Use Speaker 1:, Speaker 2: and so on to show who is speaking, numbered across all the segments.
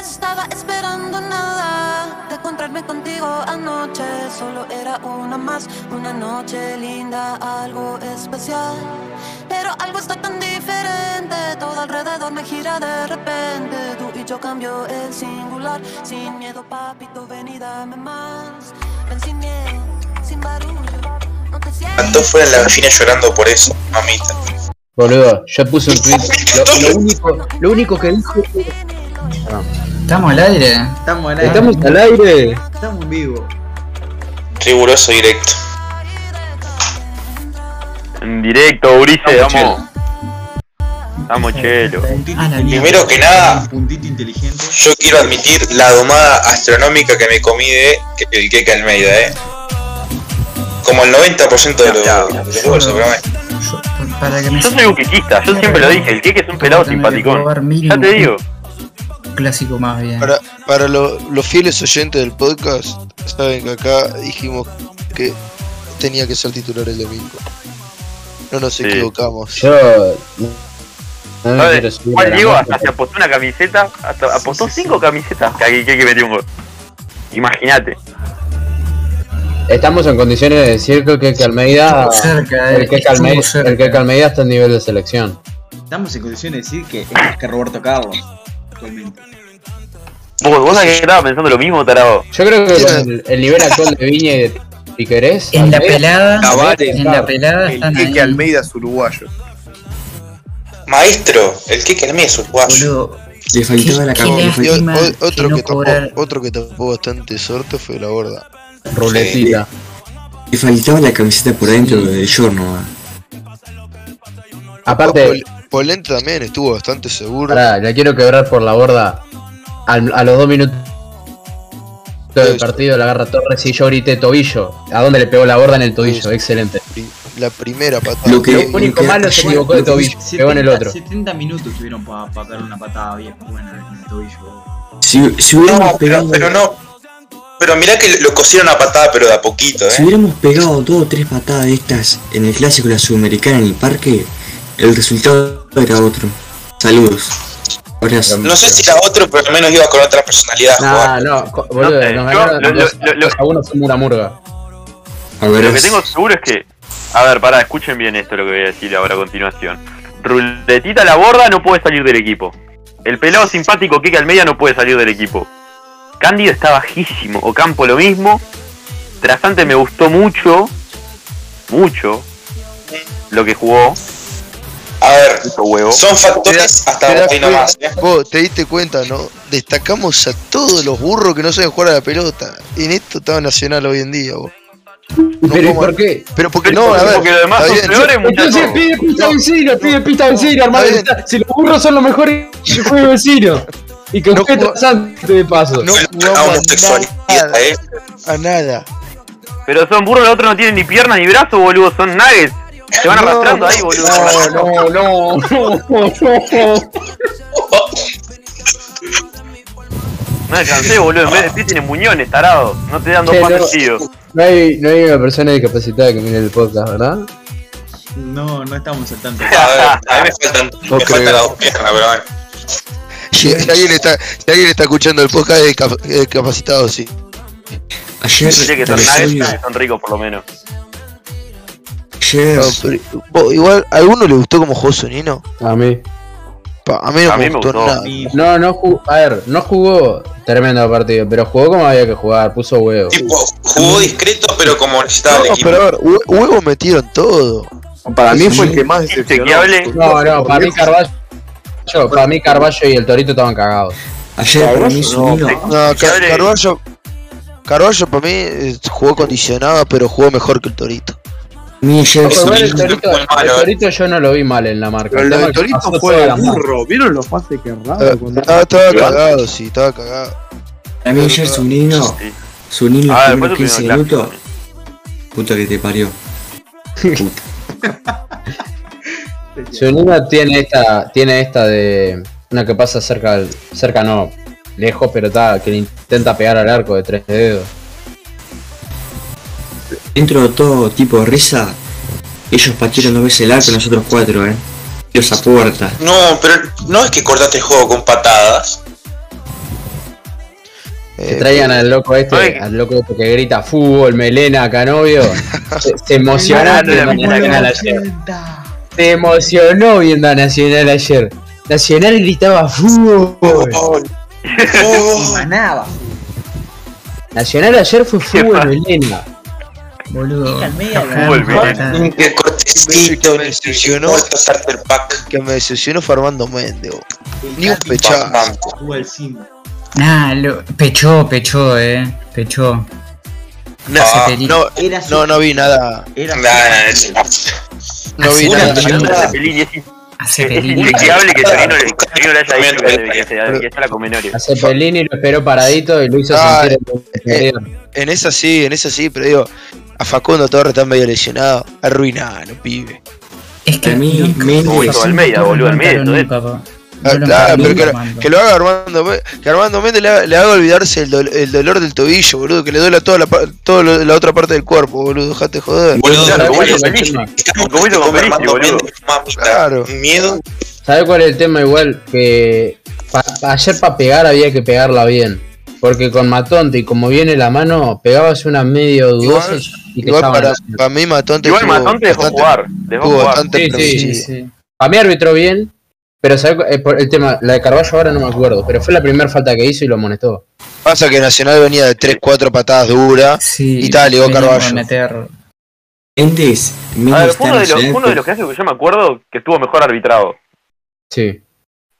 Speaker 1: estaba esperando nada de encontrarme contigo anoche. Solo era una más, una noche linda, algo especial. Pero algo está tan diferente, todo alrededor me gira de repente. Tú y yo cambio el singular, sin miedo, papito, ven y dame más. Ven sin miedo, sin barullo, no te sientas.
Speaker 2: Andó fuera la gallina llorando por eso, mamita.
Speaker 3: Boludo, yo puse un tweet. Lo, lo único, lo único que dijo.
Speaker 4: Estamos al aire.
Speaker 5: Estamos al aire.
Speaker 3: Estamos al aire.
Speaker 5: Estamos en vivo.
Speaker 2: Riguroso directo.
Speaker 6: En directo, Ulises,
Speaker 2: Vamos,
Speaker 6: vamos. Vamos, chelo.
Speaker 5: Puntito
Speaker 4: Ah, la
Speaker 5: inteligente.
Speaker 2: Primero que nada-
Speaker 5: Puntito inteligente.
Speaker 2: Yo quiero admitir la domada astronómica que me comí de que- el Keke Almeida, eh. Como el 90% de los de los programas.
Speaker 4: Yo- para que me
Speaker 6: Yo soy buquequista, yo siempre lo dije. El Keke es un pelado
Speaker 4: Tendría que
Speaker 6: simpaticón.
Speaker 4: probar mínimo
Speaker 6: Ya te digo.
Speaker 4: un clásico más bien.
Speaker 7: Para, para lo- los fieles oyentes del podcast, saben que acá dijimos que tenía que ser titular el domingo. No nos
Speaker 6: Sí.
Speaker 7: equivocamos.
Speaker 3: Yo. No me quiero
Speaker 6: ¿Sabes?
Speaker 3: subir a
Speaker 6: Juan
Speaker 3: la
Speaker 6: Diego
Speaker 3: moto.
Speaker 6: hasta se apostó una camiseta, hasta apostó
Speaker 5: Sí, sí, sí.
Speaker 6: cinco camisetas que el Keke metió un gol. Imagínate.
Speaker 3: Estamos en condiciones de decir que el Keke Almeida.
Speaker 4: cerca,
Speaker 3: El
Speaker 4: eh,
Speaker 3: Keke
Speaker 4: estuvo
Speaker 3: Almeida,
Speaker 4: cerca.
Speaker 3: el Keke Almeida está en nivel de selección.
Speaker 5: Estamos en condiciones de decir que es más que Roberto Carlos. Actualmente.
Speaker 6: Vos, vos sabés que estaba pensando lo mismo, tarado.
Speaker 3: Yo creo que
Speaker 7: Sí,
Speaker 3: con el, el nivel actual de Viña y de Piquerés.
Speaker 4: En la
Speaker 3: Almeida-
Speaker 4: pelada,
Speaker 7: Ah,
Speaker 3: Cavani,
Speaker 4: en la
Speaker 3: claro.
Speaker 4: pelada están
Speaker 8: El
Speaker 4: ahí.
Speaker 8: que Almeida es uruguayo.
Speaker 2: Maestro, el Keke Almeida es uruguayo.
Speaker 4: Boludo,
Speaker 5: Le faltaba la
Speaker 4: ¿Qué- qué
Speaker 5: cabeza.
Speaker 7: Y o-
Speaker 4: Lástima
Speaker 7: o- otro,
Speaker 4: que no
Speaker 7: que tapó,
Speaker 4: cobrar.
Speaker 7: otro que tapó bastante sorte fue la borda.
Speaker 3: Ruletita.
Speaker 9: Le faltaba la camiseta por adentro del giorno.
Speaker 3: Aparte,
Speaker 7: Pol- Polenta también estuvo bastante seguro.
Speaker 3: pará, la quiero quebrar por la borda. Al- a los dos minutos del partido la agarra Torres y yo grité tobillo. ¿A dónde le pegó la borda en el tobillo? Excelente.
Speaker 7: Y La primera patada.
Speaker 9: Lo que-
Speaker 3: Lo único malo se equivocó de tobillo. Pegó en el otro.
Speaker 5: 70 minutos tuvieron para pegar una patada bien buena en el tobillo.
Speaker 9: Si, si hubiéramos
Speaker 2: No, pero,
Speaker 9: pegado,
Speaker 2: pero no. Pero mirá que lo cosieron a patada, pero de a poquito,
Speaker 9: si
Speaker 2: eh.
Speaker 9: hubiéramos pegado dos o tres patadas de estas en el clásico de la Sudamericana en el parque, el resultado era otro. Saludos. Ahora sí.
Speaker 2: No sé si era otro, pero al menos iba con otra personalidad a jugar.
Speaker 3: No, no, co- boludo,
Speaker 6: sé,
Speaker 3: nos
Speaker 6: yo-
Speaker 3: ganaron
Speaker 6: lo-
Speaker 3: los-
Speaker 6: lo- lo-
Speaker 3: los a uno fue Muramurga.
Speaker 9: A ver,
Speaker 6: Lo que
Speaker 9: es-
Speaker 6: tengo seguro es que. A ver, pará, escuchen bien esto lo que voy a decir ahora a continuación. Ruletita la borda no puede salir del equipo. El pelado simpático Keke Almeida no puede salir del equipo. Cándido está bajísimo. Ocampo lo mismo. Trasante me gustó mucho. Mucho. Lo que jugó.
Speaker 2: A ver,
Speaker 6: Puto huevo.
Speaker 2: son factores
Speaker 7: ¿Te
Speaker 2: hasta
Speaker 7: das
Speaker 2: ahí
Speaker 7: cuenta?
Speaker 2: nomás, eh.
Speaker 7: Vos te diste cuenta, ¿no? Destacamos a todos los burros que no saben jugar a la pelota. En esto estaba nacional hoy en día, vos. No,
Speaker 3: Pero ¿y
Speaker 7: ¿cómo?
Speaker 3: por qué?
Speaker 7: Pero porque no, a ver.
Speaker 6: Porque los demás
Speaker 7: está
Speaker 6: son
Speaker 7: bien,
Speaker 6: peores,
Speaker 3: Entonces
Speaker 6: muchachos.
Speaker 3: pide pista
Speaker 7: No,
Speaker 3: vecino, pide pista vecino, hermano.
Speaker 7: está
Speaker 3: Si los burros son los mejores que juegue vecino. Y que
Speaker 7: No
Speaker 3: usted
Speaker 7: jugó-
Speaker 3: trasante de paso.
Speaker 7: No
Speaker 2: La
Speaker 7: jugamos a
Speaker 2: homosexualidad,
Speaker 7: nada.
Speaker 2: eh.
Speaker 7: A nada.
Speaker 6: Pero son burros, los otros no tienen ni piernas ni brazos, boludo. Son nuggets. Se van arrastrando ahí, boludo.
Speaker 3: No, no, no, no.
Speaker 6: No descansé, boludo. En vez de ti tienen muñones, tarado. No te dan dos
Speaker 3: Che,
Speaker 6: pases
Speaker 3: no.
Speaker 6: seguidos.
Speaker 3: No hay, no hay una persona discapacitada que mire el podcast, ¿verdad?
Speaker 5: No, no estamos al tanto.
Speaker 2: A ver, a mí me faltan,
Speaker 3: No
Speaker 2: me faltan
Speaker 3: creo.
Speaker 2: las dos piernas, pero bueno.
Speaker 7: Si, si alguien está, si alguien está escuchando el podcast es cap- es capacitado, sí.
Speaker 9: Ayer,
Speaker 6: Dice que son
Speaker 9: Rosario-
Speaker 6: nuggets, son ricos por lo menos.
Speaker 9: ayer,
Speaker 7: No, pero, vos, igual, ¿a alguno le gustó como jugó Sonino?
Speaker 3: A mí.
Speaker 7: Pa- a mí no
Speaker 6: A
Speaker 7: me,
Speaker 6: mí me
Speaker 7: gustó,
Speaker 6: gustó.
Speaker 7: nada.
Speaker 5: Ni-
Speaker 3: No, no jugó. A ver, no jugó tremendo partido, pero jugó como había que jugar, puso huevo.
Speaker 2: Tipo, jugó
Speaker 3: Mm.
Speaker 2: discreto, pero como necesitaba el
Speaker 7: No,
Speaker 2: equipo.
Speaker 7: pero a ver, hue- huevos metieron todo.
Speaker 8: Para mí fue el que más
Speaker 6: Chequeable.
Speaker 8: decepcionó.
Speaker 3: No, no, para mí Carballo. yo, para mí Carballo y el Torito estaban cagados.
Speaker 9: ayer para mí Zunino-
Speaker 7: No, Car-
Speaker 6: Abre-
Speaker 7: Carballo, Carballo para mí eh, jugó condicionado, pero jugó mejor que el Torito.
Speaker 9: a mí ayer
Speaker 3: Pero igual el
Speaker 9: Zunino-
Speaker 3: Torito,
Speaker 2: muy malo,
Speaker 3: el
Speaker 2: eh.
Speaker 3: Torito yo no lo vi mal en la marca.
Speaker 8: Pero
Speaker 3: El
Speaker 8: lo
Speaker 3: tema
Speaker 8: de
Speaker 3: es que
Speaker 8: Torito
Speaker 3: pasó
Speaker 8: fue
Speaker 3: de
Speaker 8: de
Speaker 3: la mano.
Speaker 8: burro. ¿Vieron los pases que
Speaker 7: Eh,
Speaker 8: erraba? cuando-
Speaker 7: Estaba, estaba cagado, sí, estaba cagado.
Speaker 9: Para mí ayer Zunino,
Speaker 6: Sí.
Speaker 9: Zunino
Speaker 6: A ver,
Speaker 8: Ah,
Speaker 9: los
Speaker 6: después
Speaker 9: primeros 15 minutos, puta que te parió.
Speaker 3: Zunino tiene esta, tiene esta de. Una que pasa cerca, al- cerca no, lejos, pero está, que le intenta pegar al arco de tres dedos.
Speaker 9: Dentro de todo tipo de risa, ellos partieron dos veces el arco, nosotros cuatro, eh. Dios a puerta.
Speaker 2: No, pero no es que cortaste el juego con patadas.
Speaker 3: Que
Speaker 7: Eh,
Speaker 3: traigan al loco este,
Speaker 6: Ay.
Speaker 3: al loco este que grita fútbol, melena, canovio. se, se emocionó
Speaker 6: Melena,
Speaker 3: viendo
Speaker 6: la
Speaker 3: Nacional ayer. Se emocionó viendo a Nacional ayer. Nacional gritaba fútbol.
Speaker 7: Oh,
Speaker 5: Manaba.
Speaker 3: Nacional ayer fue fútbol,
Speaker 6: pasa?
Speaker 3: melena.
Speaker 4: Boludo.
Speaker 5: Al medio,
Speaker 4: Está
Speaker 6: Fútbol,
Speaker 4: enfermo,
Speaker 6: bien.
Speaker 4: está-
Speaker 2: Mm, Qué cortecito,
Speaker 7: Me decepcionó.
Speaker 2: no el starter pack.
Speaker 7: que me decepcionó Farmando Méndez. vos. Ni un pechazo.
Speaker 2: Bastante.
Speaker 5: Jugó el Simba.
Speaker 4: Nah, lo- pechó, pechó, eh. Pechó.
Speaker 7: No,
Speaker 4: Ah.
Speaker 7: no,
Speaker 5: Era su-
Speaker 7: no, no vi nada.
Speaker 5: Era su-
Speaker 2: Nah, es-
Speaker 7: No vi
Speaker 4: Así
Speaker 7: nada.
Speaker 6: Una
Speaker 4: no,
Speaker 6: pelín
Speaker 4: no.
Speaker 6: de Pelini, es in-
Speaker 4: Hace
Speaker 6: es
Speaker 4: pelín.
Speaker 6: innegable que Torino le Torino le haya dicho que debería ser- que está la
Speaker 3: A
Speaker 6: Comenoria.
Speaker 3: Cepelini pues lo esperó paradito y lo hizo
Speaker 7: Ah,
Speaker 3: sentir el-
Speaker 7: En esa sí, en esa sí, pero digo, a Facundo Torres está medio lesionado. Arruinado, pibe.
Speaker 4: Es que
Speaker 9: Para mí,
Speaker 4: nunca-
Speaker 9: Méndez-
Speaker 4: Facundo
Speaker 9: Uy,
Speaker 6: Almeida,
Speaker 4: no
Speaker 6: boludo,
Speaker 4: lo
Speaker 6: Almeida,
Speaker 4: bancaron
Speaker 6: todo
Speaker 4: nunca, papá.
Speaker 7: Ah,
Speaker 4: No lo
Speaker 7: claro,
Speaker 4: bancaron
Speaker 7: pero que,
Speaker 4: nunca,
Speaker 7: lo- que lo haga Armando Méndez. Que Armando Méndez le, haga- le haga olvidarse el, dol- el dolor del tobillo, boludo. Que le duela toda la, pa- toda lo- la otra parte del cuerpo, boludo. Dejate de joder.
Speaker 2: Boludo,
Speaker 6: Claro,
Speaker 2: ¿cómo
Speaker 6: como hizo
Speaker 2: es?
Speaker 6: Pelini.
Speaker 2: Estamos
Speaker 6: como hizo con
Speaker 2: con
Speaker 6: Felici,
Speaker 2: Armando
Speaker 6: boludo.
Speaker 2: Méndez, mamita.
Speaker 7: Claro.
Speaker 2: Miedo.
Speaker 3: ¿Sabes cuál es el tema? Igual que pa- ayer para pegar había que pegarla bien. Porque con Matonte y como viene la mano, pegabas una medio dudosa
Speaker 7: Igual-
Speaker 3: y te
Speaker 7: Igual
Speaker 3: echaban.
Speaker 7: para,
Speaker 3: Para,
Speaker 7: para mí Matonte
Speaker 6: Igual
Speaker 7: estuvo
Speaker 6: Matón te dejó
Speaker 7: bastante-
Speaker 6: jugar. Dejó
Speaker 7: estuvo
Speaker 6: jugar.
Speaker 7: bastante
Speaker 3: Sí, sí.
Speaker 4: Sí,
Speaker 7: permisivo.
Speaker 4: sí.
Speaker 3: mi árbitro bien, pero ¿sabes cu- eh, por el tema? La de Carballo ahora no me acuerdo, pero fue la primera falta que hizo y lo amonestó.
Speaker 7: Pasa que Nacional venía de 3, 4 patadas duras.
Speaker 4: Sí.
Speaker 7: Y tal, llegó
Speaker 4: venía
Speaker 7: Carballo.
Speaker 4: a meter-
Speaker 9: Méndez,
Speaker 6: A ver,
Speaker 9: Méndez
Speaker 6: fue
Speaker 9: está
Speaker 6: uno de los,
Speaker 9: Nacional,
Speaker 6: fue uno de los que hace que yo me acuerdo que estuvo mejor arbitrado.
Speaker 3: Sí.
Speaker 6: De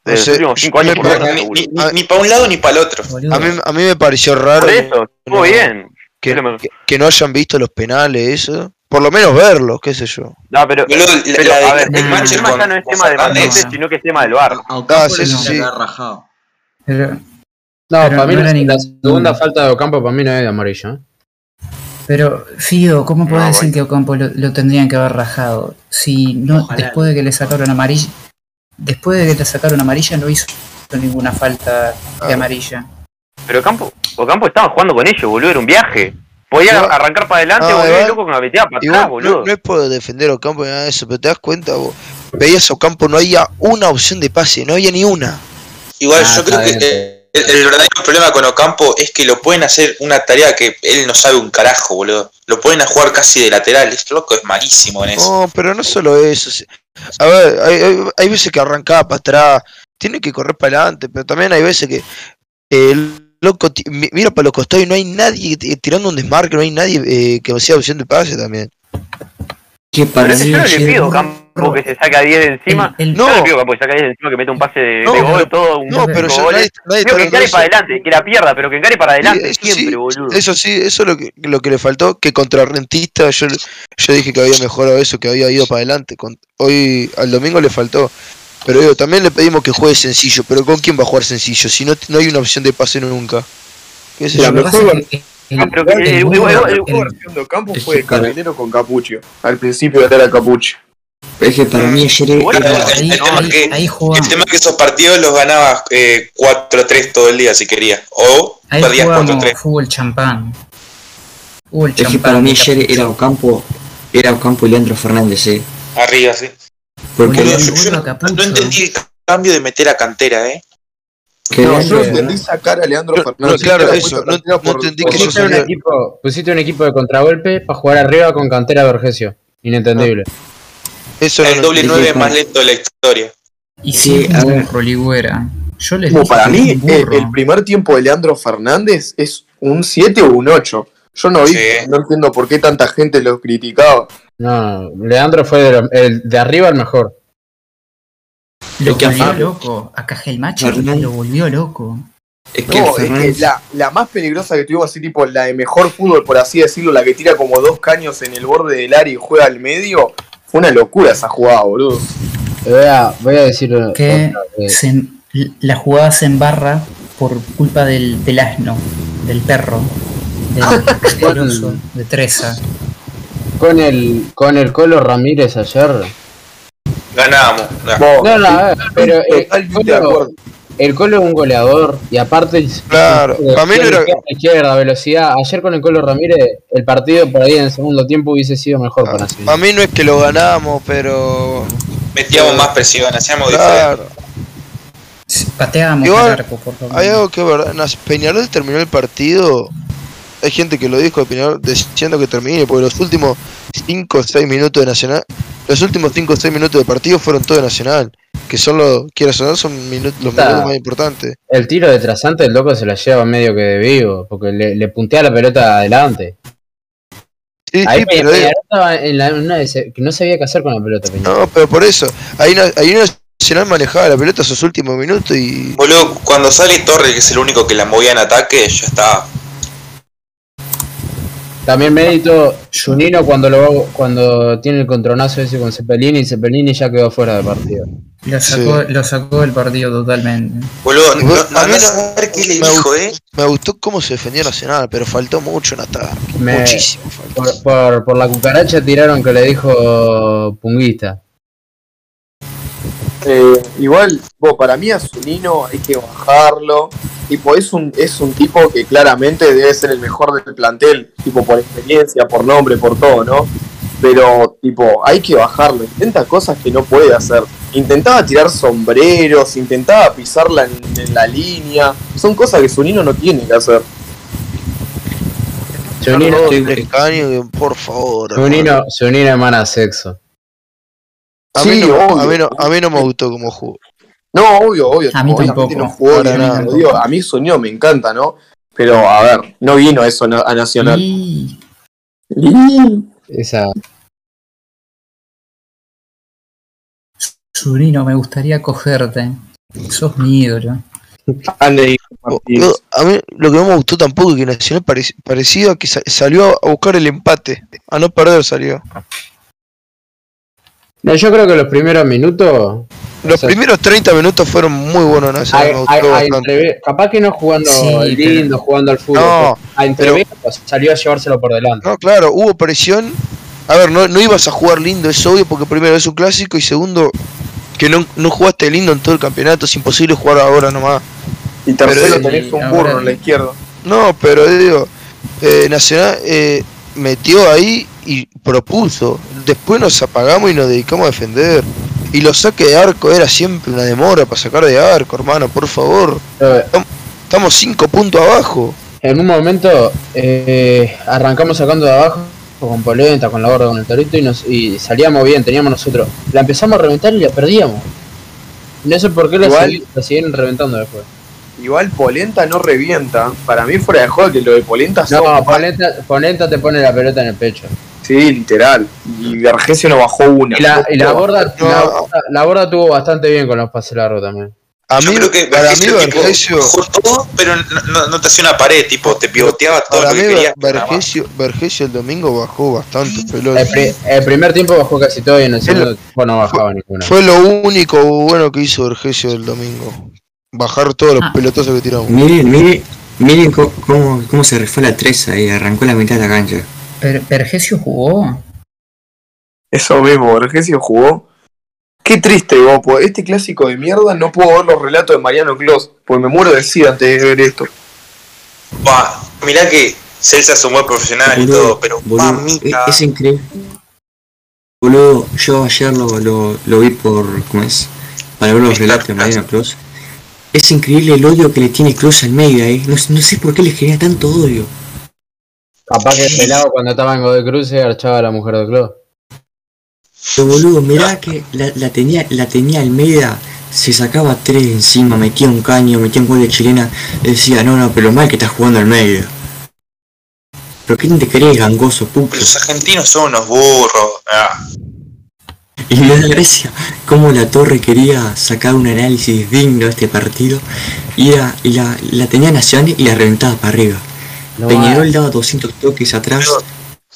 Speaker 7: No
Speaker 6: los
Speaker 7: sé,
Speaker 6: últimos cinco
Speaker 7: yo
Speaker 6: años,
Speaker 7: me
Speaker 6: por lo
Speaker 7: parece-
Speaker 6: menos,
Speaker 2: Ni,
Speaker 6: seguro.
Speaker 2: para un lado ni para el otro.
Speaker 4: boludo.
Speaker 7: A mí, a mí me pareció raro
Speaker 6: Por eso, estuvo
Speaker 7: no.
Speaker 6: bien.
Speaker 7: que,
Speaker 6: es lo mejor.
Speaker 7: que- que no hayan visto los penales, eso. Por lo menos verlos, qué sé yo.
Speaker 6: No, pero,
Speaker 2: Boludo, la-
Speaker 6: pero,
Speaker 2: la de-
Speaker 6: a ver,
Speaker 2: el
Speaker 6: el
Speaker 2: Manchester
Speaker 6: tema ya no es
Speaker 2: con
Speaker 6: tema de
Speaker 2: Fernández.
Speaker 6: Manchester, sino que es tema del bar.
Speaker 5: A Ocampo
Speaker 7: Ah, sí,
Speaker 5: le
Speaker 7: sí,
Speaker 5: tenía
Speaker 7: sí.
Speaker 5: que haber rajado.
Speaker 4: Pero,
Speaker 3: No,
Speaker 4: Pero
Speaker 3: para mí
Speaker 4: no
Speaker 3: la,
Speaker 4: era ningún-
Speaker 3: la segunda falta de Ocampo para mí no es de amarillo. ¿eh?
Speaker 4: pero, Fido, ¿cómo podés
Speaker 2: Ah,
Speaker 6: No,
Speaker 4: decir
Speaker 6: voy.
Speaker 4: que Ocampo lo, lo tendrían que haber rajado? Si no,
Speaker 5: Ojalá.
Speaker 4: después de que le sacaron amarilla, después de que le sacaron amarilla no hizo ninguna falta
Speaker 2: Ah.
Speaker 4: de amarilla.
Speaker 6: Pero Campo, Ocampo estaban jugando con ellos, boludo, era un viaje. Podía
Speaker 7: No.
Speaker 6: arrancar para adelante,
Speaker 7: No,
Speaker 6: boludo,
Speaker 7: igual-
Speaker 6: y loco con la veteada para
Speaker 7: Igual,
Speaker 6: atrás,
Speaker 7: no,
Speaker 6: boludo.
Speaker 7: no es por defender a Ocampo ni nada de eso, pero te das cuenta, vos. Veías a Ocampo, no había una opción de pase, no había ni una.
Speaker 2: Igual
Speaker 3: Ah,
Speaker 2: yo creo
Speaker 3: está
Speaker 2: que eh,
Speaker 3: bien.
Speaker 2: el, el verdadero problema con Ocampo es que lo pueden hacer una tarea que él no sabe un carajo, boludo. Lo pueden a jugar casi de lateral. Este loco es malísimo en
Speaker 4: Oh,
Speaker 2: eso.
Speaker 7: No, pero no solo eso. si- A ver, hay, hay- hay veces que arrancaba para atrás, tiene que correr para adelante, pero también hay veces que el loco ti- mi- mira para los costados y no hay nadie eh, tirando un desmarque, no hay nadie eh, que sea opción de pase también.
Speaker 9: que
Speaker 6: Pero
Speaker 9: para
Speaker 6: yo no le
Speaker 9: ayer-
Speaker 6: pido a Campo que se saque a 10 de encima.
Speaker 4: El- el-
Speaker 6: Yo no le
Speaker 7: No.
Speaker 6: pido a Campo que se saque a 10 de encima, que mete un pase de,
Speaker 7: No,
Speaker 6: de gol,
Speaker 7: pero-
Speaker 6: todo, un
Speaker 7: No, pero
Speaker 6: cinco
Speaker 7: yo
Speaker 6: goles.
Speaker 7: nadie, nadie
Speaker 6: Digo que
Speaker 7: está
Speaker 6: encare para
Speaker 7: hablando
Speaker 6: adelante, que la pierda, pero que encare para adelante
Speaker 7: Sí, sí,
Speaker 6: siempre, boludo.
Speaker 7: de eso. Eso sí, eso es lo que, lo que le faltó, que contra Rentista yo, yo dije que había mejorado eso, que había ido para adelante. Con- hoy al domingo le faltó. Pero digo, también le pedimos que juegue sencillo, pero ¿con quién va a jugar sencillo? Si no, no hay una opción de pase nunca. ¿Qué sé
Speaker 8: La
Speaker 7: yo?
Speaker 4: lo que pasa
Speaker 8: mejor-
Speaker 4: es que-
Speaker 2: Ah,
Speaker 6: No, pero que-
Speaker 4: el-
Speaker 6: el-
Speaker 4: el-
Speaker 6: el-
Speaker 8: La
Speaker 6: el-
Speaker 8: mejor versión de Ocampo
Speaker 9: es
Speaker 8: fue
Speaker 9: que para-
Speaker 8: Carrilero con Capucho. Al principio era Capucho.
Speaker 9: Es que para mí ayer
Speaker 6: Igual
Speaker 9: era-
Speaker 6: la-
Speaker 4: ahí-
Speaker 2: el tema
Speaker 4: ahí-
Speaker 2: que-
Speaker 4: ahí
Speaker 2: El
Speaker 4: jugamos.
Speaker 2: tema es que esos partidos los ganabas eh, 4-3 todo el día si querías. O
Speaker 4: Ahí
Speaker 2: perdías
Speaker 4: jugamos
Speaker 2: 4-3.
Speaker 4: fútbol champán. Fútbol
Speaker 9: es
Speaker 4: champán.
Speaker 9: que para mí
Speaker 4: capaz.
Speaker 9: ayer era Ocampo, era Ocampo y Leandro Fernández, eh.
Speaker 2: Arriba, sí.
Speaker 9: Porque
Speaker 2: Boludo,
Speaker 4: Boludo,
Speaker 2: yo, yo no,
Speaker 4: Capucho.
Speaker 2: no entendí el cambio de meter a cantera, ¿eh?
Speaker 9: que
Speaker 8: No, yo
Speaker 9: Leandro-
Speaker 8: entendí sacar a Leandro
Speaker 7: No,
Speaker 8: Fernández.
Speaker 7: no, claro,
Speaker 8: Era
Speaker 7: eso,
Speaker 8: puesto
Speaker 7: no-
Speaker 8: Cantera
Speaker 7: no entendí que
Speaker 8: por-
Speaker 7: yo
Speaker 3: Pusiste un,
Speaker 7: salió-
Speaker 3: equipo, pusiste un equipo de contragolpe para jugar arriba con cantera de Vergesio. Inentendible.
Speaker 7: Eso no
Speaker 2: El
Speaker 7: lo
Speaker 2: doble
Speaker 9: entendí,
Speaker 2: 9
Speaker 9: pa.
Speaker 2: más lento de la historia.
Speaker 4: Y
Speaker 9: Sí,
Speaker 4: sí,
Speaker 9: a
Speaker 4: a
Speaker 9: ver.
Speaker 4: Roligüera. Yo les
Speaker 8: Como
Speaker 4: dije
Speaker 8: para
Speaker 4: que
Speaker 8: mí,
Speaker 4: era un
Speaker 8: eh,
Speaker 4: burro.
Speaker 8: el primer tiempo de Leandro Fernández es un 7 o un 8. Yo no vi,
Speaker 2: Sí.
Speaker 8: no entiendo por qué tanta gente lo criticaba.
Speaker 3: No, Leandro fue de, lo- el, de arriba el mejor.
Speaker 4: lo
Speaker 9: es que a
Speaker 4: volvió
Speaker 9: Fer-
Speaker 4: loco. A Cajelmacho
Speaker 9: Fernández.
Speaker 4: lo volvió loco.
Speaker 9: es que
Speaker 8: No, es que
Speaker 9: Fernández-
Speaker 8: la, la más peligrosa que tuvimos así, tipo la de mejor fútbol, por así decirlo, la que tira como dos caños en el borde del área y juega al medio, fue una locura esa jugada, boludo.
Speaker 3: Voy a, voy a decir otra
Speaker 4: ¿Qué?
Speaker 8: Eh.
Speaker 3: vez.
Speaker 4: Se- la jugada se embarra por culpa del, del asno, del perro, del, del oso, de Treza.
Speaker 3: con el con el Colo Ramírez ayer.
Speaker 2: Ganábamos. Nah.
Speaker 3: No, no, a ver, pero eh, el,
Speaker 8: Totalmente de
Speaker 3: Colo,
Speaker 8: acuerdo.
Speaker 3: el Colo es un goleador y aparte
Speaker 7: Claro,
Speaker 3: eh,
Speaker 7: para mí no era-
Speaker 3: izquierda, izquierda, velocidad. Ayer con el Colo Ramírez el partido por ahí en el segundo tiempo hubiese sido mejor para sí.
Speaker 7: A mí no es que lo ganamos, pero.
Speaker 2: Metíamos más presión, hacíamos diferente.
Speaker 7: Claro.
Speaker 4: Pateábamos
Speaker 7: Igual,
Speaker 4: el arco, por favor.
Speaker 7: Hay algo que es verdad. Nas- Peñarol terminó el partido. Hay gente que lo dijo de Peñarol diciendo que termine, porque los últimos 5 o 6 minutos de Nacional. Los últimos 5 o 6 minutos de partido fueron todo de Nacional. Que son los, quieras sonar, son minu- los
Speaker 3: Está.
Speaker 7: minutos más importantes.
Speaker 3: El tiro de trasante el loco se la lleva medio que de vivo, porque le, le puntea la pelota adelante.
Speaker 7: Sí,
Speaker 3: Ahí
Speaker 7: sí,
Speaker 3: Peña-
Speaker 7: pero digo-
Speaker 3: Peñarol estaba en la- en una dese- que no sabía qué hacer con la pelota. Peñarol.
Speaker 7: No, pero por eso. Ahí, na- ahí Nacional manejaba la pelota sus últimos minutos y.
Speaker 2: Boludo, cuando sale Torre, que es el único que la movía en ataque, ya está.
Speaker 3: También mérito Junino cuando lo cuando tiene el contronazo ese con Cepelini y Cepelini ya quedó fuera del partido.
Speaker 4: Lo sacó, lo sacó del partido totalmente.
Speaker 2: Boludo,
Speaker 7: Y vos-
Speaker 2: no,
Speaker 7: a mí
Speaker 2: andá a
Speaker 7: no-
Speaker 2: saber qué le
Speaker 7: me
Speaker 2: dijo,
Speaker 7: gustó-
Speaker 2: eh.
Speaker 7: Me gustó cómo se defendió Nacional, pero faltó mucho en ataque.
Speaker 3: Me-
Speaker 7: Muchísimo faltó.
Speaker 3: Por, por, por la cucaracha tiraron que le dijo Punguista.
Speaker 8: Eh, igual, vos, para mí a Zunino hay que bajarlo. Tipo, es un, es un tipo que claramente debe ser el mejor del plantel, tipo por experiencia, por nombre, por todo, ¿no? Pero, tipo, hay que bajarlo. Intenta cosas que no puede hacer. Intentaba tirar sombreros, intentaba pisarla en, en la línea. Son cosas que Zunino no tiene que hacer.
Speaker 3: Junino,
Speaker 7: Dos,
Speaker 3: estoy-
Speaker 7: tres caños, por favor. hermano.
Speaker 3: Junino, Junino emana sexo.
Speaker 7: A mí,
Speaker 8: Sí,
Speaker 7: no, a,
Speaker 8: obvio.
Speaker 7: mí no, a mí no me gustó cómo jugó.
Speaker 8: No, obvio, obvio.
Speaker 4: A mí
Speaker 8: obviamente
Speaker 4: tampoco.
Speaker 8: No jugó
Speaker 7: Para
Speaker 8: bien,
Speaker 7: nada.
Speaker 8: lo digo, a mí Zunino me encanta, ¿no? Pero, a ver, no vino eso na- a Nacional.
Speaker 4: Y
Speaker 3: Esa.
Speaker 4: Zurino, me gustaría cogerte. Sos mi ídolo.
Speaker 8: Andy Martínez.
Speaker 7: Yo- a mí lo que no me gustó tampoco es que Nacional parec- parecía que sa- salió a buscar el empate. A no perder salió.
Speaker 3: No, yo creo que los primeros minutos.
Speaker 7: Los
Speaker 3: Exacto.
Speaker 7: primeros 30 minutos fueron muy buenos Nacional,
Speaker 3: a-
Speaker 7: me
Speaker 3: a-
Speaker 7: gustó
Speaker 3: a
Speaker 7: bastante.
Speaker 3: entrever- capaz que no jugando
Speaker 4: Sí,
Speaker 3: lindo, jugando al fútbol.
Speaker 7: No,
Speaker 3: pero a entrever salió a llevárselo por delante.
Speaker 7: No, claro, hubo presión. A ver, no, no ibas a jugar lindo, es obvio, porque primero es un clásico y segundo, que no, no jugaste lindo en todo el campeonato, es imposible jugar ahora nomás.
Speaker 8: Y
Speaker 7: Pero
Speaker 8: tercero
Speaker 7: sí,
Speaker 8: tenés un
Speaker 4: ahora-
Speaker 8: burro en la izquierda.
Speaker 7: No, pero digo, eh, Nacional eh, metió ahí y propuso. Después nos apagamos y nos dedicamos a defender. Y los saques de arco era siempre una demora para sacar de arco, hermano, por favor.
Speaker 3: Eh,
Speaker 7: Estamos 5 puntos abajo.
Speaker 3: En un momento eh, arrancamos sacando de abajo con polenta, con la gorda, con el torito y, nos, y salíamos bien, teníamos nosotros. La empezamos a reventar y la perdíamos. No sé por qué la,
Speaker 8: Igual-
Speaker 3: sigui- la siguieron reventando después.
Speaker 8: Igual Polenta no revienta. Para mí fuera de juego que lo de Polenta
Speaker 3: No,
Speaker 8: son-
Speaker 3: polenta, Polenta te pone la pelota en el pecho.
Speaker 8: Sí, literal. Y Argesio no bajó una.
Speaker 3: Y la, y la gorda,
Speaker 7: No.
Speaker 3: la, gorda, la gorda tuvo bastante bien con los pases largos también.
Speaker 7: A
Speaker 2: Yo
Speaker 7: mí,
Speaker 2: creo que
Speaker 7: para mí,
Speaker 2: Vergesio, tipo,
Speaker 7: Vergesio.
Speaker 2: bajó todo, pero no, no- no te hacía una pared, tipo, te pivoteaba todo
Speaker 7: Para
Speaker 2: lo
Speaker 7: mí,
Speaker 2: que quería.
Speaker 7: Vergesio, Vergesio el domingo bajó bastante, pelota.
Speaker 3: El, pri- el primer tiempo bajó casi todo y en el segundo tiempo no bajaba ninguna.
Speaker 7: Fue lo único bueno que hizo Vergesio el domingo. Bajar todos los
Speaker 4: Ah.
Speaker 7: pelotazos que tiramos.
Speaker 9: Miren, miren, miren co- cómo, cómo se rifó la 3 ahí, arrancó la mitad de la cancha.
Speaker 4: Per- ¿Pergesio jugó?
Speaker 8: Eso mismo, Argesio jugó. Qué triste, Gopo. Este clásico de mierda no puedo ver los relatos de Mariano Clos. Pues me muero de sida antes de ver esto.
Speaker 2: Va, mirá que Celsa es un buen profesional y todo, pero
Speaker 9: boludo, e-,
Speaker 2: mamita.
Speaker 9: es, es increíble. Boludo, yo ayer lo, lo, lo vi por. ¿Cómo es? Para ver los relatos de Mariano Cruz. Es increíble el odio que le tiene Cruz al medio ahí. No, no sé por qué le genera tanto odio.
Speaker 3: Capaz que el pelado cuando estaba en Godoy Cruz se archaba a la mujer de Club.
Speaker 9: Pero boludo, mirá que la, la tenía la tenía Almeida, se sacaba tres encima, metía un caño, metía un gol de chilena, decía, no, no, pero mal que estás jugando al medio. ¿Pero qué te crees, gangoso, puto?
Speaker 2: Los argentinos son unos burros. Ah,
Speaker 9: Y me da gracia cómo la torre quería sacar un análisis digno de este partido y, era- y la, la tenía Nacional y la reventaba para arriba.
Speaker 3: No,
Speaker 9: Peñarol daba 200 toques atrás.
Speaker 2: boludo.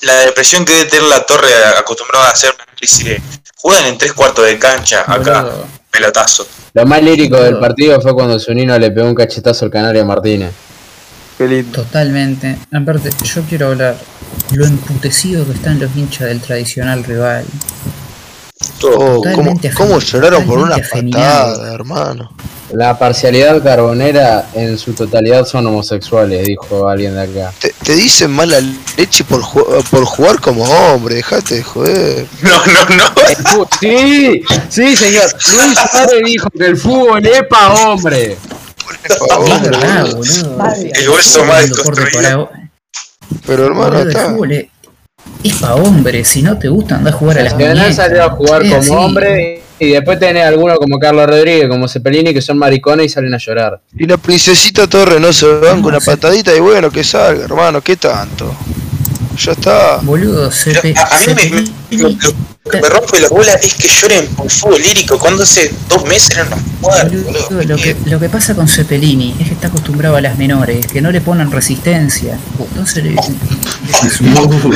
Speaker 2: la depresión que debe tener la torre acostumbrada a hacer una crisis de. Juegan en tres cuartos de cancha acá,
Speaker 4: Boludo.
Speaker 2: pelotazo.
Speaker 3: Lo más lírico del partido fue cuando Zunino le pegó un cachetazo al Canario Martínez.
Speaker 8: Qué lindo.
Speaker 4: Totalmente. Aparte, yo quiero hablar lo emputecido que están los hinchas del tradicional rival.
Speaker 7: Oh, ¿cómo,
Speaker 4: Totalmente
Speaker 7: cómo
Speaker 4: afeminado,
Speaker 7: lloraron por una
Speaker 4: totalmente afeminado.
Speaker 7: patada, hermano?
Speaker 3: La parcialidad carbonera en su totalidad son homosexuales, dijo alguien de acá.
Speaker 7: Te, te dicen mala leche por, ju- por jugar como hombre, dejate de joder.
Speaker 2: No, no, no.
Speaker 3: El fu- Sí, sí, señor. Luis Suárez dijo que el fútbol es pa' hombre.
Speaker 7: Por favor,
Speaker 4: Es verdad,
Speaker 7: boludo.
Speaker 4: boludo.
Speaker 2: Oh, El hueso más
Speaker 4: Boludo, corte
Speaker 2: desconstruido.
Speaker 4: para-
Speaker 7: Pero hermano,
Speaker 4: boludo, el
Speaker 7: está.
Speaker 4: fútbol eh. es, para hombre. Si no te gusta, andá a jugar a las
Speaker 3: Nacional
Speaker 4: muñecas. Eh,
Speaker 3: salió a jugar
Speaker 4: Es
Speaker 3: como
Speaker 4: así.
Speaker 3: hombre y después tenés algunos como Carlos Rodríguez, como Cepelini, que son maricones y salen a llorar.
Speaker 7: Y la princesita Torre no se van con una patadita y bueno, que salga, hermano, ¿qué tanto? Ya está.
Speaker 4: Boludo, se
Speaker 2: Yo-
Speaker 4: te.
Speaker 2: a, a mí
Speaker 4: se
Speaker 2: me,
Speaker 4: te-
Speaker 2: me- lo, lo que me rompe la bola es que lloren por fútbol lírico cuando hace dos meses eran los cuartos,
Speaker 4: Boludo,
Speaker 2: boludo.
Speaker 4: lo, que, lo que pasa con Cepelini es que está acostumbrado a las menores, que no le ponen resistencia. Entonces le,
Speaker 8: Oh.
Speaker 4: le- le-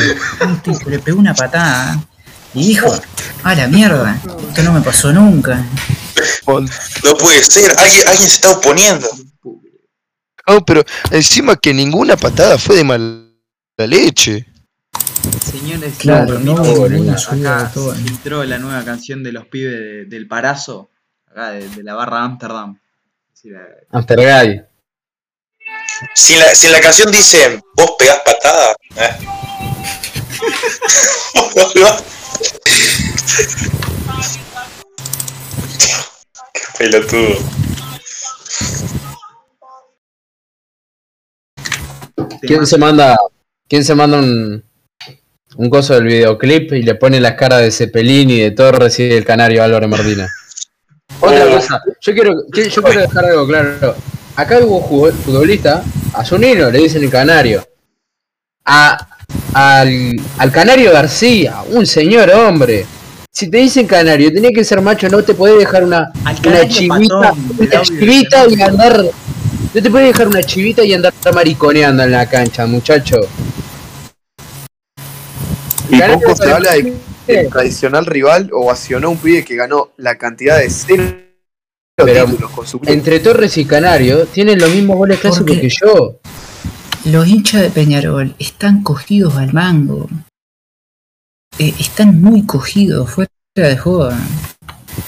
Speaker 4: un tipo le pegó una patada y dijo, a la mierda, esto no me pasó nunca.
Speaker 2: No puede ser, alguien, alguien se está oponiendo.
Speaker 7: No, pero encima que ninguna patada fue de mala leche.
Speaker 5: Señores,
Speaker 4: Claro, no,
Speaker 5: permítanme,
Speaker 4: ninguna
Speaker 5: acá
Speaker 4: subida de todo.
Speaker 5: filtró la nueva canción de los pibes de- del Parazo, acá de, de la barra Amsterdam. Sí, la-
Speaker 3: Amstergay.
Speaker 2: Si en la, si en la canción dicen, vos pegás patada. eh. Qué pelotudo.
Speaker 3: ¿Quién se manda, quién se manda un, un coso del videoclip y le pone las caras de Cepelini, de Torres y del Canario Álvarez Martina? Otra cosa, yo quiero, que- yo quiero dejar algo claro. Acá hubo jugo- futbolista, a Zunino le dicen el Canario. A, al, al Canario García, un señor hombre. Si te dicen canario, tenés que ser macho, no te podés dejar una,
Speaker 5: Al
Speaker 3: una
Speaker 5: Canario
Speaker 3: chivita,
Speaker 5: Patón, del
Speaker 3: una
Speaker 5: audio de
Speaker 3: chivita y
Speaker 5: Canario.
Speaker 3: andar no te puedes dejar una chivita y andar mariconeando en la cancha, muchacho.
Speaker 8: Y
Speaker 3: Ganar
Speaker 8: poco
Speaker 3: esa
Speaker 8: se habla de
Speaker 3: Eh,
Speaker 8: el tradicional rival ovacionó a un pibe que ganó la cantidad de cero
Speaker 3: Pero-
Speaker 8: títulos con su club.
Speaker 3: Entre Torres y Canario tienen los mismos goles
Speaker 4: ¿Por
Speaker 3: clásicos
Speaker 4: qué?
Speaker 3: que yo.
Speaker 4: Los hinchas de Peñarol están cogidos al mango. Eh, están muy cogidos, fuera de joda.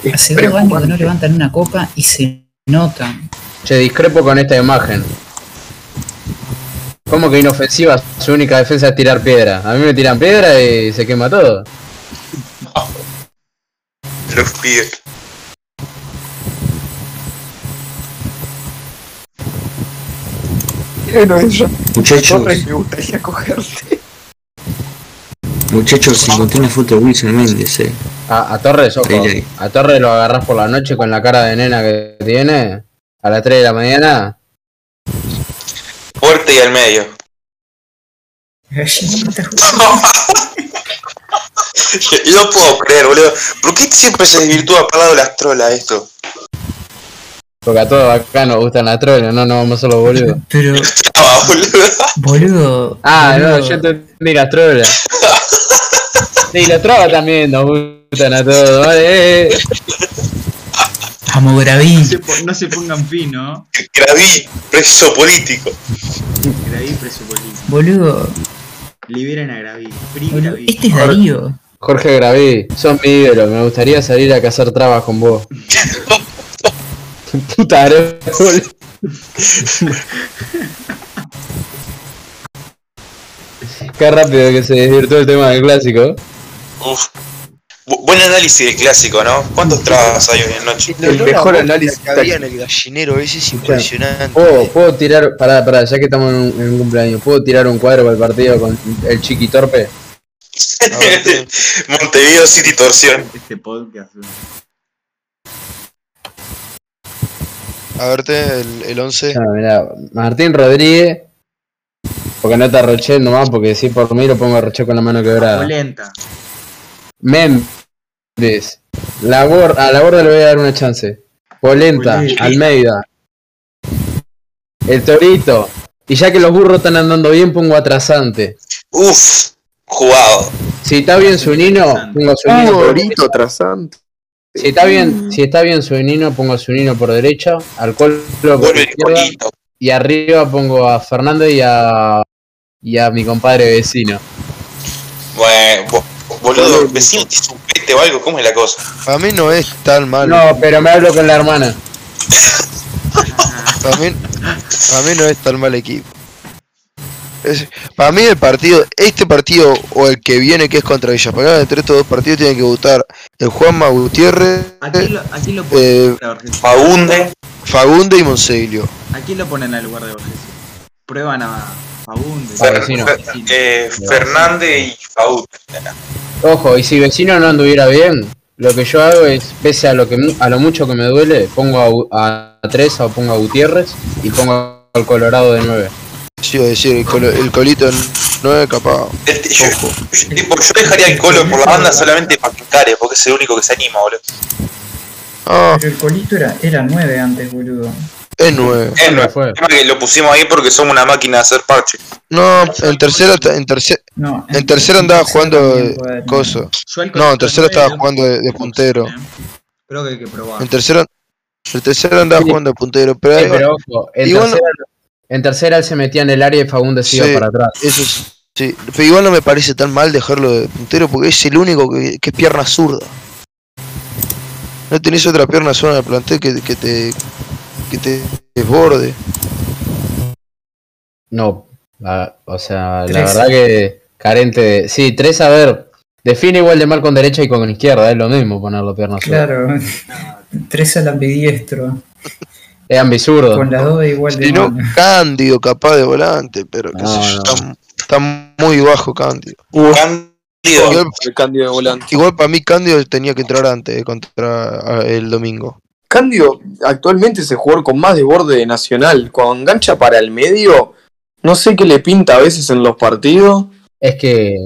Speaker 8: Es
Speaker 4: Hace dos años que no
Speaker 8: preocupante.
Speaker 4: levantan una copa y se notan.
Speaker 3: Che, discrepo con esta imagen. Como que inofensiva, su única defensa es tirar piedra. A mí me tiran piedra y se quema todo.
Speaker 2: Los pibes.
Speaker 8: Bueno, ella-
Speaker 9: Muchachos,
Speaker 8: Torres, me gustaría cogerte.
Speaker 9: muchachos, encontré una foto de Wilson Méndez, eh.
Speaker 3: A, a Torres, ojo.
Speaker 9: Sí, sí.
Speaker 3: A Torres lo agarrás por la noche con la cara de nena que tiene. A las 3 de la mañana.
Speaker 2: Fuerte y al medio.
Speaker 4: Gallinita,
Speaker 2: Yo no puedo creer, boludo. ¿Por qué siempre se desvirtúa para de las trolas esto?
Speaker 3: Porque a todos acá nos gustan las troles, no nos vamos solo boludo.
Speaker 4: Pero,
Speaker 2: Ah, boludo.
Speaker 4: boludo.
Speaker 3: Ah, no,
Speaker 4: boludo,
Speaker 3: yo entendí la trola. Sí, la trola también nos gustan a todos, ¿vale? Eh,
Speaker 4: Amo Gravín.
Speaker 5: No se, po- no se pongan fino,
Speaker 2: Graví, preso político.
Speaker 5: Graví preso político.
Speaker 4: Boludo,
Speaker 5: Liberen a Graví, free
Speaker 4: boludo.
Speaker 5: Graví.
Speaker 4: Este es Darío.
Speaker 3: Jorge Graví, sos mi ídolo, me gustaría salir a cazar trabas con vos. Puta, bro, boludo. Qué rápido que se desvirtuó el tema del clásico.
Speaker 2: Uf. Bu- Buen análisis del clásico, ¿no? ¿Cuántos trabas hay hoy en noche?
Speaker 7: El
Speaker 3: mejor análisis Oh.
Speaker 7: que había en el gallinero ese es impresionante.
Speaker 3: Puedo, puedo tirar, pará, pará, ya que estamos en un, en un cumpleaños, ¿puedo tirar un cuadro para el partido con el chiqui torpe?
Speaker 2: Montevideo City Torsión.
Speaker 5: Este podcast.
Speaker 7: A verte el, el 11.
Speaker 3: Ah, mirá, Martín Rodríguez. Porque no está Roche nomás, porque si por mí lo pongo a Roche con la mano
Speaker 7: Ah.
Speaker 3: quebrada.
Speaker 5: Polenta.
Speaker 3: Méndez. La bor- a la borda le voy a dar una chance. Polenta,
Speaker 5: Polenta.
Speaker 3: Almeida. El Torito. Y ya que los burros están andando bien, pongo atrasante.
Speaker 2: Uf. Jugado.
Speaker 3: Si está bien su nino, pongo su nino. por-
Speaker 8: Dorito trasante.
Speaker 3: Si está bien, si está bien su nino, pongo su nino por derecha. Al Colo por
Speaker 2: Vuelve el
Speaker 3: izquierda.
Speaker 2: colito.
Speaker 3: Y arriba pongo a Fernando y a. y a mi compadre vecino.
Speaker 2: Bueno, bu- Boludo, vecino te hizo un pete o algo, ¿cómo es la cosa?
Speaker 7: Para mí no es tan malo.
Speaker 3: No, pero me hablo con la hermana.
Speaker 7: Para mí, para mí no es tan mal equipo. Es- para mí el partido, este partido o el que viene que es contra Villapañada, entre estos dos partidos tienen que votar el Juanma Gutiérrez,
Speaker 5: ¿A quién lo, a quién lo
Speaker 7: Eh,
Speaker 5: ponen en lugar de Borges?
Speaker 2: Fagunde,
Speaker 7: Fagunde y Monseglio.
Speaker 5: ¿A quién lo ponen al lugar de Borges? Prueban a Fagundes.
Speaker 3: Fer- Vecino.
Speaker 2: Fer- eh, Fernández y Faúd.
Speaker 3: Ojo, y si vecino no anduviera bien, lo que yo hago es, pese a lo que mu- a lo mucho que me duele, pongo a Gu- a, Treza o pongo a Gutiérrez y pongo al Colorado de 9.
Speaker 7: Sí, iba a decir, el, colo- el colito no es capaz.
Speaker 2: El- yo,
Speaker 7: Ojo.
Speaker 2: yo- tipo, yo dejaría el colo por la banda solamente para que care, porque es el único que se anima, boludo.
Speaker 7: Ah,
Speaker 4: Pero el colito era, era 9 antes, boludo.
Speaker 7: es nueve.
Speaker 2: Eh, no,
Speaker 3: lo fue.
Speaker 2: el tema es que lo pusimos ahí porque somos una máquina de hacer parche.
Speaker 7: No, en tercera, ta- en tercera,
Speaker 4: No,
Speaker 7: en tercera andaba jugando
Speaker 4: también
Speaker 7: eh,
Speaker 4: puede haber-
Speaker 7: coso.
Speaker 5: Yo al
Speaker 7: No, en tercero
Speaker 5: nueve
Speaker 7: estaba
Speaker 5: lo-
Speaker 7: jugando de- de puntero.
Speaker 5: eh. Creo que hay que probar.
Speaker 7: En tercera, en tercera andaba
Speaker 3: Sí.
Speaker 7: jugando de puntero, pero,
Speaker 3: Sí,
Speaker 7: ahí va-
Speaker 3: Eh, pero ojo, en,
Speaker 7: Igual no-
Speaker 3: tercera, en tercera él se metía en el área y Fagundes se
Speaker 7: Sí.
Speaker 3: iba para atrás.
Speaker 7: Eso es- sí. Pero igual no me parece tan mal dejarlo de puntero porque es el único que, que es pierna zurda. No tenés otra pierna zurda en el plantel que, que te que te desborde.
Speaker 3: No, la- o sea, la
Speaker 4: Tres.
Speaker 3: verdad que carente de... Sí, tres a ver, define igual de mal con derecha y con izquierda, es lo mismo ponerlo pierna zurda.
Speaker 4: Claro. Tres al ambidiestro.
Speaker 3: Es ambisurdo.
Speaker 4: Con las dos igual de
Speaker 7: Si no,
Speaker 4: malo.
Speaker 7: Cándido capaz de volante, pero qué sé
Speaker 3: No,
Speaker 7: yo,
Speaker 3: no.
Speaker 7: está, está muy bajo Cándido.
Speaker 2: Cándido,
Speaker 7: Igual,
Speaker 8: El cambio de volante.
Speaker 7: para mí Cándido tenía que entrar antes eh, contra ah, el domingo.
Speaker 8: Cándido actualmente es el jugador con más desborde de Nacional. Cuando engancha para el medio, no sé qué le pinta a veces en los partidos.
Speaker 3: Es que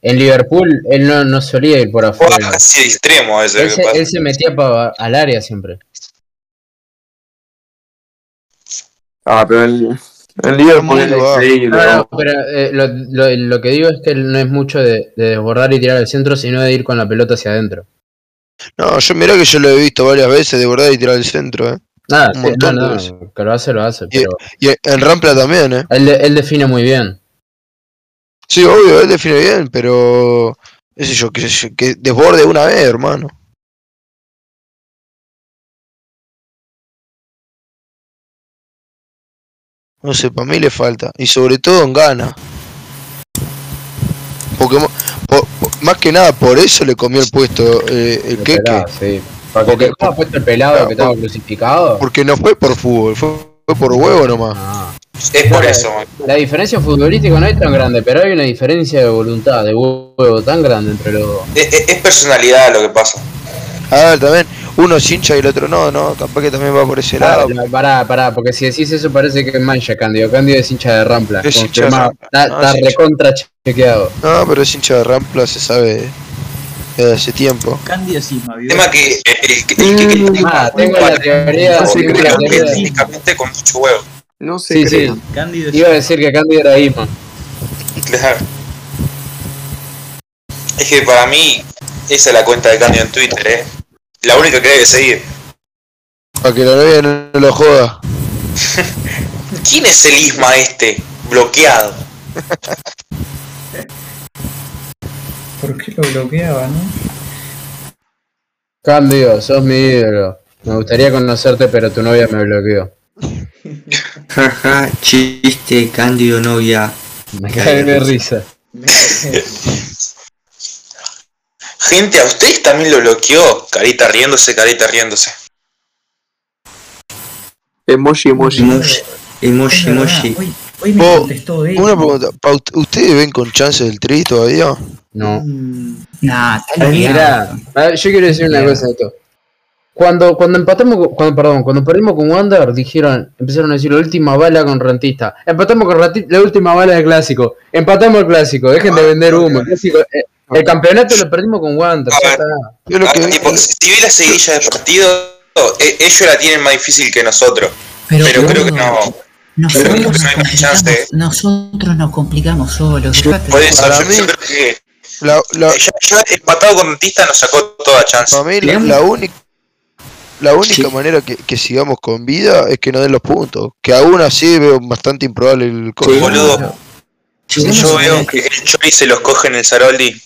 Speaker 3: en Liverpool él no, no solía ir por afuera.
Speaker 2: juega así de extremo eso
Speaker 3: Él
Speaker 2: es
Speaker 3: se,
Speaker 2: lo que
Speaker 3: él se metía pa- al área siempre.
Speaker 8: Ah, pero el, el Liverpool
Speaker 7: Muy
Speaker 8: es
Speaker 7: bajo.
Speaker 8: increíble.
Speaker 3: No, no, pero eh, lo, lo- lo que digo es que él no es mucho de, de desbordar y tirar al centro, sino de ir con la pelota hacia adentro.
Speaker 7: No, yo mirá que yo lo he visto varias veces de verdad y tirar el centro, eh.
Speaker 3: Nada,
Speaker 7: Un
Speaker 3: sí, no,
Speaker 7: montón de
Speaker 3: no,
Speaker 7: veces.
Speaker 3: que lo hace, lo hace,
Speaker 7: Y-
Speaker 3: pero
Speaker 7: Y en- en Rampla también, eh.
Speaker 3: él, de- él define muy bien.
Speaker 7: Sí, obvio, él define bien, pero. qué sé yo, que, que desborde una vez, hermano. No sé, para mí le falta. Y sobre todo en Ghana. Porque mo- po- po- más que nada por eso le comió el puesto eh, el
Speaker 3: Lo
Speaker 7: queque.
Speaker 3: pelaba, sí. Porque,
Speaker 7: Porque-
Speaker 3: estaba puesto el pelado
Speaker 7: Claro,
Speaker 3: que estaba crucificado.
Speaker 7: Porque no fue por fútbol, fue, fue por huevo nomás.
Speaker 3: Ah.
Speaker 2: pasa. Es por eso, man.
Speaker 3: La diferencia futbolística no es tan grande, pero hay una diferencia de voluntad, de huevo tan grande entre los dos.
Speaker 2: Es, es- es personalidad lo que pasa.
Speaker 7: A ver, Ah, también, uno es hincha y el otro no, no, capaz que también va por ese
Speaker 3: Pará,
Speaker 7: lado.
Speaker 3: pará, pará, porque si decís eso parece que es mancha Cándido. Cándido es hincha de Rampla.
Speaker 7: Es hincha de
Speaker 3: confirmado.
Speaker 7: Rampla.
Speaker 3: Está,
Speaker 7: No,
Speaker 3: está
Speaker 7: es hincha.
Speaker 3: recontra chequeado.
Speaker 7: No, pero es hincha de Rampla, se sabe eh, hace tiempo.
Speaker 5: Cándido Sisma,
Speaker 2: El
Speaker 5: vivió.
Speaker 2: tema que el, el- el- el- el- el-
Speaker 3: Ah, tengo la teoría.
Speaker 8: No,
Speaker 3: tengo la
Speaker 8: creo que
Speaker 3: teoría.
Speaker 5: sí.
Speaker 2: Técnicamente con mucho huevo.
Speaker 8: No sé
Speaker 3: Sí,
Speaker 8: qué
Speaker 3: sí.
Speaker 5: Cándido
Speaker 3: Iba a
Speaker 5: Sisma.
Speaker 3: decir que Cándido era Ima.
Speaker 2: Claro. Es que para mí, esa es la cuenta de Cándido en Twitter, eh. La única que debe seguir.
Speaker 7: Para que la novia no lo joda.
Speaker 2: ¿Quién es el Isma este? Bloqueado.
Speaker 4: ¿Por qué lo bloqueaba, no?
Speaker 3: Cándido, sos mi ídolo. Me gustaría conocerte, pero tu novia me bloqueó.
Speaker 9: Jaja, chiste, Cándido novia.
Speaker 3: Me cae de risa.
Speaker 2: Gente, a ustedes también lo bloqueó. Carita riéndose, carita riéndose.
Speaker 8: Emoji, emoji.
Speaker 9: Emoji,
Speaker 4: Es
Speaker 9: emoji,
Speaker 4: verdad,
Speaker 9: emoji.
Speaker 4: Hoy, hoy me
Speaker 3: Oh,
Speaker 7: Vos,
Speaker 4: contestó de
Speaker 7: Una pregunta, ¿pa ust- ¿ustedes ven con chances del tri todavía?
Speaker 3: No.
Speaker 4: Nah, está
Speaker 3: Ah, Mirá,
Speaker 4: loqueado.
Speaker 3: a ver, yo quiero decir una
Speaker 4: Mira.
Speaker 3: cosa de esto. Cuando, cuando empatamos, con- cuando, perdón, cuando perdimos con Wander, dijeron, empezaron a decir la última bala con Rentista. Empatamos con Rentista, la última bala del clásico. Empatamos el clásico, dejen de vender humo. El, clásico- eh, el campeonato lo perdimos con Wander.
Speaker 2: A
Speaker 3: ya
Speaker 2: ver.
Speaker 3: está.
Speaker 7: Yo lo
Speaker 2: Ah,
Speaker 7: que vi- eh,
Speaker 2: tipo, si si vi la seguilla de partido, e- ellos la tienen más difícil que nosotros.
Speaker 4: Pero,
Speaker 2: Pero creo que
Speaker 4: boludo,
Speaker 2: no.
Speaker 4: Nosotros,
Speaker 2: creo que
Speaker 4: nos
Speaker 2: no hay más
Speaker 4: complicamos-
Speaker 2: chance.
Speaker 4: nosotros nos complicamos solos. dejate
Speaker 2: Por
Speaker 4: de-
Speaker 2: eso,
Speaker 7: Para
Speaker 2: yo,
Speaker 7: mí-
Speaker 2: yo creo que
Speaker 7: la, la,
Speaker 2: ya, ya empatado con Dentista nos sacó toda chance.
Speaker 7: para mí la,
Speaker 4: Digamos-
Speaker 7: la única la única
Speaker 9: Sí.
Speaker 7: manera que, que sigamos con vida es que nos den los puntos. Que aún así veo bastante improbable el coche.
Speaker 2: Boludo,
Speaker 4: Si vos
Speaker 2: yo
Speaker 4: no
Speaker 2: veo
Speaker 4: sabés
Speaker 2: que el Chori se los coge en el Saroldi.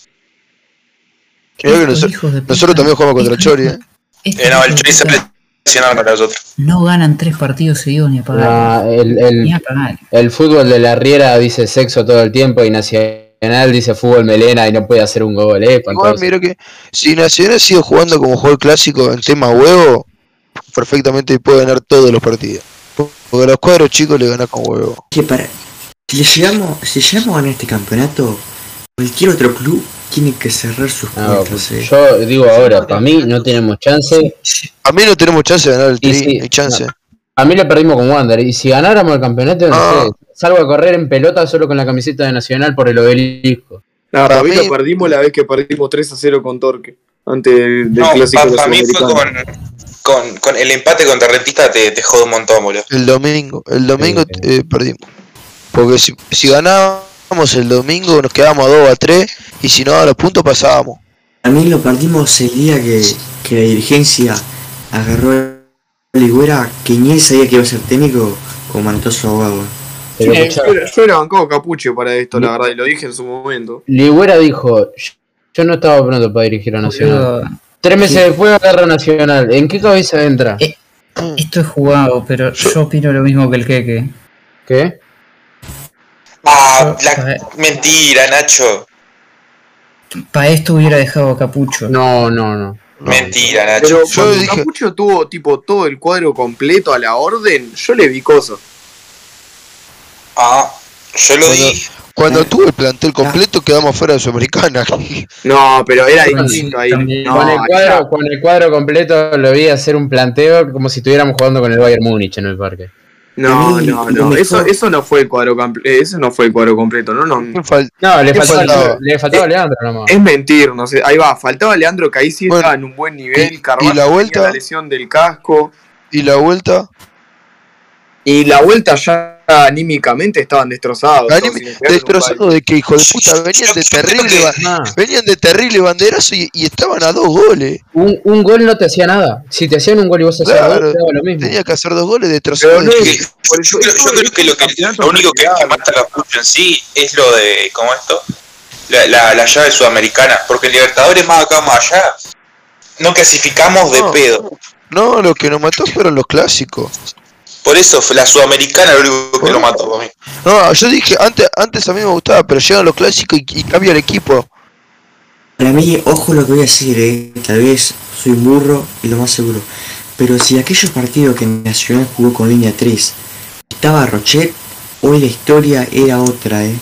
Speaker 7: Creo que
Speaker 4: Estos
Speaker 7: noso-
Speaker 4: hijos de puta.
Speaker 7: nosotros también jugamos contra el
Speaker 4: Estos-
Speaker 7: Chori, eh.
Speaker 4: estos
Speaker 2: Eh, no, el
Speaker 4: hijos de
Speaker 2: Chori se
Speaker 4: puta
Speaker 2: lesionaba contra nosotros.
Speaker 4: No ganan tres partidos seguidos ni a pagar.
Speaker 3: Ah, el,
Speaker 4: Ni
Speaker 3: el,
Speaker 4: a pagar.
Speaker 3: el fútbol de la Riera dice sexo todo el tiempo y Nacional dice fútbol melena y no puede hacer un gol, eh. con
Speaker 7: Igual,
Speaker 3: todo-
Speaker 7: mira que si Nacional sigue jugando como jugador clásico en tema huevo, perfectamente puede ganar todos los partidos. Porque a los cuadros chicos le ganás con huevo.
Speaker 9: Que para. Si llegamos, si llegamos a ganar este campeonato, cualquier otro club tiene que cerrar sus
Speaker 3: No, pues,
Speaker 9: puertas. eh.
Speaker 3: yo digo ahora, para mí no tenemos chance.
Speaker 7: A mí no tenemos chance de ganar el
Speaker 3: Y
Speaker 7: tri,
Speaker 3: sí,
Speaker 7: ni chance.
Speaker 3: A mí la perdimos con Wander. Y si ganáramos el campeonato, no
Speaker 7: Ah.
Speaker 3: sé, salgo a correr en pelota solo con la camiseta de Nacional por el obelisco.
Speaker 8: Nah, para
Speaker 7: Para
Speaker 8: mí
Speaker 7: mí-
Speaker 8: la perdimos la vez que perdimos 3 a 0 con Torque. Antes del
Speaker 2: No,
Speaker 8: clásico de
Speaker 2: para
Speaker 8: la
Speaker 2: mí fue
Speaker 8: Sudamericana.
Speaker 2: con, con, con el empate contra Rentista te, te jode un montón, boludo.
Speaker 7: El domingo, el domingo
Speaker 3: Sí,
Speaker 7: eh, perdimos. Porque si, si ganábamos el domingo nos quedábamos a 2 a 3 y si no a los puntos pasábamos.
Speaker 9: También lo perdimos el día que, que la dirigencia agarró a Ligüera, que ni él sabía que iba a ser técnico, como anotó su abogado.
Speaker 3: Pero
Speaker 8: Sí,
Speaker 3: escuchá,
Speaker 8: yo
Speaker 4: eh,
Speaker 8: era- yo era bancado capuche para esto, la verdad, y lo dije en su momento.
Speaker 3: Ligüera dijo: "Yo- Yo no estaba pronto para dirigir a Nacional.
Speaker 4: Boludo,
Speaker 3: Tres meses después agarra Nacional. ¿En qué cabeza entra?
Speaker 4: Eh. Esto es jugado, pero yo opino lo mismo que el queque.
Speaker 3: ¿Qué?
Speaker 2: Ah,
Speaker 4: Yo-
Speaker 2: la mentira, Nacho.
Speaker 4: Para esto hubiera dejado a Capucho.
Speaker 3: No, no, no.
Speaker 2: Mentira, Nacho.
Speaker 8: Pero
Speaker 7: yo
Speaker 8: cuando
Speaker 7: dije-
Speaker 8: Capucho tuvo tipo todo el cuadro completo a la orden, yo le vi cosas.
Speaker 2: Ah, yo lo
Speaker 7: Bueno,
Speaker 2: dije.
Speaker 7: Cuando tuvo el plantel completo quedamos fuera de Sudamericana.
Speaker 8: No, pero era
Speaker 4: Bueno,
Speaker 8: distinto ahí.
Speaker 4: también.
Speaker 8: No,
Speaker 3: con, el
Speaker 8: era-
Speaker 3: cuadro, con el cuadro completo lo vi hacer un planteo como si estuviéramos jugando con el Bayern Múnich en el parque.
Speaker 8: no,
Speaker 9: Ahí,
Speaker 8: no,
Speaker 9: lo
Speaker 8: no.
Speaker 9: mejor.
Speaker 8: Eso, eso no fue el cuadro completo. Eso no fue el cuadro completo, no, no.
Speaker 7: Fal-
Speaker 3: No, le
Speaker 7: ¿Qué
Speaker 3: faltaba,
Speaker 7: faltaba?
Speaker 3: le faltaba
Speaker 8: eh,
Speaker 3: Leandro nomás.
Speaker 8: Es mentir, no sé. Ahí va, faltaba Leandro que ahí sí
Speaker 7: Bueno,
Speaker 8: estaba en un buen nivel.
Speaker 7: y- y
Speaker 8: Carvalho
Speaker 7: la
Speaker 8: tenía
Speaker 7: vuelta.
Speaker 8: La lesión del casco.
Speaker 7: y la vuelta.
Speaker 8: Y la vuelta ya anímicamente estaban destrozados. todos,
Speaker 7: Anime-
Speaker 8: sin esperar en un
Speaker 7: destrozado de que hijo de puta venían de terrible ba-
Speaker 3: Ah,
Speaker 7: venían de terrible banderazo y, y estaban a dos goles.
Speaker 3: un, un gol no te hacía nada. Si te hacían un gol y vos hacías
Speaker 7: Claro.
Speaker 3: gol, te daba lo mismo.
Speaker 7: Tenía que hacer dos goles destrozado.
Speaker 8: Pero no
Speaker 7: de
Speaker 8: es-
Speaker 7: que-
Speaker 8: por eso-
Speaker 2: Yo creo, yo creo que lo, que,
Speaker 8: campeonato
Speaker 2: lo único que,
Speaker 8: realidad,
Speaker 2: que mata a Capucho en sí es lo de, ¿cómo esto? La, la, la llave sudamericana, porque el Libertadores más acá más allá no clasificamos de
Speaker 7: No.
Speaker 2: pedo.
Speaker 7: no, lo que nos mató fueron los clásicos.
Speaker 2: Por eso fue la sudamericana lo único que lo mató para mí.
Speaker 7: No, yo dije, antes, antes a mí me gustaba, pero llegan los clásicos y, y cambia el equipo.
Speaker 9: Para mí, ojo lo que voy a decir, eh, tal vez soy un burro y lo más seguro. Pero si aquellos partidos que Nacional jugó con línea 3 estaba Rochet, hoy la historia era otra, eh.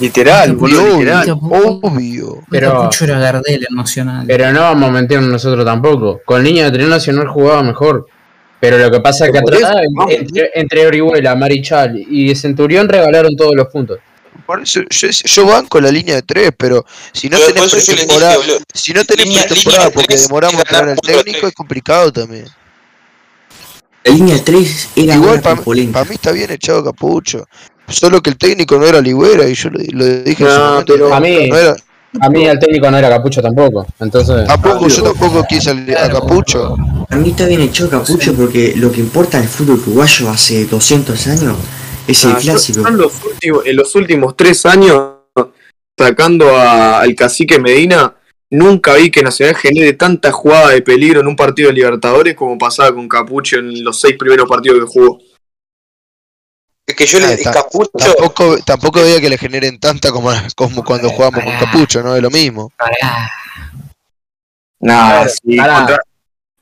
Speaker 8: Literal, boludo,
Speaker 7: Obvio,
Speaker 8: literal.
Speaker 7: obvio.
Speaker 3: Pero-
Speaker 4: Capucho era Gardel en Nacional.
Speaker 3: Pero no vamos a mentirnos nosotros tampoco. Con línea de tren nacional jugaba mejor. Pero lo que pasa es que
Speaker 8: Pero por
Speaker 3: atrás,
Speaker 8: eso, vamos.
Speaker 3: entre, entre Orihuela, Marichal y Centurión regalaron todos los puntos.
Speaker 7: Por eso yo, yo banco la línea de tres, pero si no
Speaker 2: Pero por
Speaker 7: tenés
Speaker 2: eso yo les dije,
Speaker 7: pretemporada,
Speaker 2: boludo,
Speaker 7: si no tenés
Speaker 2: línea-
Speaker 7: pretemporada
Speaker 2: línea de
Speaker 7: porque
Speaker 2: tres,
Speaker 7: demoramos
Speaker 2: ganar
Speaker 7: en ganar el
Speaker 2: punto de
Speaker 7: técnico
Speaker 2: tres.
Speaker 7: es complicado también.
Speaker 9: La línea 3 era
Speaker 7: Igual
Speaker 9: una
Speaker 7: para
Speaker 9: polenta.
Speaker 7: mí está bien echado Capucho. Solo que el técnico no era Ligüera y yo lo, lo dije en su
Speaker 8: No,
Speaker 7: momento.
Speaker 8: pero-
Speaker 7: no
Speaker 3: A mí-
Speaker 7: era-
Speaker 3: A mí el técnico no era capucho tampoco. Entonces,
Speaker 8: Ah,
Speaker 7: tampoco, yo tampoco quise al- a Capucho.
Speaker 9: A mí está bien hecho Capucho porque lo que importa en el fútbol uruguayo hace 200 años es el
Speaker 8: Ah, yo-
Speaker 9: clásico.
Speaker 8: yo en, los últimos, en los últimos tres años, sacando a- al cacique Medina, nunca vi que Nacional genere tanta jugada de peligro en un partido de Libertadores como pasaba con Capucho en los seis primeros partidos que jugó.
Speaker 2: Es que yo
Speaker 7: Ah,
Speaker 2: le
Speaker 7: está.
Speaker 2: Capucho,
Speaker 7: Tampoco, tampoco veía que le generen tanta como, como cuando jugamos con Capucho, ¿no? Es lo mismo.
Speaker 4: Pará.
Speaker 8: Nah,
Speaker 3: Claro,
Speaker 8: sí,
Speaker 3: pará.
Speaker 8: contra-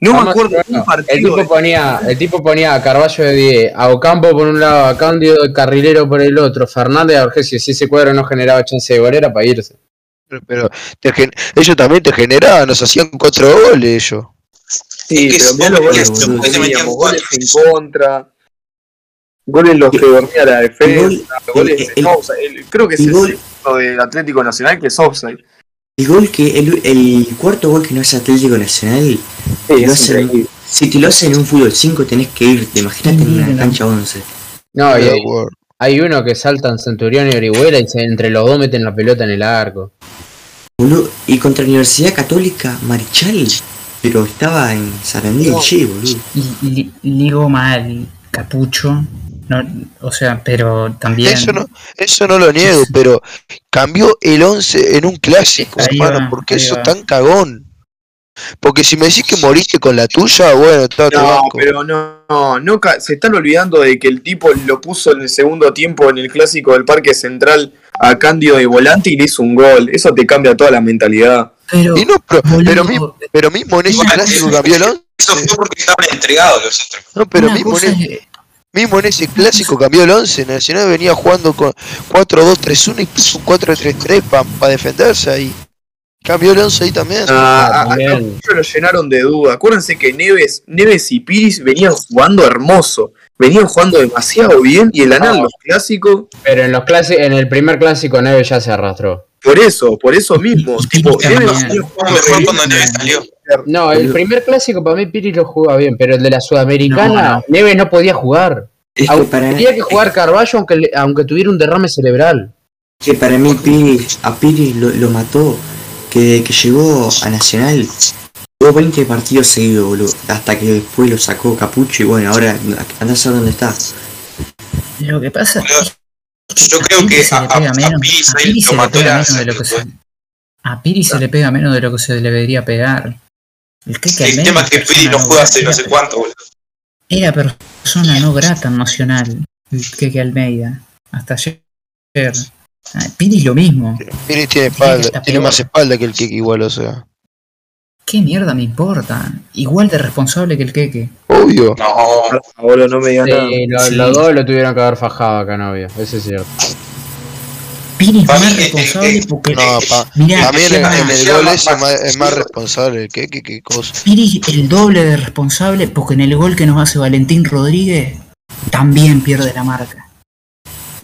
Speaker 8: No me
Speaker 3: Vamos
Speaker 8: acuerdo
Speaker 3: a
Speaker 8: de un
Speaker 3: jugarlo. El
Speaker 8: partido.
Speaker 3: tipo ponía, el tipo ponía a Carballo de 10, a Ocampo por un lado, a Cándido de carrilero por el otro, Fernández a Borgesio. Si ese cuadro no generaba chance de gol era para irse.
Speaker 7: Pero, pero te gen- ellos también te generaban, nos hacían cuatro goles ellos.
Speaker 8: Sí,
Speaker 2: Es que
Speaker 8: pero
Speaker 2: si vos
Speaker 8: mirá los
Speaker 9: le
Speaker 8: goles
Speaker 9: metías-
Speaker 8: que
Speaker 2: le metías
Speaker 8: teníamos,
Speaker 2: cuatro.
Speaker 8: goles en contra. Goles los que dormía la defensa, goles de
Speaker 9: el- el-
Speaker 8: Sousa, el- creo que es
Speaker 9: el
Speaker 8: el
Speaker 9: gol-
Speaker 8: sexto del Atlético Nacional que es offside.
Speaker 9: El gol que el, el cuarto gol que no es Atlético Nacional,
Speaker 8: Sí, es
Speaker 9: Lo hacen-
Speaker 8: increíble.
Speaker 9: si te lo hacen en un fútbol 5 tenés que irte, imagínate en
Speaker 4: Mm,
Speaker 9: una cancha 11.
Speaker 3: No, y
Speaker 7: Pero,
Speaker 3: hay,
Speaker 7: bueno,
Speaker 3: hay uno que saltan Centurión y Orihuela y se- entre los dos meten la pelota en el arco.
Speaker 9: Boludo, y contra la Universidad Católica Marichal, pero estaba en Sarandí,
Speaker 8: No.
Speaker 9: che, boludo.
Speaker 4: Y, y- ligo mal, Capucho. No, o sea, pero también.
Speaker 7: Eso no, eso no lo niego, pero cambió el 11 en un clásico,
Speaker 4: Ahí
Speaker 7: hermano.
Speaker 4: va,
Speaker 7: ¿Por qué
Speaker 4: ahí
Speaker 7: eso
Speaker 4: va.
Speaker 7: tan cagón? Porque si me decís que moriste con la tuya, bueno, está tu
Speaker 8: No,
Speaker 7: banco.
Speaker 8: pero no, no, no ca- se están olvidando de que el tipo lo puso en el segundo tiempo en el clásico del Parque Central a Cándido de volante y le hizo un gol. Eso te cambia toda la mentalidad.
Speaker 4: Pero,
Speaker 7: Y no, pero,
Speaker 4: boludo,
Speaker 7: pero mi- pero mismo en ese
Speaker 2: Una-
Speaker 7: clásico cambió el 11.
Speaker 2: Eso fue porque estaban entregados los otros.
Speaker 7: No, pero
Speaker 4: una
Speaker 7: mismo
Speaker 4: cosa
Speaker 7: en,
Speaker 4: es-
Speaker 7: mismo en ese clásico cambió el 11. Nacional venía jugando con 4-2-3-1 y puso un 4-3-3 para defenderse ahí. Cambió el 11 ahí también.
Speaker 8: Ah, a- a-
Speaker 3: también.
Speaker 8: muchos lo llenaron de duda. Acuérdense que Neves, Neves y Piris venían jugando hermoso. Venían jugando demasiado bien y el anal, los clásicos,
Speaker 3: Pero en los clasi- en el primer clásico Neves ya se arrastró.
Speaker 8: por eso, por eso mismo.
Speaker 4: Y
Speaker 8: Tipo,
Speaker 4: Piris
Speaker 8: Neves
Speaker 4: también.
Speaker 8: venía jugando
Speaker 2: ¿Cómo me fue
Speaker 8: bien.
Speaker 2: cuando Neves salió?
Speaker 3: No, el primer clásico para mí Piri lo jugaba bien, pero el de la Sudamericana,
Speaker 4: No, no.
Speaker 3: Neves no podía jugar.
Speaker 9: Es que
Speaker 3: Aunque
Speaker 9: para,
Speaker 8: Eh.
Speaker 3: tenía que jugar Carballo aunque, le- aunque tuviera un derrame cerebral.
Speaker 9: es que para mí Piri, a Piri lo, lo mató. Que desde que llegó a Nacional, jugó 20 partidos seguidos, boludo. Hasta que después lo sacó Capucho y bueno, ahora andás a saber dónde está.
Speaker 4: Lo que pasa es
Speaker 2: Boludo,
Speaker 4: que
Speaker 2: yo creo
Speaker 4: Piri
Speaker 2: que
Speaker 4: se le
Speaker 2: a-
Speaker 4: pega
Speaker 2: a- a
Speaker 4: menos-
Speaker 2: Piri
Speaker 4: a
Speaker 2: se
Speaker 4: Piri
Speaker 2: le
Speaker 4: se le
Speaker 2: mató
Speaker 4: pega
Speaker 2: la-
Speaker 4: menos de lo que se- a Piri se le pega menos de lo que se le debería pegar. El, que
Speaker 2: El tema es que Piri no juega hace no sé cuánto, boludo.
Speaker 4: Era persona no grata en Nacional, el Keke Almeida, hasta ayer. Ah, Piri lo mismo.
Speaker 7: Pires tiene
Speaker 4: Sí,
Speaker 7: espalda,
Speaker 4: está
Speaker 7: tiene
Speaker 4: peor.
Speaker 7: más espalda que el Kiki igual, o sea.
Speaker 4: ¿Qué mierda me importa? Igual de responsable que el Keke.
Speaker 7: Obvio.
Speaker 2: No,
Speaker 8: Ah, boludo, no me digas nada.
Speaker 3: Sí, lo-
Speaker 4: Sí.
Speaker 3: Los dos lo tuvieron que haber fajado a Canovia, eso es cierto.
Speaker 4: Piri es
Speaker 2: Para
Speaker 4: más
Speaker 2: mí, eh,
Speaker 4: responsable
Speaker 2: eh,
Speaker 4: porque.
Speaker 7: No, pa,
Speaker 4: Mirá,
Speaker 7: también en,
Speaker 4: lleva-
Speaker 7: en el
Speaker 2: lleva
Speaker 7: gol
Speaker 2: más-
Speaker 7: ese es más, es más
Speaker 2: sí.
Speaker 7: responsable el Kiki que cosa.
Speaker 4: Piri el doble de responsable porque en el gol que nos hace Valentín Rodríguez también pierde la marca.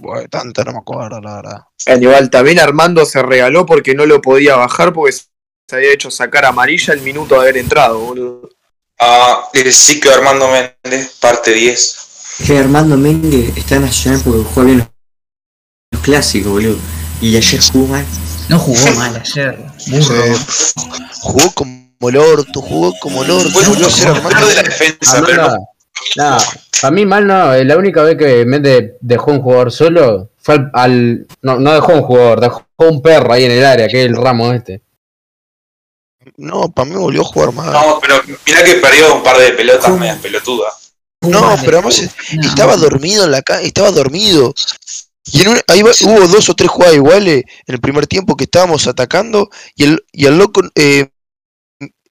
Speaker 7: Bueno, tanto no me acuerdo, la verdad.
Speaker 8: Aníbal, también Armando se regaló porque no lo podía bajar porque se había hecho sacar amarilla el minuto de haber entrado, boludo.
Speaker 2: Ah, el ciclo de Armando Méndez, parte 10.
Speaker 9: Que Armando Méndez está en Nacional porque juega bien los, los clásicos, boludo. Y ayer jugó mal.
Speaker 4: No jugó mal ayer, burro.
Speaker 7: Jugó como el orto, jugó como el orto.
Speaker 2: Fue
Speaker 7: volvió
Speaker 2: mucho
Speaker 7: a ser
Speaker 2: mejor de la
Speaker 7: Armando.
Speaker 2: defensa, pero
Speaker 3: Amanda,
Speaker 2: no.
Speaker 3: nada, para mí mal no, eh, la única vez que Méndez dejó un jugador solo fue al, al- no, no dejó un jugador, dejó un perro ahí en el área, que es el ramo este.
Speaker 7: No, para mí volvió a jugar mal.
Speaker 2: No, pero mirá que perdió un par de pelotas medias pelotudas.
Speaker 7: No, pero además
Speaker 4: No.
Speaker 7: estaba dormido en la ca estaba dormido. Y en un- ahí va- hubo dos o tres jugadas iguales en el primer tiempo que estábamos atacando y el, y el loco eh,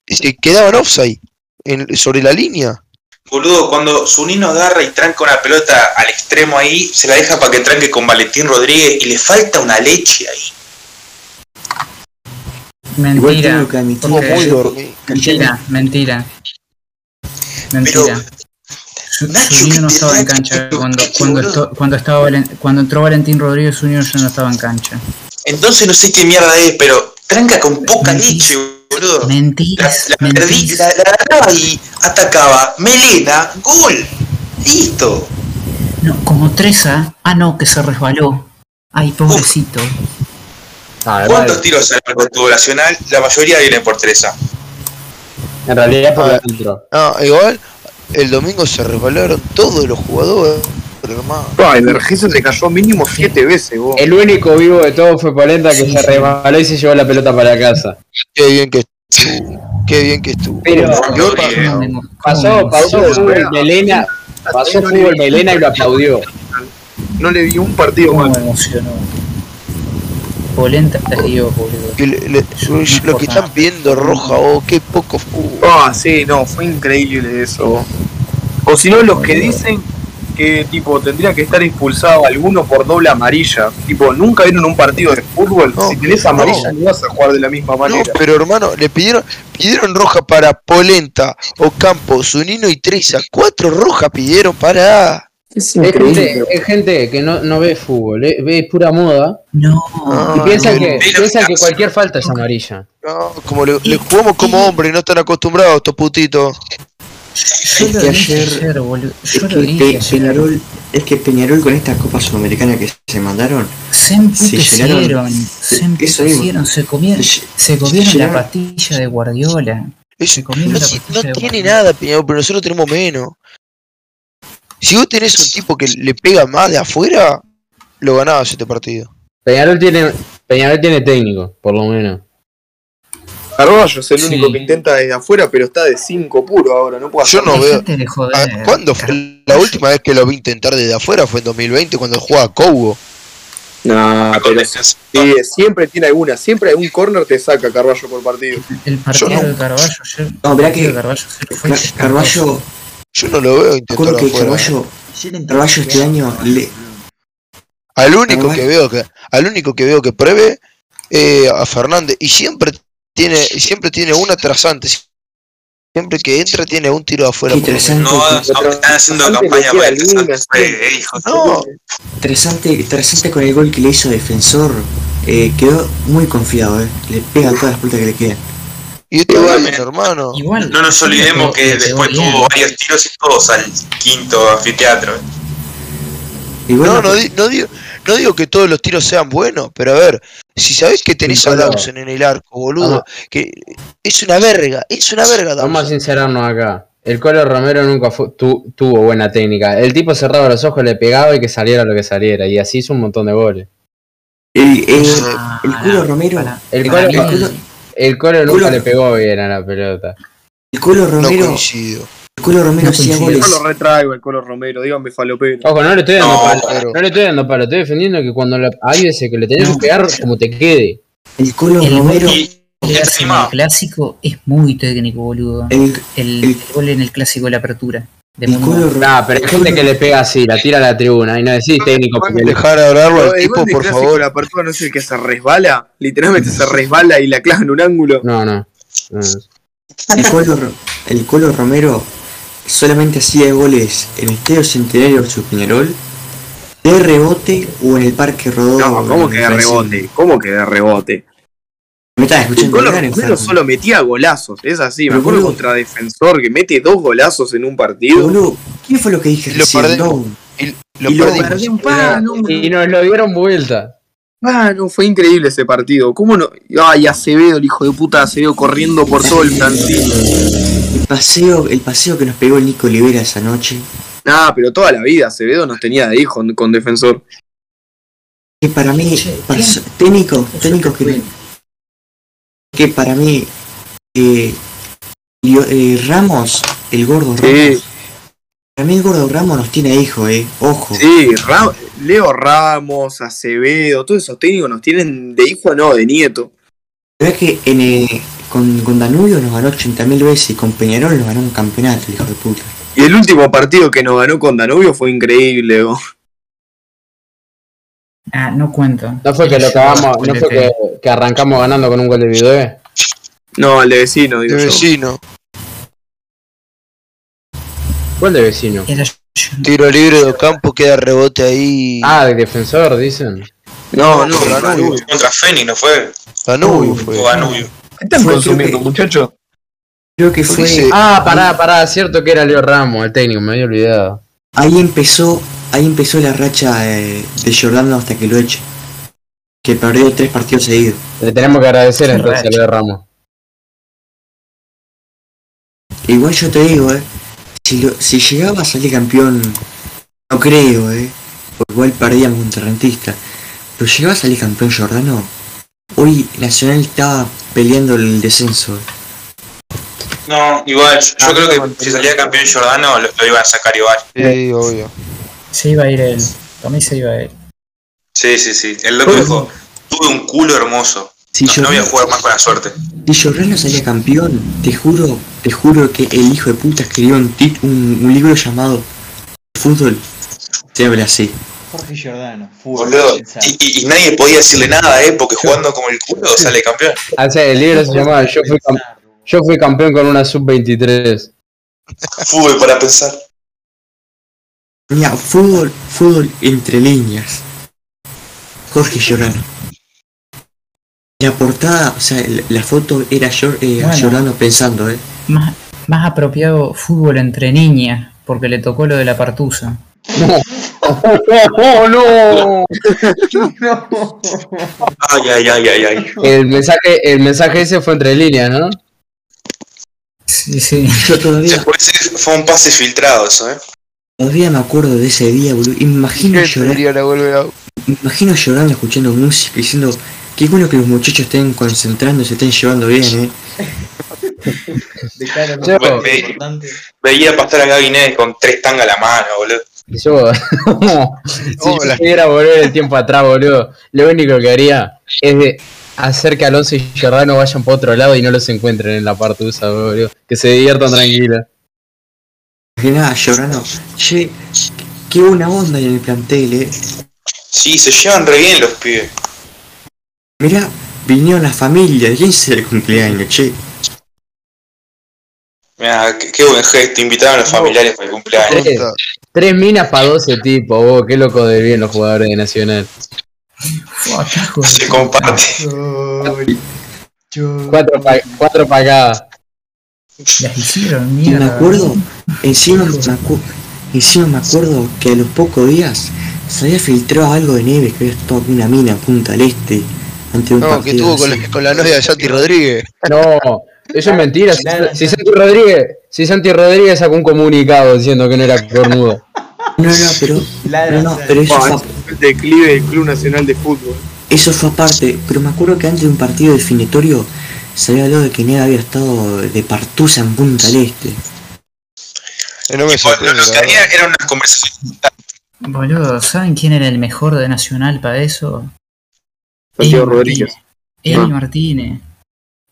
Speaker 7: se quedaba en offside, en- sobre la línea.
Speaker 2: Boludo, cuando Zunino agarra y tranca una pelota al extremo ahí, se la deja para que tranque con Valentín Rodríguez y le falta una leche ahí.
Speaker 9: Igual
Speaker 4: Mentira.
Speaker 9: tengo que admitir
Speaker 4: porque-
Speaker 9: que
Speaker 7: Muy
Speaker 9: ayer-
Speaker 7: dormido.
Speaker 4: Mentira, mentira. Mentira. Su-
Speaker 2: Nacho,
Speaker 4: Zunino
Speaker 2: ¿qué
Speaker 4: no
Speaker 2: te
Speaker 4: estaba en
Speaker 2: pasa,
Speaker 4: cancha.
Speaker 2: Nacho?
Speaker 4: Cuando,
Speaker 2: ¿Qué te
Speaker 4: cuando,
Speaker 2: boludo?
Speaker 4: esto- cuando, estaba Valen- cuando entró Valentín Rodríguez, Zunino ya no estaba en cancha.
Speaker 2: Entonces no sé qué mierda es, pero tranca con poca
Speaker 4: Mentís.
Speaker 2: leche, boludo. La,
Speaker 4: Mentira.
Speaker 2: la perdí, la, la agarraba y atacaba. Melena, gol. Listo.
Speaker 4: No, como Treza. Ah, no, que se resbaló. Ay, pobrecito.
Speaker 3: Ah, de
Speaker 2: ¿Cuántos
Speaker 3: verdad,
Speaker 2: tiros al arco tuvo Nacional? La mayoría vienen por Teresa.
Speaker 3: En realidad por el centro.
Speaker 7: Ah, igual el domingo se resbalaron todos los jugadores, hermano.
Speaker 8: Ah, el Vergese se cayó mínimo siete veces, vos.
Speaker 3: El único vivo de todo fue Polenta que
Speaker 4: Sí,
Speaker 3: se
Speaker 4: sí.
Speaker 3: rebaló y se llevó la pelota para casa.
Speaker 7: Qué bien que estuvo. Qué bien que estuvo.
Speaker 3: Pero
Speaker 7: Yo
Speaker 2: Rodríguez.
Speaker 7: pa-
Speaker 4: ¿Cómo me mo-
Speaker 3: pasó,
Speaker 4: cómo me
Speaker 3: pasó
Speaker 4: emociona?
Speaker 3: Fútbol Melena, pasó Fútbol Melena y lo aplaudió.
Speaker 8: No le vi un partido
Speaker 4: ¿Cómo
Speaker 8: mal.
Speaker 4: me emocionó? Polenta te digo, boludo.
Speaker 7: que le- le- yo- yo- lo que están viendo roja, oh, qué poco fútbol.
Speaker 8: Ah, sí, no, fue increíble eso. vos. O si no, los que dicen que tipo tendría que estar expulsado alguno por doble amarilla. Tipo, nunca vieron un partido de fútbol.
Speaker 7: No,
Speaker 8: si tenés amarilla no. vas a jugar de la misma
Speaker 7: No,
Speaker 8: manera.
Speaker 7: pero hermano, le pidieron pidieron roja para Polenta, Ocampo, Zunino y Treza. Cuatro rojas pidieron para.
Speaker 8: Es
Speaker 3: Es gente, es gente que no, no ve fútbol, eh, ve pura moda
Speaker 4: No.
Speaker 3: y
Speaker 7: No,
Speaker 3: piensa,
Speaker 7: no,
Speaker 3: que,
Speaker 2: Ve lo
Speaker 3: piensa
Speaker 2: que
Speaker 3: que
Speaker 2: hace.
Speaker 3: cualquier falta es amarilla.
Speaker 7: no, como le, le jugamos como hombre, no están acostumbrados estos putitos.
Speaker 4: Yo lo
Speaker 9: que
Speaker 4: dije
Speaker 9: ayer-
Speaker 4: ayer, boludo.
Speaker 9: Es
Speaker 4: Yo
Speaker 9: que
Speaker 4: lo dije
Speaker 9: Pe-
Speaker 4: ayer.
Speaker 9: Peñarol, es que Peñarol con esta Copa Sudamericana que se mandaron,
Speaker 4: Se
Speaker 9: Se
Speaker 4: emputecieron,
Speaker 9: llenaron-
Speaker 4: se
Speaker 9: eso mismo.
Speaker 4: emputecieron, se comieron,
Speaker 9: Se lle-
Speaker 4: se comieron
Speaker 9: se
Speaker 4: la
Speaker 9: llenaron-
Speaker 4: pastilla de Guardiola.
Speaker 7: Eso-
Speaker 4: Se comieron
Speaker 7: no,
Speaker 4: la
Speaker 7: ti- no
Speaker 4: pastilla de
Speaker 7: tiene
Speaker 4: Guardiola.
Speaker 7: nada, Peñarol, pero nosotros tenemos menos. Si vos tenés un tipo que le pega más de afuera, lo ganabas este partido.
Speaker 3: Peñarol tiene, Peñarol tiene técnico, por lo menos.
Speaker 8: Carballo es el
Speaker 4: Sí.
Speaker 8: único que intenta desde afuera, pero está de 5 puro ahora, no puedo
Speaker 7: Yo
Speaker 8: hacer
Speaker 7: no
Speaker 8: nada.
Speaker 7: veo.
Speaker 4: Dejate de joder.
Speaker 7: Ah, ¿Cuándo fue la última vez que lo vi intentar desde afuera? Fue en 2020 cuando jugaba Cobo.
Speaker 8: No, pero
Speaker 2: Entonces,
Speaker 8: sí, siempre tiene alguna, siempre algún corner te saca Carballo por partido.
Speaker 4: El partido
Speaker 7: Yo no-
Speaker 4: de Carballo. yo- el
Speaker 9: No, mirá
Speaker 4: partido
Speaker 9: que
Speaker 4: de Carballo se le fue. este
Speaker 9: Car- Carballo,
Speaker 7: Yo no lo veo intentar
Speaker 9: recuerdo que
Speaker 7: afuera.
Speaker 9: Carballo, Carballo este año le,
Speaker 7: Al único
Speaker 9: Además-
Speaker 7: que veo que, al único que veo que pruebe eh, a Fernández y siempre tiene, siempre tiene una trasante. Siempre que entra tiene un tiro de afuera.
Speaker 9: que
Speaker 7: por lo menos.
Speaker 9: Trasante,
Speaker 2: no, no, están haciendo
Speaker 8: Antes
Speaker 2: campaña
Speaker 8: metía
Speaker 2: para
Speaker 8: alguna,
Speaker 2: el
Speaker 8: sí.
Speaker 2: eh, hijo.
Speaker 7: No,
Speaker 9: Trasante, Trasante con el gol que le hizo defensor, eh, quedó muy confiado, eh. Le pega todas las puertas que le quedan.
Speaker 7: y esto
Speaker 2: Igual,
Speaker 7: va
Speaker 2: eh.
Speaker 7: bien, hermano.
Speaker 4: Igual,
Speaker 2: No nos olvidemos que
Speaker 4: le pegó- le
Speaker 2: después
Speaker 4: pegó bien.
Speaker 2: tuvo varios tiros y todos al quinto anfiteatro. eh.
Speaker 9: Y bueno,
Speaker 7: No, no, di- no digo, no digo que todos los tiros sean buenos, pero a ver, si sabés que tenés a
Speaker 3: Nicolás.
Speaker 7: Dawson en el arco, boludo,
Speaker 3: Ah.
Speaker 7: que es una verga, es una verga
Speaker 3: Vamos a
Speaker 7: Dawson.
Speaker 3: sincerarnos acá. El Colo Romero nunca fu- tu- tuvo buena técnica. El tipo cerraba los ojos, le pegaba y que saliera lo que saliera. Y así hizo un montón de goles.
Speaker 9: el, el,
Speaker 4: Ah,
Speaker 9: el culo Romero,
Speaker 4: para-
Speaker 3: El
Speaker 4: para
Speaker 3: Colo,
Speaker 4: mí,
Speaker 9: el Colo-
Speaker 3: el Colo nunca
Speaker 9: Culo.
Speaker 3: le pegó bien a la pelota.
Speaker 9: el culo
Speaker 7: No
Speaker 9: Romero,
Speaker 7: coincido.
Speaker 9: el culo Romero
Speaker 4: No
Speaker 9: hacía
Speaker 4: coincido.
Speaker 9: goles.
Speaker 8: Yo lo retraigo el color Romero, díganme falopero.
Speaker 3: Ojo, no le estoy dando
Speaker 2: No,
Speaker 3: palo.
Speaker 7: claro.
Speaker 3: No le estoy dando palo. Estoy defendiendo que cuando la, hay veces que le tenés que pegar como te quede.
Speaker 9: El culo
Speaker 4: El
Speaker 9: Romero,
Speaker 2: Y
Speaker 4: el gol en el
Speaker 2: encima,
Speaker 4: clásico es muy técnico, boludo. El,
Speaker 9: el, el-
Speaker 4: gol en el clásico de la apertura. De
Speaker 9: el
Speaker 4: Mundo.
Speaker 9: culo Romero.
Speaker 3: Nah, pero hay gente que le pega así, la tira a la tribuna. Y no
Speaker 7: Ah,
Speaker 3: decís técnico porque le
Speaker 7: Dejar hablarlo al
Speaker 8: el
Speaker 7: tipo,
Speaker 8: gol de
Speaker 7: por
Speaker 8: clásico,
Speaker 7: favor.
Speaker 8: La apertura no es el que se resbala, literalmente se resbala y la clava en un ángulo.
Speaker 3: No, no. no.
Speaker 9: El Colo, Ro- el Colo Romero solamente hacía goles en el Estadio Centenario versus Peñarol, de rebote o en el Parque Rodó.
Speaker 8: No, ¿cómo que de rebote? ¿Cómo que de rebote?
Speaker 9: Me estás
Speaker 8: El
Speaker 9: escuchando.
Speaker 8: Colo
Speaker 9: hablar,
Speaker 8: Romero
Speaker 9: enfermo.
Speaker 8: solo metía golazos, es así. Me
Speaker 9: Pero
Speaker 8: acuerdo
Speaker 9: boludo.
Speaker 8: contra Defensor que mete dos golazos en un partido.
Speaker 9: Boludo, ¿qué fue lo que dije
Speaker 7: Lo
Speaker 9: recién?
Speaker 7: perdemos.
Speaker 9: No.
Speaker 7: Y lo
Speaker 8: Y lo
Speaker 7: perdimos.
Speaker 8: perdí un pan, no,
Speaker 3: Y nos lo dieron vuelta.
Speaker 8: Ah, no, fue increíble ese partido. ¿Cómo no? Ay, Acevedo, el hijo de puta de Acevedo, corriendo por todo el plantín.
Speaker 9: El paseo, el paseo que nos pegó el Nico Olivera esa noche.
Speaker 8: Ah, pero toda la vida Acevedo nos tenía de hijo con defensor.
Speaker 9: Que para mí,
Speaker 4: Che,
Speaker 9: paso-
Speaker 4: ¿quién?
Speaker 9: técnico, técnico que, que para mí, eh, Lio- eh, Ramos, el gordo Ramos.
Speaker 8: Sí,
Speaker 9: Para mí el gordo Ramos nos tiene hijo, eh. Ojo.
Speaker 8: sí, Ra- Leo Ramos, Acevedo, todos esos técnicos nos tienen de hijo, no, de nieto.
Speaker 9: La verdad que en, eh, con, con Danubio nos ganó 80.000 veces y con Peñarol nos ganó un campeonato, el hijo de puta.
Speaker 8: Y el último partido que nos ganó con Danubio fue increíble. vos.
Speaker 4: Ah, no cuento.
Speaker 3: No fue que lo cagamos, no fue que, que arrancamos ganando con un gol de video.
Speaker 8: No, el de vecino,
Speaker 7: De
Speaker 8: digo yo.
Speaker 7: vecino.
Speaker 3: Gol de vecino.
Speaker 4: Era
Speaker 7: Tiro libre de campo, queda rebote ahí.
Speaker 3: Ah, de defensor, dicen.
Speaker 8: No, no,
Speaker 7: No,
Speaker 8: Danubio.
Speaker 7: Danubio.
Speaker 2: Contra Feni, ¿no fue?
Speaker 7: Danubio
Speaker 2: O
Speaker 7: fue.
Speaker 2: Danubio.
Speaker 8: ¿Qué están
Speaker 9: Fue,
Speaker 8: consumiendo,
Speaker 9: creo que-
Speaker 8: muchachos?
Speaker 9: Creo que
Speaker 7: Porque
Speaker 9: fue.
Speaker 7: se-
Speaker 3: Ah, pará, pará, cierto que era Leo Ramos, el técnico, me había olvidado.
Speaker 9: Ahí empezó, ahí empezó la racha eh, de Jordano hasta que lo eche. Que perdió tres partidos seguidos.
Speaker 3: Le tenemos que agradecer
Speaker 4: Qué
Speaker 3: entonces a
Speaker 4: racha.
Speaker 3: Leo Ramos.
Speaker 9: Igual yo te digo, eh. Si, lo- si llegaba a salir campeón, no creo, eh. Porque igual perdíamos contra Rentista. Pero llegaba a salir campeón Jordano. Hoy Nacional estaba peleando el descenso. eh.
Speaker 2: No, igual, yo, yo creo que si salía campeón Jordano lo, lo iban a sacar igual.
Speaker 7: Sí, obvio.
Speaker 4: Se iba a ir él. Para mí se iba a ir.
Speaker 2: Sí, sí, sí. El loco dijo, tuve un culo hermoso.
Speaker 9: Si
Speaker 2: No, no voy a
Speaker 9: Giordano-
Speaker 2: jugar más con la suerte.
Speaker 9: Si Jorrano salía campeón, te juro, te juro que el hijo de puta escribió un, tit- un, un libro llamado Fútbol. Se habla así.
Speaker 5: Jorge Giordano, fútbol.
Speaker 2: Boludo.
Speaker 5: pensar.
Speaker 2: Y, y- y nadie podía decirle nada, ¿eh? Porque jugando como el culo sale campeón.
Speaker 3: Ah, sí, el libro se llamaba Yo fui, cam- Yo fui campeón con una sub-23.
Speaker 2: Fútbol para pensar.
Speaker 9: Mira, fútbol, fútbol entre líneas. Jorge Llorano. La portada, o sea, la, la foto era Jor- eh, a
Speaker 4: Bueno.
Speaker 9: Giordano pensando, eh.
Speaker 4: Más, más apropiado fútbol entre niñas, porque le tocó lo de la partusa.
Speaker 3: ¡Oh, no!
Speaker 2: Ay, ay, ay, ay, ay.
Speaker 3: El mensaje, el mensaje ese fue entre líneas, ¿no?
Speaker 4: Sí, sí.
Speaker 9: Yo todavía,
Speaker 2: Después fue un pase filtrado eso, ¿eh?
Speaker 9: Todavía me acuerdo de ese día, boludo. y me Imagino
Speaker 7: ¿Qué
Speaker 9: llorar,
Speaker 7: tendría la vuelve a-
Speaker 9: me imagino llorando escuchando música diciendo qué bueno que los muchachos estén concentrando, se estén llevando bien, eh.
Speaker 5: Declara
Speaker 3: Yo-
Speaker 5: lo más importante.
Speaker 2: Veía pasar a Gaby Neves con tres tangas a la mano, boludo.
Speaker 3: Y Yo, si yo
Speaker 7: Hola.
Speaker 3: pudiera volver el tiempo atrás, boludo, lo único que haría es de hacer que Alonso y Giordano vayan para otro lado y no los encuentren en la partusa, boludo. Que se diviertan tranquilos.
Speaker 9: Imaginaba llorando, che, qué buena onda hay en el plantel, eh.
Speaker 2: Sí, se llevan re bien los pibes.
Speaker 9: Mirá, vinieron la familia, ¿quién es el cumpleaños, che?
Speaker 2: Mirá, qué, qué buen gesto, invitaron a los familiares para el cumpleaños.
Speaker 3: Tres, tres minas para 12 tipos, vos, qué loco de bien los jugadores de Nacional.
Speaker 4: Fua, carajo.
Speaker 2: Se comparte.
Speaker 5: Yo- yo-
Speaker 3: Cuatro para cuatro pa cada.
Speaker 4: Las hicieron
Speaker 9: Y
Speaker 4: mierda.
Speaker 9: me acuerdo, encima me, acu- encima me acuerdo que a los pocos días se había filtrado algo de Neves, que había estado con una mina en Punta del Este, ante un
Speaker 7: No, que
Speaker 9: partido.
Speaker 7: estuvo con
Speaker 9: así.
Speaker 7: la, con la novia de Santi Rodríguez.
Speaker 3: No, eso es mentira. Si,
Speaker 5: Nada,
Speaker 3: si Santi Rodríguez, si Santi Rodríguez sacó un comunicado diciendo que no era cornudo.
Speaker 9: No, no, pero,
Speaker 5: Ladra,
Speaker 9: no, no,
Speaker 5: ladra.
Speaker 9: pero eso,
Speaker 8: Bueno,
Speaker 9: fue,
Speaker 8: ese fue el declive del Club Nacional de Fútbol.
Speaker 9: eso fue aparte, pero me acuerdo que antes de un partido definitorio se había hablado de que Neves había estado de partusa en Punta del Este.
Speaker 7: Eh, No me
Speaker 2: Bueno,
Speaker 7: sorprende.
Speaker 2: lo que
Speaker 7: la
Speaker 2: había
Speaker 7: verdad.
Speaker 2: era una conversación.
Speaker 4: Boludo, ¿saben quién era el mejor de Nacional para eso?
Speaker 8: Santiago
Speaker 4: Emi
Speaker 8: Rodríguez.
Speaker 4: Martínez. Emi
Speaker 8: Ah.
Speaker 4: Martínez.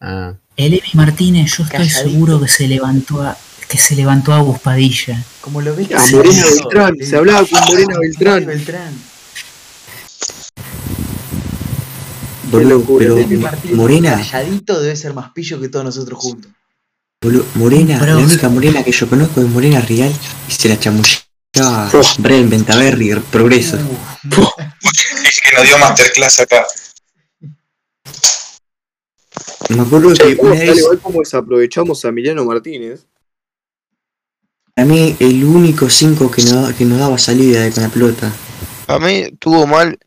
Speaker 3: Ah.
Speaker 4: El Emi Martínez, yo estoy
Speaker 5: Calladito.
Speaker 4: seguro que se levantó a que se levantó a Buspadilla.
Speaker 5: Como lo ves,
Speaker 8: A
Speaker 5: sí,
Speaker 8: Morena
Speaker 5: eso.
Speaker 8: Beltrán, se hablaba con Morena Beltrán.
Speaker 5: Beltrán.
Speaker 9: Boludo,
Speaker 8: locura,
Speaker 9: pero
Speaker 5: Pepe Martínez,
Speaker 9: Morena,
Speaker 5: Calladito debe ser más pillo que todos nosotros juntos.
Speaker 9: boludo, Morena,
Speaker 4: Pero-
Speaker 9: la única Morena que yo conozco es Morena Real y se la
Speaker 8: Oh.
Speaker 9: chamullaba Bren, Ventaverri, Progreso.
Speaker 5: Uh,
Speaker 2: Es que nos dio masterclass acá.
Speaker 9: Me acuerdo que una
Speaker 8: Tal
Speaker 9: vez,
Speaker 8: igual como desaprovechamos a Emiliano Martínez.
Speaker 9: a mí el único 5 que nos, que nos daba salida de- con la pelota.
Speaker 7: A mí tuvo mal.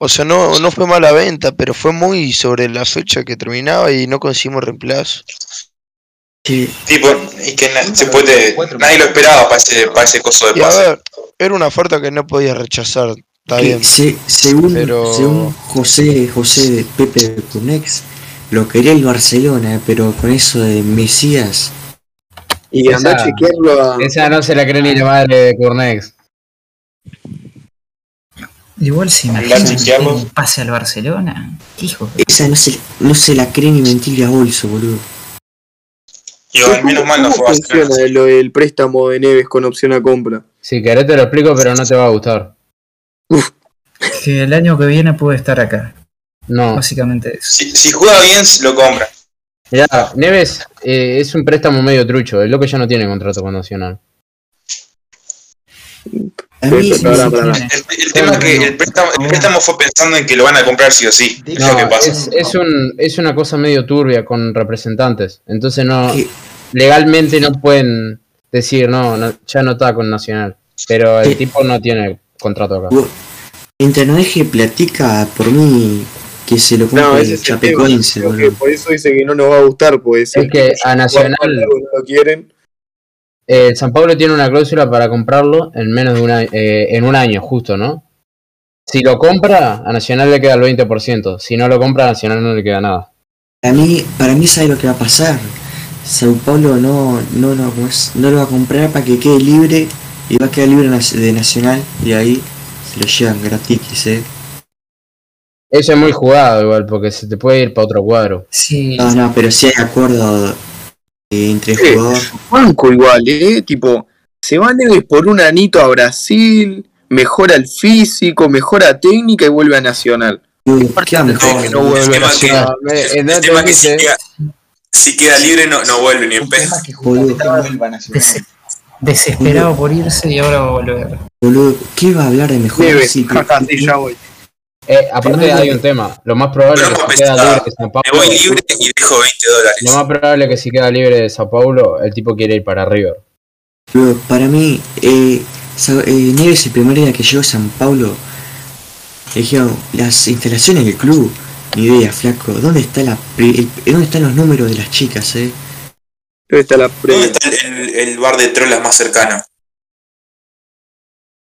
Speaker 7: O sea, no, no fue mala venta, pero fue muy sobre la fecha que terminaba y no conseguimos reemplazo.
Speaker 9: Che,
Speaker 2: Tipo, y que na- se puede, nadie lo esperaba para ese, para ese coso de
Speaker 7: Y a
Speaker 2: pase.
Speaker 7: ver, era una oferta que no podía rechazar. Está
Speaker 9: que
Speaker 7: bien.
Speaker 9: se- según,
Speaker 7: pero-
Speaker 9: según José, José de Pepe de Cunex, lo quería el Barcelona, pero con eso de Mesías,
Speaker 8: Y
Speaker 3: Esa-
Speaker 8: andá a chequearlo a.
Speaker 3: Esa no se la cree ni la madre de Cornex.
Speaker 4: Igual se
Speaker 2: Andá a
Speaker 4: imaginan que
Speaker 2: chequearlo.
Speaker 4: un pase al Barcelona. ¿Qué hijo? de-
Speaker 9: esa no se, no se la cree ni mentir a Bolso, boludo.
Speaker 2: Y al menos mal no
Speaker 8: ¿Cómo
Speaker 2: fue Barcelona.
Speaker 8: funciona lo del préstamo de Neves con opción a compra?
Speaker 3: Si querés te lo explico, pero no te va a gustar.
Speaker 4: Que el año que viene puede estar acá.
Speaker 3: No.
Speaker 4: Básicamente eso.
Speaker 2: Si, si juega bien, lo compra.
Speaker 3: Mirá, Neves eh, es un préstamo medio trucho. El loco ya no tiene contrato con Nacional.
Speaker 9: A mí,
Speaker 8: Pepe,
Speaker 4: Sí,
Speaker 8: pará,
Speaker 4: sí
Speaker 8: pará,
Speaker 4: tiene.
Speaker 2: El, el tema es que el préstamo, el préstamo fue pensando en que lo van a comprar sí o sí.
Speaker 5: De
Speaker 2: Es
Speaker 5: hecho,
Speaker 2: lo que
Speaker 3: No,
Speaker 2: pasa.
Speaker 3: es, es un, es una cosa medio turbia con representantes. Entonces no
Speaker 9: ¿Qué?
Speaker 3: legalmente no pueden decir, no, no, ya no está con Nacional. Pero el
Speaker 9: ¿Qué?
Speaker 3: tipo no tiene contrato acá.
Speaker 9: Vos- Mientras no deje platica por mí que se lo
Speaker 8: No, ese
Speaker 9: compre el
Speaker 8: es el tema.
Speaker 9: Chapecoense,
Speaker 8: Creo que
Speaker 9: boludo.
Speaker 8: por eso dice que no nos va a gustar, pues.
Speaker 3: Es que a Nacional,
Speaker 8: No lo quieren.
Speaker 3: eh, el San Pablo tiene una cláusula para comprarlo en menos de un año, en un año, justo, ¿no? Si lo compra, a Nacional le queda el 20%. Si no lo compra, a Nacional no le queda nada.
Speaker 9: Para mí, para mí sabe lo que va a pasar. Sao Paulo no, no, lo va a cons- no lo va a comprar para que quede libre y va a quedar libre nas- de Nacional y ahí se lo llevan gratis, eh.
Speaker 3: Eso es muy jugado igual, porque se te puede ir para otro cuadro.
Speaker 4: Sí.
Speaker 9: Ah, No, no, pero si hay acuerdo eh, entre el
Speaker 8: Sí.
Speaker 9: jugador.
Speaker 8: Banco igual, ¿eh? Tipo, se va Neves por un anito a Brasil, mejora el físico, mejora técnica y vuelve a Nacional.
Speaker 9: Uy, ¿Qué va
Speaker 2: No,
Speaker 9: mejor?
Speaker 2: que no vuelve a Nacional.
Speaker 3: El
Speaker 2: El tema es que si queda, si queda libre no, no vuelve ni en
Speaker 5: el
Speaker 2: pez.
Speaker 5: tema es que justamente vuelvan a su
Speaker 4: Des- desesperado por irse y ahora va a volver.
Speaker 9: Boludo, ¿qué va a hablar de mejor?
Speaker 8: Neves,
Speaker 9: Sí, que-
Speaker 8: jaja, sí, ya voy.
Speaker 3: Eh, aparte hay un tema, lo más probable es
Speaker 2: Pero
Speaker 3: que
Speaker 2: no,
Speaker 3: si queda
Speaker 2: pensá,
Speaker 3: libre de San
Speaker 2: Me
Speaker 3: Pablo,
Speaker 2: voy libre y dejo 20
Speaker 3: lo
Speaker 2: dólares.
Speaker 3: más probable es que si queda libre de San Paulo, el tipo quiere ir para River.
Speaker 9: Boludo, para mí, eh, Sa- eh, Neves el primer día que llegó a San Paulo, le dijeron, las instalaciones del club, ni idea, flaco, ¿dónde está la pri- el- eh, dónde están los números de las chicas, eh?
Speaker 8: Debe estar la
Speaker 2: ¿Dónde
Speaker 8: previa.
Speaker 2: está el, el- el bar de trolas más cercano?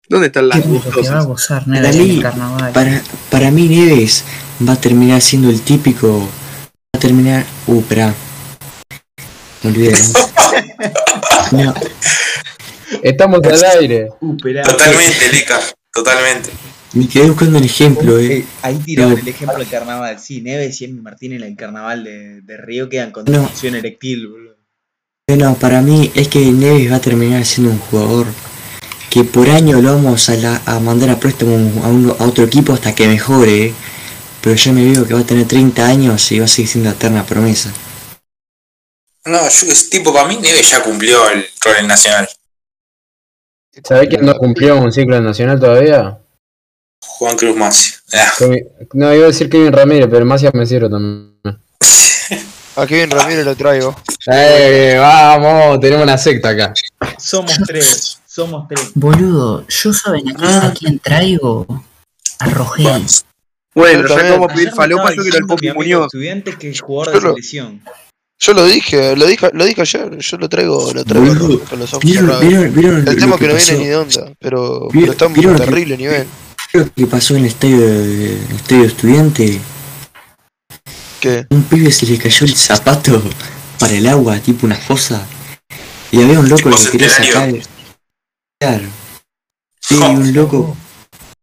Speaker 8: ¿Dónde están las
Speaker 4: Qué burro que va a
Speaker 8: gustosas?
Speaker 4: gozar Neves
Speaker 9: Dalí,
Speaker 4: en el carnaval.
Speaker 9: Para, para mí Neves va a terminar siendo el típico. Va a terminar. Uh, pará. Me olvidé. ¿no? No,
Speaker 3: Estamos al aire.
Speaker 5: Uh, pero
Speaker 2: Totalmente, Leca. Totalmente.
Speaker 9: me quedé buscando el ejemplo, eh.
Speaker 5: Eh, ahí tiraron
Speaker 9: No.
Speaker 5: el ejemplo del carnaval. Sí, Neves y Emi Martín en el carnaval de, de Río quedan con
Speaker 9: No.
Speaker 5: disfunción erectil, boludo.
Speaker 9: Bueno, para mí es que Neves va a terminar siendo un jugador que por año lo vamos a, la- a mandar a préstamo a, un- a otro equipo hasta que mejore. eh. Pero yo me digo que va a tener 30 años y va a seguir siendo eterna promesa.
Speaker 2: No, yo, es tipo, para mí Neves ya cumplió el rol en Nacional.
Speaker 3: ¿Sabés quién no cumplió un ciclo en nacional todavía?
Speaker 2: Juan Cruz Masi. Ah,
Speaker 3: Kevin- No, iba a decir Kevin Ramírez, pero Macias me sirve también.
Speaker 7: A Kevin Ramírez lo traigo.
Speaker 3: ¡Eh, vamos! Tenemos una secta acá.
Speaker 5: Somos tres, somos tres.
Speaker 4: Boludo, yo saben a quién, a quién traigo. A Rogel.
Speaker 7: Yo
Speaker 8: Bueno, ya
Speaker 7: también.
Speaker 8: como pedir
Speaker 5: Ayer me
Speaker 8: falopa,
Speaker 5: estaba
Speaker 8: yo quiero el
Speaker 5: diciendo mi
Speaker 7: Popi
Speaker 5: amigo
Speaker 7: Muñoz.
Speaker 5: Estudiante que es jugador de
Speaker 7: Yo lo-
Speaker 5: selección.
Speaker 7: Yo lo dije, lo dije, lo dije ayer, yo lo traigo, lo traigo
Speaker 9: Boludo,
Speaker 7: con los ojos
Speaker 9: ¿Vieron,
Speaker 7: cerrados.
Speaker 9: vieron, vieron lo,
Speaker 7: El tema
Speaker 9: lo
Speaker 7: es que
Speaker 9: que
Speaker 7: no
Speaker 9: pasó,
Speaker 7: viene ni de onda, pero,
Speaker 9: Vieron-
Speaker 7: pero está en
Speaker 9: vieron
Speaker 7: un
Speaker 9: que-
Speaker 7: terrible nivel.
Speaker 9: lo que pasó en el estadio, de- en el estadio estudiante?
Speaker 7: Que
Speaker 9: Un pibe se le cayó el zapato para el agua, tipo una fosa. Y había un loco
Speaker 2: Tipo
Speaker 9: que lo quería sacar.
Speaker 2: centenario.
Speaker 9: Claro. Sí,
Speaker 2: Ah.
Speaker 9: un loco.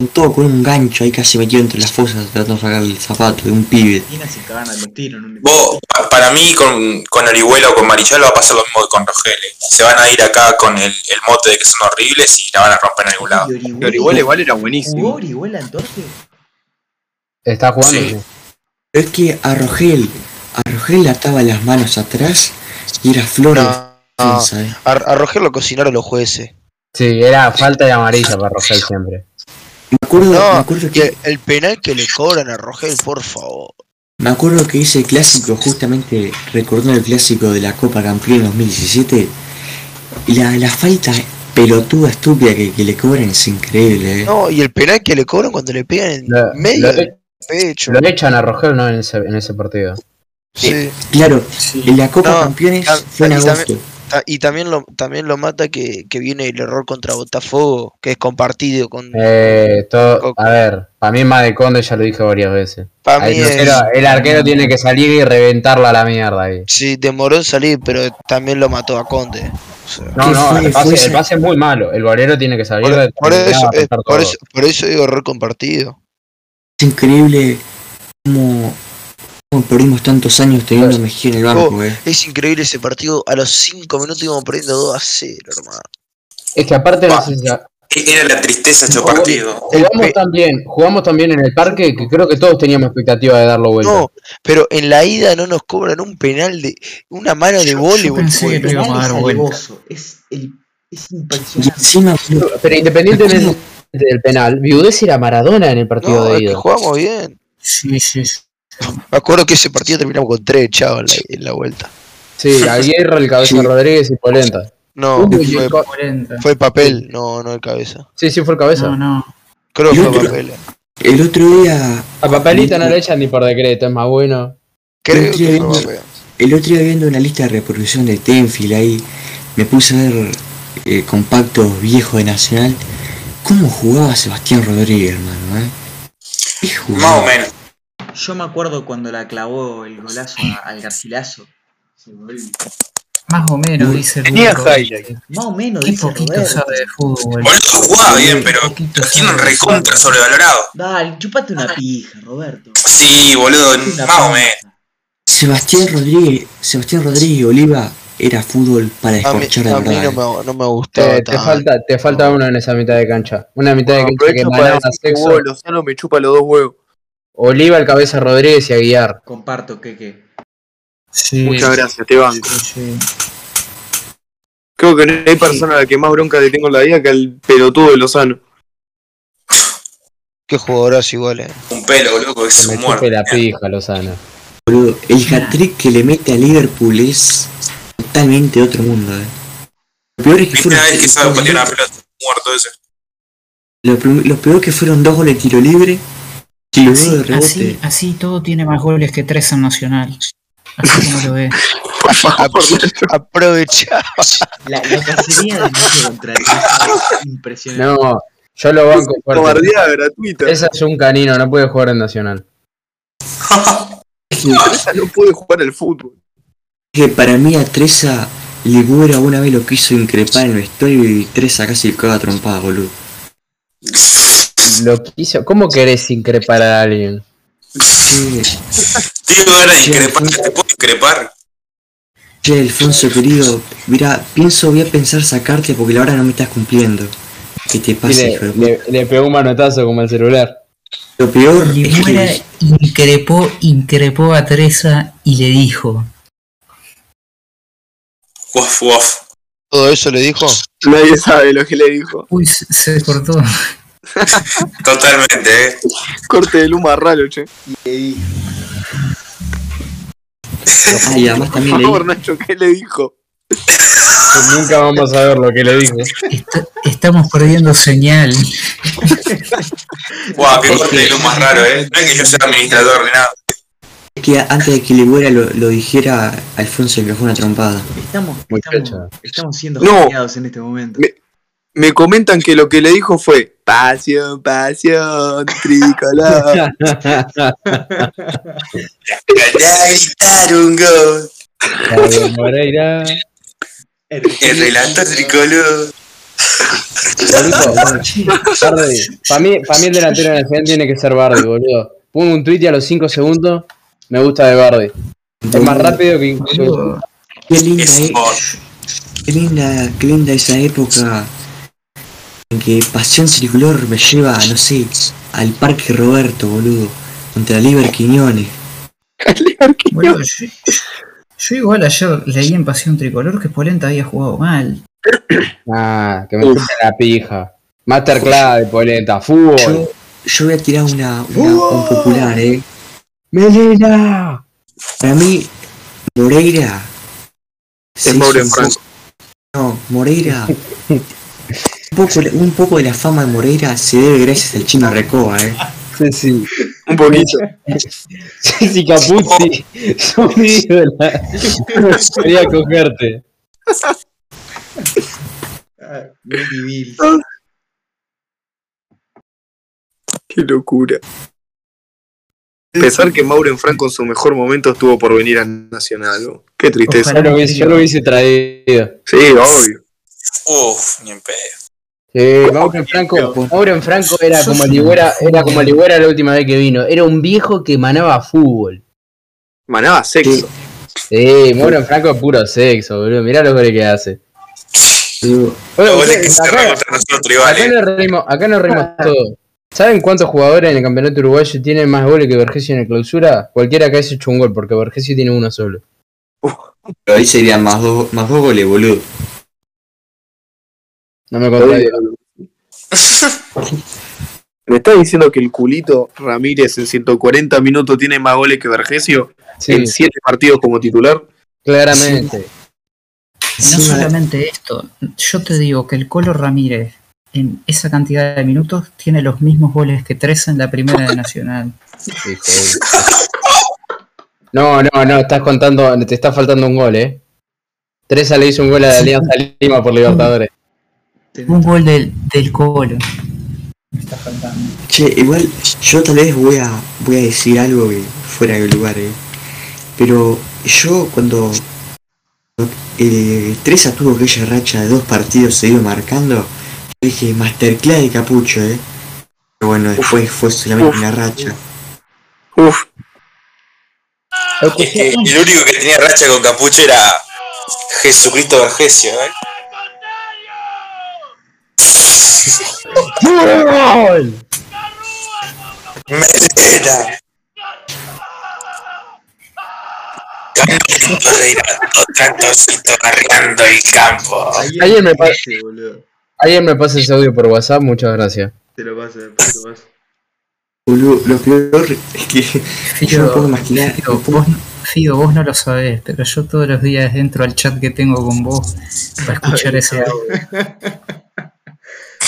Speaker 9: Un todo con un gancho ahí casi metido entre las fosas tratando de sacar el zapato de un pibe.
Speaker 5: Imagina si cagan a los tiros. No me...
Speaker 2: Vos, pa- para mí, con, con Orihuela o con Marichal va a pasar lo mismo que con Rogel. eh. Se van a ir acá con el, el mote de que son horribles y la van a romper en algún lado.
Speaker 5: Y Orihuela-
Speaker 8: Que Orihuela igual era
Speaker 5: ¿Jugó
Speaker 8: buenísimo.
Speaker 5: Orihuela entonces?
Speaker 3: Está jugando.
Speaker 2: Sí.
Speaker 3: sí.
Speaker 9: Pero es que a Rogel, a Rogel le ataba las manos atrás y era flor de
Speaker 7: no, no.
Speaker 9: defensa, eh.
Speaker 7: A, a Roger lo cocinaron los jueces.
Speaker 3: Sí, era falta de amarilla para Rogel siempre.
Speaker 9: Me acuerdo, me
Speaker 7: No,
Speaker 9: acuerdo que
Speaker 7: que el penal que le cobran a Rogel, por favor.
Speaker 9: Me acuerdo que hice clásico, justamente recordando el clásico de la Copa Campeón 2017. y La, la falta pelotuda estúpida que, que le cobran es increíble, eh.
Speaker 7: No, y el penal que le cobran cuando le pegan en
Speaker 3: Lo,
Speaker 7: medio
Speaker 3: lo-
Speaker 7: del pecho.
Speaker 3: lo echan a Rogel ¿no? en, ese, en ese partido.
Speaker 7: Sí.
Speaker 9: Claro, en la Copa
Speaker 7: No,
Speaker 9: Campeones
Speaker 7: tam-
Speaker 9: fue en
Speaker 7: y también-
Speaker 9: agosto.
Speaker 7: Ta- Y también lo, también lo mata que, que viene el error contra Botafogo, que es compartido con...
Speaker 3: Eh, todo,
Speaker 7: Coco.
Speaker 3: a ver, para mí más de Conde ya lo dije varias veces.
Speaker 7: Para mí
Speaker 3: Ahí el,
Speaker 7: es...
Speaker 3: arquero, el arquero tiene que salir y reventarla a la mierda ahí.
Speaker 7: Sí, demoró en salir, pero también lo mató a Conde. O sea,
Speaker 3: No,
Speaker 9: ¿Qué
Speaker 3: no,
Speaker 9: fue?
Speaker 3: el, pase,
Speaker 9: Fue esa-
Speaker 3: el pase es muy malo. El golero tiene que salir
Speaker 7: por,
Speaker 3: de
Speaker 7: por eso,
Speaker 3: a
Speaker 7: eh,
Speaker 3: reventar
Speaker 7: por,
Speaker 3: todo.
Speaker 7: eso, por eso digo error compartido.
Speaker 9: Es increíble como, perdimos tantos años teniendo a Mejía en el banco, eh.
Speaker 7: Es increíble ese partido. A los 5 minutos íbamos perdiendo 2 a 0, hermano.
Speaker 3: Es que aparte no
Speaker 2: Pa-
Speaker 3: sé si-
Speaker 2: E-, Era la tristeza hecho partido.
Speaker 3: jugamos
Speaker 7: pe-
Speaker 3: tan bien, jugamos tan bien en el parque que creo que todos teníamos expectativa de darlo vuelta.
Speaker 7: No, pero en la ida no nos cobran un penal de... Una mano de
Speaker 4: Yo- yo
Speaker 7: voleibol.
Speaker 4: pensé que
Speaker 7: fue.
Speaker 4: lo iba- vamos a
Speaker 5: Es
Speaker 4: dar vuelta.
Speaker 5: alevoso, Es, el, es
Speaker 9: Y
Speaker 5: impresionante.
Speaker 9: encima, boludo,
Speaker 3: Pero independientemente del penal, Viudez era Maradona en el partido
Speaker 7: No,
Speaker 3: de
Speaker 7: es que
Speaker 3: ida.
Speaker 7: jugamos bien.
Speaker 4: Sí, sí, sí.
Speaker 7: Me acuerdo que ese partido terminamos con 3 chavos en la, en la vuelta.
Speaker 3: Sí, Aguirre, el cabeza
Speaker 9: Sí.
Speaker 3: Rodríguez y Polenta.
Speaker 7: No,
Speaker 3: Uy,
Speaker 7: fue,
Speaker 3: yo-
Speaker 4: 40.
Speaker 7: fue papel, no, no de cabeza.
Speaker 3: Sí, sí, fue el cabeza.
Speaker 4: No, no.
Speaker 7: Creo que
Speaker 9: Y
Speaker 7: fue
Speaker 9: otro-
Speaker 7: papel.
Speaker 9: el otro día,
Speaker 3: A papelita no le echan ni por decreto, es más bueno.
Speaker 7: Creo
Speaker 9: Yo
Speaker 7: que
Speaker 9: creo-
Speaker 7: fue papel.
Speaker 9: el otro día viendo una lista de reproducción de Tenfield ahí, me puse a ver eh, compactos viejos de Nacional. ¿Cómo jugaba Sebastián Rodríguez, hermano, eh? ¿Qué
Speaker 2: Más o
Speaker 9: jugaba?
Speaker 2: menos.
Speaker 5: Yo me acuerdo cuando la clavó el golazo a- al Garcilaso. Se volvió-
Speaker 4: Más o menos, dice el
Speaker 8: Tenía
Speaker 4: burro.
Speaker 8: highlight.
Speaker 5: Más o menos,
Speaker 4: Qué
Speaker 5: dice
Speaker 4: poquito
Speaker 5: Roberto.
Speaker 4: sabe de fútbol.
Speaker 2: Boludo jugaba bien, pero lo tienen recontra sobrevalorado.
Speaker 5: Dale, chupate
Speaker 4: Ah.
Speaker 5: una pija, Roberto.
Speaker 2: Sí, boludo,
Speaker 5: Chupate una
Speaker 2: más o
Speaker 5: pija.
Speaker 2: menos.
Speaker 9: Sebastián Rodríguez, Sebastián Rodríguez y Oliva era fútbol para
Speaker 7: A mí,
Speaker 9: escorchar de
Speaker 7: a mí
Speaker 9: verdad.
Speaker 7: no,
Speaker 9: eh.
Speaker 7: me, no me gustaba
Speaker 3: Te, te
Speaker 7: tanto.
Speaker 3: falta, te falta uno en esa mitad de cancha. Una mitad de cancha que
Speaker 8: Aprovecho para
Speaker 3: manaba
Speaker 8: decir que
Speaker 3: sexo.
Speaker 8: huevo, Lozano me chupa los dos huevos.
Speaker 3: Oliva, el cabeza Rodríguez y Aguiar.
Speaker 5: Comparto, que que.
Speaker 4: Sí,
Speaker 8: Muchas gracias, te banco.
Speaker 4: sí, sí.
Speaker 8: Creo que no hay persona a la que más bronca le tengo en la vida que al pelotudo de Lozano.
Speaker 7: Qué jugadorazo igual, eh.
Speaker 2: Un pelo, loco, es
Speaker 3: Que me
Speaker 2: un muerto.
Speaker 3: chupe la pija, Lozano.
Speaker 9: Boludo, el hat-trick que le mete a Liverpool es totalmente otro mundo, eh. Lo peor es que fueron-
Speaker 2: Primera vez que sabe patear una pelota, muerto ese.
Speaker 9: Lo, prim- lo peor que fueron dos goles de tiro libre y luego de
Speaker 4: Así,
Speaker 9: rebote.
Speaker 4: así, así todo tiene más goles que tres en Nacional. Así como lo ves.
Speaker 7: Aprovechá.
Speaker 5: La, la cacería de noche contra el Garcilaso es impresionante.
Speaker 3: No, Yo lo
Speaker 8: Es
Speaker 3: banco fuerte.
Speaker 8: cobardía gratuita.
Speaker 3: Esa es un canino, no puede jugar en Nacional.
Speaker 8: Esa no puede jugar al fútbol.
Speaker 9: Que para mí a Treza Ligura una vez lo quiso increpar en el vestuario y Treza casi le caga trompada, boludo.
Speaker 3: Lo quiso. ¿Cómo querés increpar a alguien?
Speaker 9: Che,
Speaker 2: Tío, era discrepar, te puedo discrepar.
Speaker 9: che, Alfonso querido, mira, pienso, voy a pensar sacarte porque la hora no me estás cumpliendo. ¿Qué te
Speaker 3: Y
Speaker 9: pasa,
Speaker 3: le,
Speaker 9: hijo de puta?
Speaker 3: le- le pegó un manotazo como el celular.
Speaker 9: Lo peor es
Speaker 4: Ligura
Speaker 9: que
Speaker 4: increpó, increpó a Teresa y le dijo:
Speaker 2: Guaf, guaf.
Speaker 7: Todo eso le dijo.
Speaker 8: Nadie sabe lo que le dijo.
Speaker 4: Uy, se, se cortó.
Speaker 2: Totalmente, eh.
Speaker 8: Corte de luma raro, che.
Speaker 9: Ah, y además
Speaker 8: Por
Speaker 9: también le
Speaker 8: favor, Nacho, ¿qué le dijo?
Speaker 3: Nunca vamos a ver lo que le dijo.
Speaker 4: Está- estamos perdiendo señal.
Speaker 2: Guau, qué corte de luz más raro, eh. No es que yo sea administrador ni nada.
Speaker 9: Es que antes de que Ligura lo, lo dijera, Alfonso le cagó una trompada.
Speaker 5: Estamos,
Speaker 3: Muchacha.
Speaker 5: estamos, estamos siendo
Speaker 8: No.
Speaker 5: hackeados en este momento.
Speaker 8: Me- Me comentan que lo que le dijo fue pasión, pasión, tricolor.
Speaker 2: Ya gritar un gol.
Speaker 3: Javier Moreira.
Speaker 5: Eh,
Speaker 2: El relato tricolor.
Speaker 3: Boludo, Bardi. Para mí, pa' mí el delantero de Nacional tiene que ser Bardi, boludo. Pongo un tweet y a los 5 segundos me gusta de Bardi. Es más rápido que incluso.
Speaker 9: Qué linda
Speaker 2: Es
Speaker 9: es.
Speaker 2: mod.
Speaker 9: Qué linda, qué linda esa época en que Pasión Circular me lleva, no sé, al Parque Roberto, boludo, contra Liber Quiñones.
Speaker 4: Boludo, yo, yo igual ayer leí en Pasión Tricolor que Polenta había jugado mal.
Speaker 3: Ah, que me chupa la pija. Masterclass de polenta, fútbol.
Speaker 9: Yo, yo voy a tirar una, una un popular, eh.
Speaker 3: ¡Melena!
Speaker 9: Para mí, Moreira. se
Speaker 8: Es Mauro
Speaker 9: hizo un
Speaker 8: Franco.
Speaker 9: poco- No, Moreira. Un poco, un poco de la fama de Moreira se debe gracias al chino Recoba, eh.
Speaker 3: Ceci.
Speaker 8: Un poquito.
Speaker 3: Ceci Capuzzi. Son mi ídola. Quería cogerte.
Speaker 5: Ah, Betty Bill.
Speaker 8: Qué locura. Pensar que Mauro en Franco en su mejor momento estuvo por venir a Nacional. ¿no? Qué tristeza.
Speaker 4: Ojalá.
Speaker 3: Yo lo hubiese, yo lo hubiese traído.
Speaker 8: Sí, obvio.
Speaker 2: Uf, ni en pedo.
Speaker 3: Sí, Mauro en Franco, Mauro en Franco era
Speaker 4: Sos
Speaker 3: como
Speaker 4: un
Speaker 3: Ligüera, era
Speaker 4: joder.
Speaker 3: como Ligüera la última vez que vino. Era un viejo que manaba fútbol.
Speaker 8: Manaba sexo.
Speaker 3: Sí, Mauro en Franco es puro sexo, boludo. Mirá los goles que hace.
Speaker 9: Digo,
Speaker 2: La
Speaker 3: Bueno,
Speaker 2: bola es que
Speaker 3: ustedes,
Speaker 2: se
Speaker 3: acá,
Speaker 2: contra nosotros,
Speaker 3: acá
Speaker 2: igual, eh.
Speaker 3: nos reímos, acá nos reímos todos. ¿Saben cuántos jugadores en el campeonato uruguayo tienen más goles que Vergesio en el clausura? Cualquiera que haya hecho un gol, porque Vergesio tiene uno solo.
Speaker 9: pero ahí serían más dos, más dos goles, boludo.
Speaker 3: No me contradigo.
Speaker 8: ¿Me estás diciendo que el culito Ramírez en 140 minutos tiene más goles que Vergesio
Speaker 3: Sí,
Speaker 8: en 7 partidos como titular?
Speaker 3: claramente.
Speaker 4: No
Speaker 9: Encima-
Speaker 4: solamente esto, yo te digo que el Colo Ramírez en esa cantidad de minutos tiene los mismos goles que tres en la primera de Nacional.
Speaker 3: Hijo de- No, no, no, estás contando, te está faltando un gol, eh. Teresa le hizo un gol a la Alianza Lima por Libertadores.
Speaker 4: Un gol del, del Colo. Me está faltando.
Speaker 9: Che, igual yo tal vez voy a, voy a decir algo que fuera de lugar, eh. Pero yo cuando eh, Treza tuvo aquella racha de dos partidos seguidos marcando, yo dije Masterclass de Capucho, eh. Pero bueno, después fue solamente una racha.
Speaker 8: Uf,
Speaker 2: Es que
Speaker 4: eh.
Speaker 2: el único que tenía racha con Capucho era Jesucristo Vergesio, eh.
Speaker 3: ¡Gol!
Speaker 2: Melena. Camilo Reirato, Tratosito cargando el campo.
Speaker 3: Ayer me pa-
Speaker 5: pasé, boludo.
Speaker 3: Alguien me pasa ese audio por WhatsApp, muchas gracias.
Speaker 5: Te lo paso, después te lo paso.
Speaker 9: Boludo, lo peor es que yo no puedo
Speaker 4: Fido,
Speaker 9: imaginar.
Speaker 4: Fido, vos, no- Fido, vos no lo sabés, pero yo todos los días entro al chat que tengo con vos para escuchar ese audio.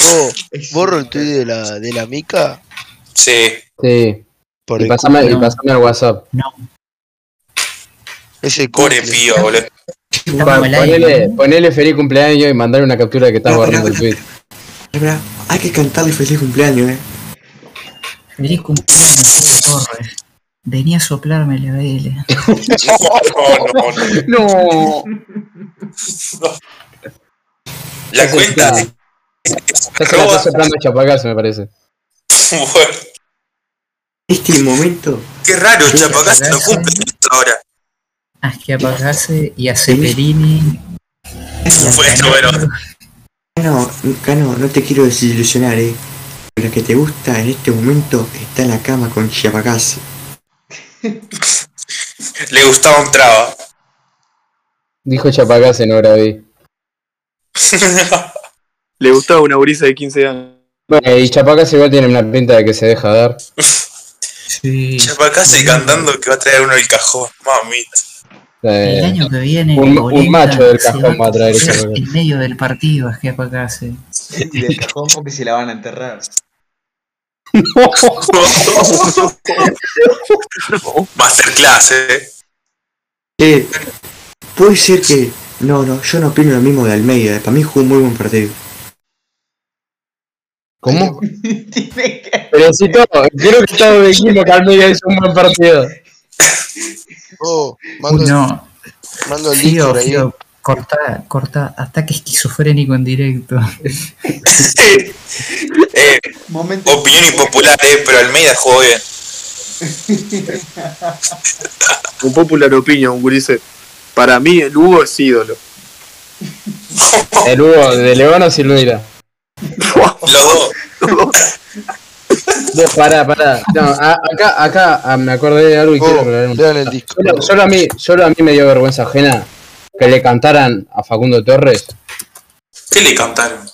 Speaker 7: Oh,
Speaker 5: Es
Speaker 7: borro el
Speaker 5: increíble.
Speaker 7: tuit de la, de la mica.
Speaker 2: Sí.
Speaker 3: Sí.
Speaker 7: Por
Speaker 3: Y
Speaker 7: el
Speaker 3: pasame,
Speaker 4: culo,
Speaker 3: y
Speaker 4: no.
Speaker 3: pasame al WhatsApp.
Speaker 7: ese
Speaker 2: Pobre
Speaker 7: cumple.
Speaker 2: pío, boludo.
Speaker 4: Estamos al aire,
Speaker 3: ponele,
Speaker 4: ¿no?
Speaker 3: ponele feliz cumpleaños y mandale una captura de que estás
Speaker 9: Pará,
Speaker 3: borrando
Speaker 9: pará,
Speaker 3: el tweet.
Speaker 9: pará, pará. Hay que cantarle feliz cumpleaños, eh.
Speaker 4: Feliz cumpleaños, Diego Torres. Venía a soplarme la BL.
Speaker 2: No, no, no.
Speaker 3: No.
Speaker 2: La cuenta.
Speaker 3: Ya se la está soplando Chapacazo, me parece.
Speaker 2: Bueno,
Speaker 9: Este momento
Speaker 2: Qué raro, Chapacás no cumple ahora.
Speaker 4: A Schiapacase y a Cepelini.
Speaker 2: Bueno, bueno.
Speaker 9: Cano, Cano, no te quiero desilusionar, eh. Pero la que te gusta en este momento está en la cama con Chiapacase.
Speaker 2: Le gustaba un traba.
Speaker 3: Dijo Chapacase, no grabé.
Speaker 8: Le gustaba una brisa de 15 años.
Speaker 3: Bueno, y Chapacase igual tiene una pinta de que se deja dar.
Speaker 4: Sí.
Speaker 2: Chapacase cantando que va a traer uno el cajón. Mamita.
Speaker 3: Eh,
Speaker 4: El año que viene.
Speaker 3: un- un
Speaker 4: Oleta
Speaker 3: macho del
Speaker 4: se
Speaker 3: cajón va a traer
Speaker 4: quedar
Speaker 3: ese
Speaker 4: En medio del partido, a Schiapacase.
Speaker 5: Y le cajón porque se la van a enterrar.
Speaker 2: Masterclass, eh.
Speaker 9: Eh, puede ser que. No, no, yo no opino lo mismo de Almeida. eh. Para mí jugó un muy buen partido.
Speaker 3: ¿Cómo?
Speaker 5: Tiene que.
Speaker 3: Pero si todo, creo que todo el equipo que Almeida hizo un buen partido.
Speaker 7: Oh, mando,
Speaker 4: Uy, no.
Speaker 7: mando el link
Speaker 4: Fío,
Speaker 7: por ahí.
Speaker 4: fío. Cortá, cortá. Ataque esquizofrénico en directo.
Speaker 2: eh
Speaker 5: Momento.
Speaker 2: opinión impopular, eh, pero Almeida jugó bien.
Speaker 8: Un popular opinion, gurice. Para mí, el Hugo es ídolo.
Speaker 3: El Hugo, de León o Silveira.
Speaker 2: Los dos.
Speaker 3: No, Pará, pará. No, a- acá, acá ah, me acordé de algo y quiero
Speaker 7: Oh,
Speaker 3: aclarar un-
Speaker 7: lean el disco.
Speaker 3: Solo, solo a mí, solo a mí me dio vergüenza ajena que le cantaran a Facundo Torres.
Speaker 2: ¿Qué le cantaron?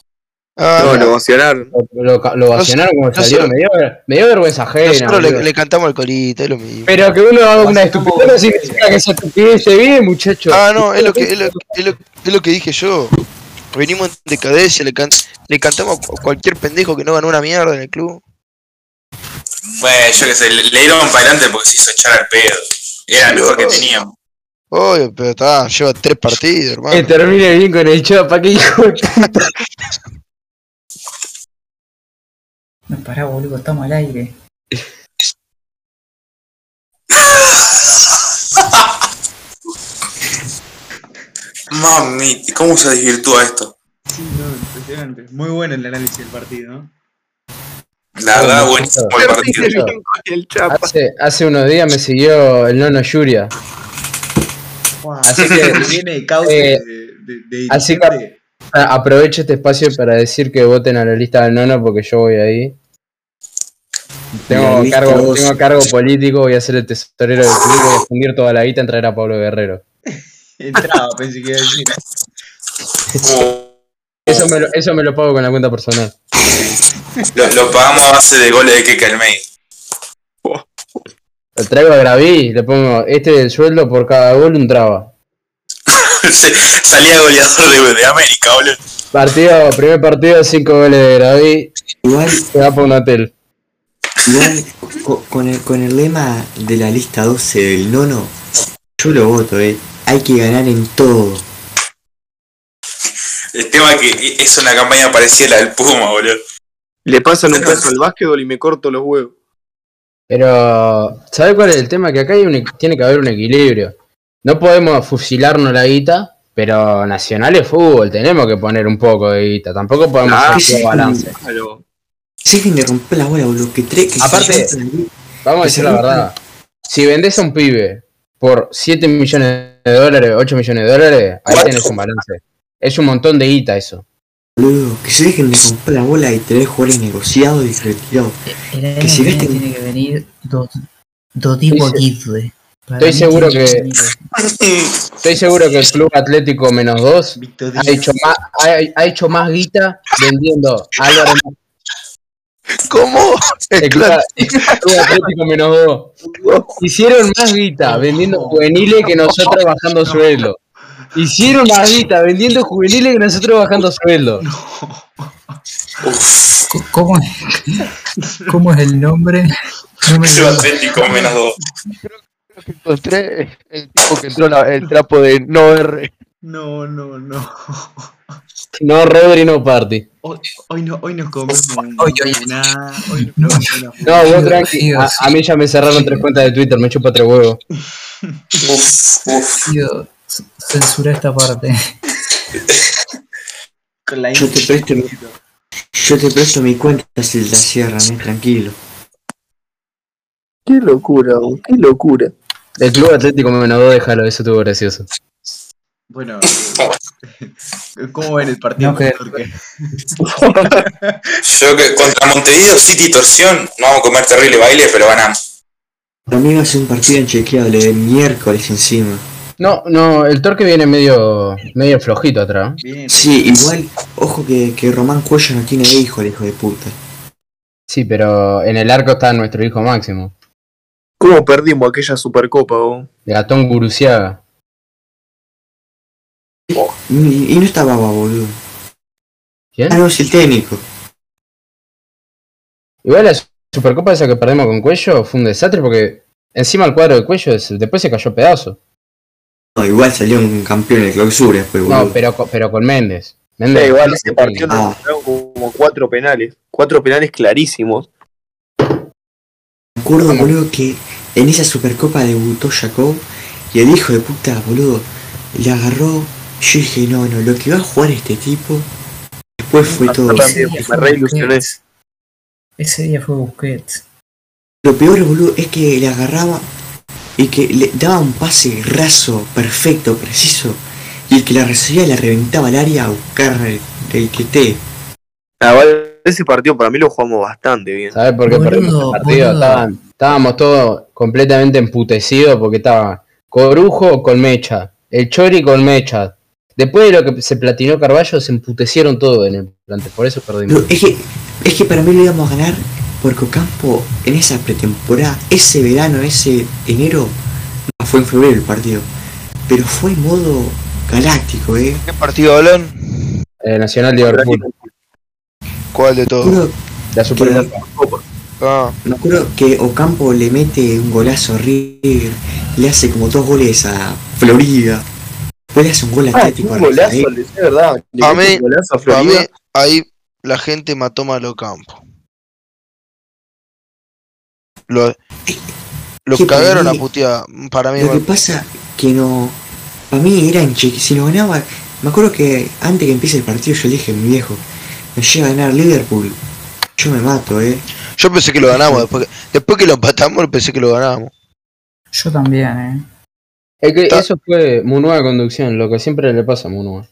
Speaker 7: Ah,
Speaker 8: No, lo emocionaron.
Speaker 3: Lo, lo, lo vacionaron como
Speaker 7: Nosotros-
Speaker 3: salió. Me dio, me dio vergüenza ajena.
Speaker 7: nosotros le,
Speaker 3: boludo.
Speaker 7: le cantamos el corito, es lo mismo.
Speaker 3: Pero que uno haga una estupidez no significa que esa estupidez esté bien, muchacho.
Speaker 7: Ah, no, es lo que, es lo, es lo- es lo que dije yo. Venimos en decadencia, le, can- le cantamos a cu- cualquier pendejo que no ganó una mierda en el club.
Speaker 2: Bueno, yo qué sé, le, le dieron para adelante porque se hizo echar al pedo. Era lo mejor que teníamos.
Speaker 7: Oye, pero está, lleva tres partidos, hermano.
Speaker 3: Que termine bien con el chapa, que hijo de puta.
Speaker 4: No, pará, boludo, estamos al aire.
Speaker 2: Mami, ¿cómo se desvirtúa esto?
Speaker 5: Sí, no, impresionante. Muy bueno el análisis del partido, ¿no?
Speaker 2: La verdad, buenísimo el partido.
Speaker 8: El chapa.
Speaker 3: Hace, hace unos días me siguió el nono Yuria. Así que-
Speaker 5: viene de causa de,
Speaker 3: eh,
Speaker 5: de, de
Speaker 3: así
Speaker 5: dirigente.
Speaker 3: A- Aprovecho este espacio para decir que voten a la lista del nono porque yo voy ahí.
Speaker 9: La
Speaker 3: Tengo
Speaker 9: lista
Speaker 3: cargo,
Speaker 9: dos.
Speaker 3: tengo cargo político, voy a ser el tesorero del club, voy a fundir toda la guita en traer a Pablo Guerrero.
Speaker 5: entraba, pensé que iba a decir.
Speaker 2: Uh,
Speaker 3: Eso me lo, eso me lo pago con la cuenta personal.
Speaker 2: Lo, lo pagamos a base de goles de Keke Almeida.
Speaker 3: Lo traigo a Graví, le pongo este del sueldo por cada gol un traba.
Speaker 2: Se- Salía goleador de, de América, boludo.
Speaker 3: Partido, primer partido, cinco goles de Graví,
Speaker 9: Igual,
Speaker 3: se va por un hotel.
Speaker 9: igual co- con, el, con el lema de la lista 12 del nono, yo lo voto, eh. Hay que ganar en todo.
Speaker 2: El tema que es una campaña parecida a la del Puma, boludo.
Speaker 8: Le pasan un peso al básquetbol y me corto los huevos.
Speaker 3: Pero, ¿sabes cuál es el tema? Que acá hay un equ- tiene que haber un equilibrio. No podemos fusilarnos la guita, pero Nacional es fútbol, tenemos que poner un poco de guita. Tampoco podemos
Speaker 8: Ah,
Speaker 3: hacer
Speaker 9: sí.
Speaker 3: todo balance.
Speaker 8: Claro.
Speaker 9: Dejen de romper la bola, boludo. Que tres que se
Speaker 3: Aparte-
Speaker 9: juntan ahí.
Speaker 3: Vamos a
Speaker 9: Que
Speaker 3: decir
Speaker 9: se
Speaker 3: la
Speaker 9: rompa.
Speaker 3: verdad. Si vendés a un pibe por 7 millones de dólares, 8 millones de dólares, ahí
Speaker 2: Cuatro.
Speaker 3: tenés un balance. Es un montón de guita eso.
Speaker 9: Boludo, que se dejen de romper la bola y traer jugadores negociados y retirados.
Speaker 4: El año
Speaker 9: Que si
Speaker 4: que viene
Speaker 9: viste-
Speaker 4: tiene que venir Do- Dodigo
Speaker 3: Estoy
Speaker 4: Aguirre. Para
Speaker 3: estoy
Speaker 4: mí
Speaker 3: seguro
Speaker 4: tiene
Speaker 3: que-
Speaker 4: venir.
Speaker 3: Estoy seguro que el Club Atlético menos 2
Speaker 5: Víctor
Speaker 3: ha hecho más, ha, ha hecho más guita vendiendo a Álvaro
Speaker 7: ¿Cómo?
Speaker 3: El Club
Speaker 7: Claro.
Speaker 3: Club Atlético menos dos. Hicieron más guita vendiendo juveniles que nosotros bajando sueldo. Hicieron más guita vendiendo juveniles que nosotros bajando sueldo.
Speaker 4: Co- ¿Cómo, es? ¿Cómo es el nombre? No me
Speaker 2: Yo
Speaker 4: acuerdo.
Speaker 2: Atlético menos dos.
Speaker 5: Oh,
Speaker 7: Encontré el tipo que entró la- el trapo de no R.
Speaker 5: No, no, no.
Speaker 3: No, Rodri, no party.
Speaker 5: Hoy, hoy no, hoy nos comemos
Speaker 4: Hoy, hoy.
Speaker 5: nada. Hoy no, no, no.
Speaker 3: No, vos
Speaker 4: Sí,
Speaker 3: tranqui.
Speaker 4: sí,
Speaker 3: A,
Speaker 4: sí.
Speaker 3: a mí ya me cerraron tres cuentas de Twitter, me chupa tres huevos.
Speaker 4: Tío, censura esta parte.
Speaker 5: Con la
Speaker 9: Yo te
Speaker 5: intro.
Speaker 9: presto mi, yo te presto mi cuenta si la cierran, eh, tranquilo.
Speaker 8: Qué locura, bro, qué locura.
Speaker 3: El Club Atlético menos dos, déjalo, eso estuvo gracioso.
Speaker 5: Bueno, eh, ¿cómo ven el partido?
Speaker 4: No, que-
Speaker 5: Porque-
Speaker 2: Yo que contra Montevideo sí situación, no vamos a comer terrible baile, pero ganamos.
Speaker 9: Domingo es un partido inchequeable de miércoles encima.
Speaker 3: No, no, el torque viene medio, medio flojito atrás.
Speaker 5: Bien,
Speaker 9: Sí, igual, ojo que, que Román Cuello no tiene hijo, el hijo de puta.
Speaker 3: Sí, pero en el arco está nuestro hijo máximo.
Speaker 8: ¿Cómo perdimos aquella supercopa, bro?
Speaker 3: Gatón Guruciaga.
Speaker 9: Y, y no está baba, boludo.
Speaker 3: ¿Quién?
Speaker 9: Ah, no, es el técnico.
Speaker 3: Igual la Supercopa esa que perdimos con Cuello fue un desastre porque encima el cuadro de Cuello es- después se cayó a pedazos.
Speaker 9: No, igual salió un campeón de clausura después, boludo.
Speaker 3: No, pero, co- pero con Méndez. Méndez
Speaker 8: Eh, igual ese
Speaker 3: Méndez-
Speaker 8: partido
Speaker 9: Ah.
Speaker 8: nos ganaron como cuatro penales. Cuatro penales clarísimos.
Speaker 9: Me acuerdo, boludo, que en esa supercopa debutó Jacob y el hijo de puta, boludo, le agarró. Yo dije, no, no, lo que va a jugar este tipo. Después fue todo.
Speaker 8: Yo también, me re ilusioné.
Speaker 4: Busquets. Ese día fue Busquets.
Speaker 9: Lo peor, boludo, es que le agarraba y que le daba un pase raso, perfecto, preciso. Y el que la recibía la reventaba al área a buscar el, el que esté.
Speaker 8: Ah, vale, ese partido para mí lo jugamos bastante bien.
Speaker 3: ¿Sabes por qué
Speaker 4: Boludo,
Speaker 3: perdimos el partido?
Speaker 4: boludo.
Speaker 3: Estaban- estábamos todos completamente emputecidos porque estaba Corujo con Mecha, el Chori con Mecha. Después de lo que se platinó Carballo, se emputecieron todo en el plantel, por eso perdimos.
Speaker 9: Pero es que, es que para mí lo íbamos a ganar porque Ocampo en esa pretemporada, ese verano, ese enero, no, fue en febrero el partido, pero fue en modo galáctico, eh.
Speaker 7: ¿Qué partido hablan?
Speaker 3: Eh, Nacional Liverpool,
Speaker 7: ¿Cuál de
Speaker 8: Oh,
Speaker 9: Me
Speaker 7: todos?
Speaker 9: acuerdo,
Speaker 3: la Supercopa.
Speaker 7: Ah,
Speaker 9: me acuerdo que Ocampo le mete un golazo a River, le hace como dos goles a Florida, después le hace un gol
Speaker 8: Ah,
Speaker 9: atlético
Speaker 8: un
Speaker 9: a
Speaker 8: golazo,
Speaker 9: Rafael.
Speaker 8: le sé, verdad. Le
Speaker 7: A
Speaker 8: mete
Speaker 7: mí-
Speaker 8: un golazo a
Speaker 7: para mí
Speaker 8: Florida.
Speaker 7: ahí la gente mató mal a Campo. Lo, lo
Speaker 9: Sí, para
Speaker 7: cagaron a
Speaker 9: mí-
Speaker 7: putear. Para mí,
Speaker 9: Lo que
Speaker 7: mal.
Speaker 9: pasa que no. Para mí era enche- Si nos ganaba. Me acuerdo que antes que empiece el partido yo le dije a mi viejo: Nos llega a ganar Liverpool. Yo me mato, eh.
Speaker 7: yo pensé que lo ganamos. Después que, después que lo empatamos, pensé que lo ganábamos.
Speaker 4: Yo también, eh.
Speaker 3: Es que
Speaker 7: Ta-
Speaker 3: eso fue Munua de conducción, lo que siempre le pasa a Munua.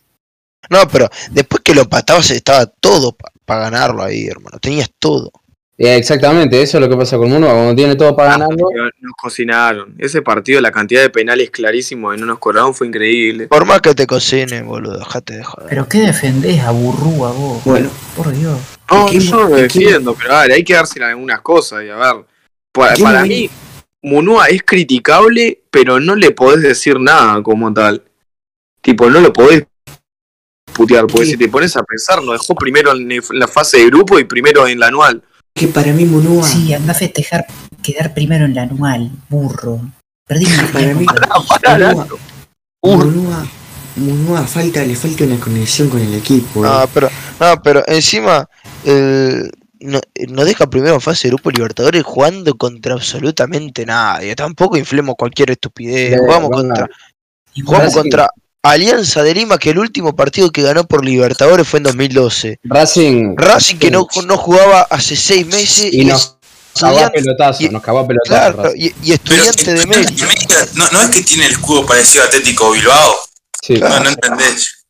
Speaker 7: No, pero después que lo empatabas estaba todo para ganarlo ahí, hermano. Tenías todo.
Speaker 3: Eh, exactamente, eso es lo que pasa con Munua, cuando tiene todo
Speaker 8: Ah,
Speaker 3: para ganarlo.
Speaker 8: Nos cocinaron. Ese partido, la cantidad de penales clarísimos que no nos cobraron fue increíble.
Speaker 7: Por más que te cocinen, boludo, dejate de joder.
Speaker 4: Pero ¿qué defendés a Burrúa vos?
Speaker 9: Bueno,
Speaker 4: Por Dios.
Speaker 8: No,
Speaker 9: ¿En qué
Speaker 8: yo
Speaker 9: mo-
Speaker 8: no lo
Speaker 9: en qué
Speaker 8: defiendo, pero vale, hay que dársela en algunas cosas. Y a ver, para,
Speaker 9: ¿En qué
Speaker 8: para
Speaker 9: momento?
Speaker 8: mí, Munua es criticable, pero no le podés decir nada como tal. Tipo, no lo podés putear, porque
Speaker 9: Sí.
Speaker 8: si te pones a pensar, nos dejó primero en el- en la fase de grupo y primero en la anual.
Speaker 9: Que para mí, Munua.
Speaker 4: Sí, anda a festejar quedar primero en la anual, burro. Perdí mi
Speaker 9: Para mí. Munua, Munua, Munua falta, le falta una conexión con el equipo. eh.
Speaker 8: Ah,
Speaker 7: No, pero, no, pero encima el- no, nos deja primero en fase de grupo Libertadores jugando contra absolutamente nadie. Tampoco inflemos cualquier estupidez.
Speaker 3: Eh,
Speaker 7: jugamos
Speaker 3: bueno,
Speaker 7: contra,
Speaker 4: Y
Speaker 7: jugamos
Speaker 3: Racing-
Speaker 7: contra Alianza de Lima, que el último partido que ganó por Libertadores fue en 2012.
Speaker 3: Racing
Speaker 7: Racing que no, no jugaba hace seis meses
Speaker 3: y nos cagó a
Speaker 7: estudiante-
Speaker 3: pelotazo,
Speaker 7: y-
Speaker 3: nos cagó a pelotazo.
Speaker 7: claro,
Speaker 3: Racing.
Speaker 7: y, y estudiante de México.
Speaker 2: No, no es que tiene el escudo parecido a Atlético Bilbao.
Speaker 3: Sí.
Speaker 2: No, no entendés.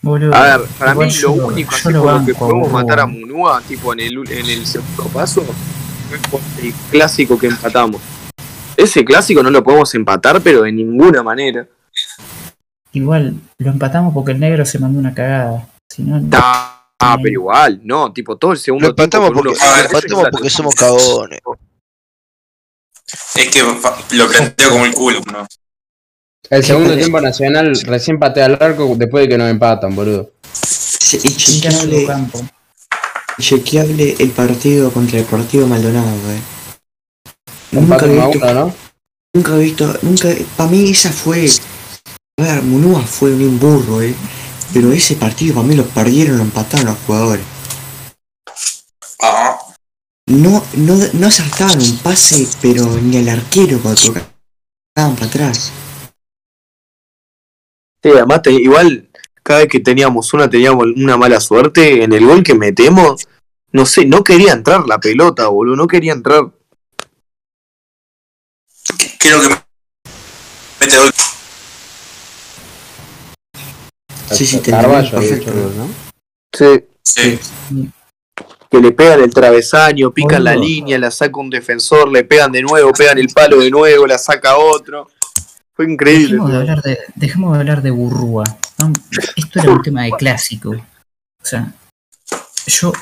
Speaker 4: Boludo,
Speaker 8: A ver, para
Speaker 4: igual
Speaker 8: mí
Speaker 4: yo
Speaker 8: lo único así
Speaker 4: yo lo
Speaker 8: por lo que
Speaker 4: banco,
Speaker 8: podemos
Speaker 4: Burrúa.
Speaker 8: matar a Munua, tipo en el, en el segundo paso, fue por el clásico que empatamos. Ese clásico no lo podemos empatar, pero de ninguna manera.
Speaker 4: Igual lo empatamos porque el negro se mandó una cagada. Si no,
Speaker 8: Ah, pero igual, no, tipo todo el segundo
Speaker 7: Lo empatamos
Speaker 8: tiempo con
Speaker 7: porque,
Speaker 8: unos-
Speaker 7: lo empatamos porque somos cagones.
Speaker 2: Es que fa- lo planteo como el culo, ¿no?
Speaker 3: El segundo tiempo nacional recién patea al arco después de que nos empatan, boludo.
Speaker 9: Es
Speaker 4: Mira su
Speaker 9: inchequeable,
Speaker 4: campo.
Speaker 9: inchequeable el partido contra el partido Maldonado, eh. Nunca
Speaker 3: Empatan
Speaker 9: había
Speaker 3: uno a
Speaker 9: visto-
Speaker 3: uno, ¿no?
Speaker 9: Nunca he visto, nunca, para mí esa fue, a ver, Munua fue un burro, eh. Pero ese partido para mí lo perdieron, lo empataron los jugadores.
Speaker 2: Ah,
Speaker 9: No, no, no acertaban un pase, pero ni al arquero cuando tocaban para atrás.
Speaker 8: Sí, además, te- igual, cada vez que teníamos una, teníamos una mala suerte. En el gol que metemos, no sé, no quería entrar la pelota, boludo, no quería entrar.
Speaker 2: creo que mete gol.
Speaker 9: Sí, sí, te
Speaker 3: Carvalho había
Speaker 9: perfecto.
Speaker 3: hecho el gol, ¿no?
Speaker 8: Sí.
Speaker 2: Sí.
Speaker 8: Que le pegan el travesaño, pican la
Speaker 9: Boludo.
Speaker 8: línea, la saca un defensor, le pegan de nuevo, pegan el palo de nuevo, la saca otro. Fue increíble.
Speaker 4: Dejemos de hablar de, dejemos de hablar de burrúa. No, Esto era un tema de clásico. O sea, yo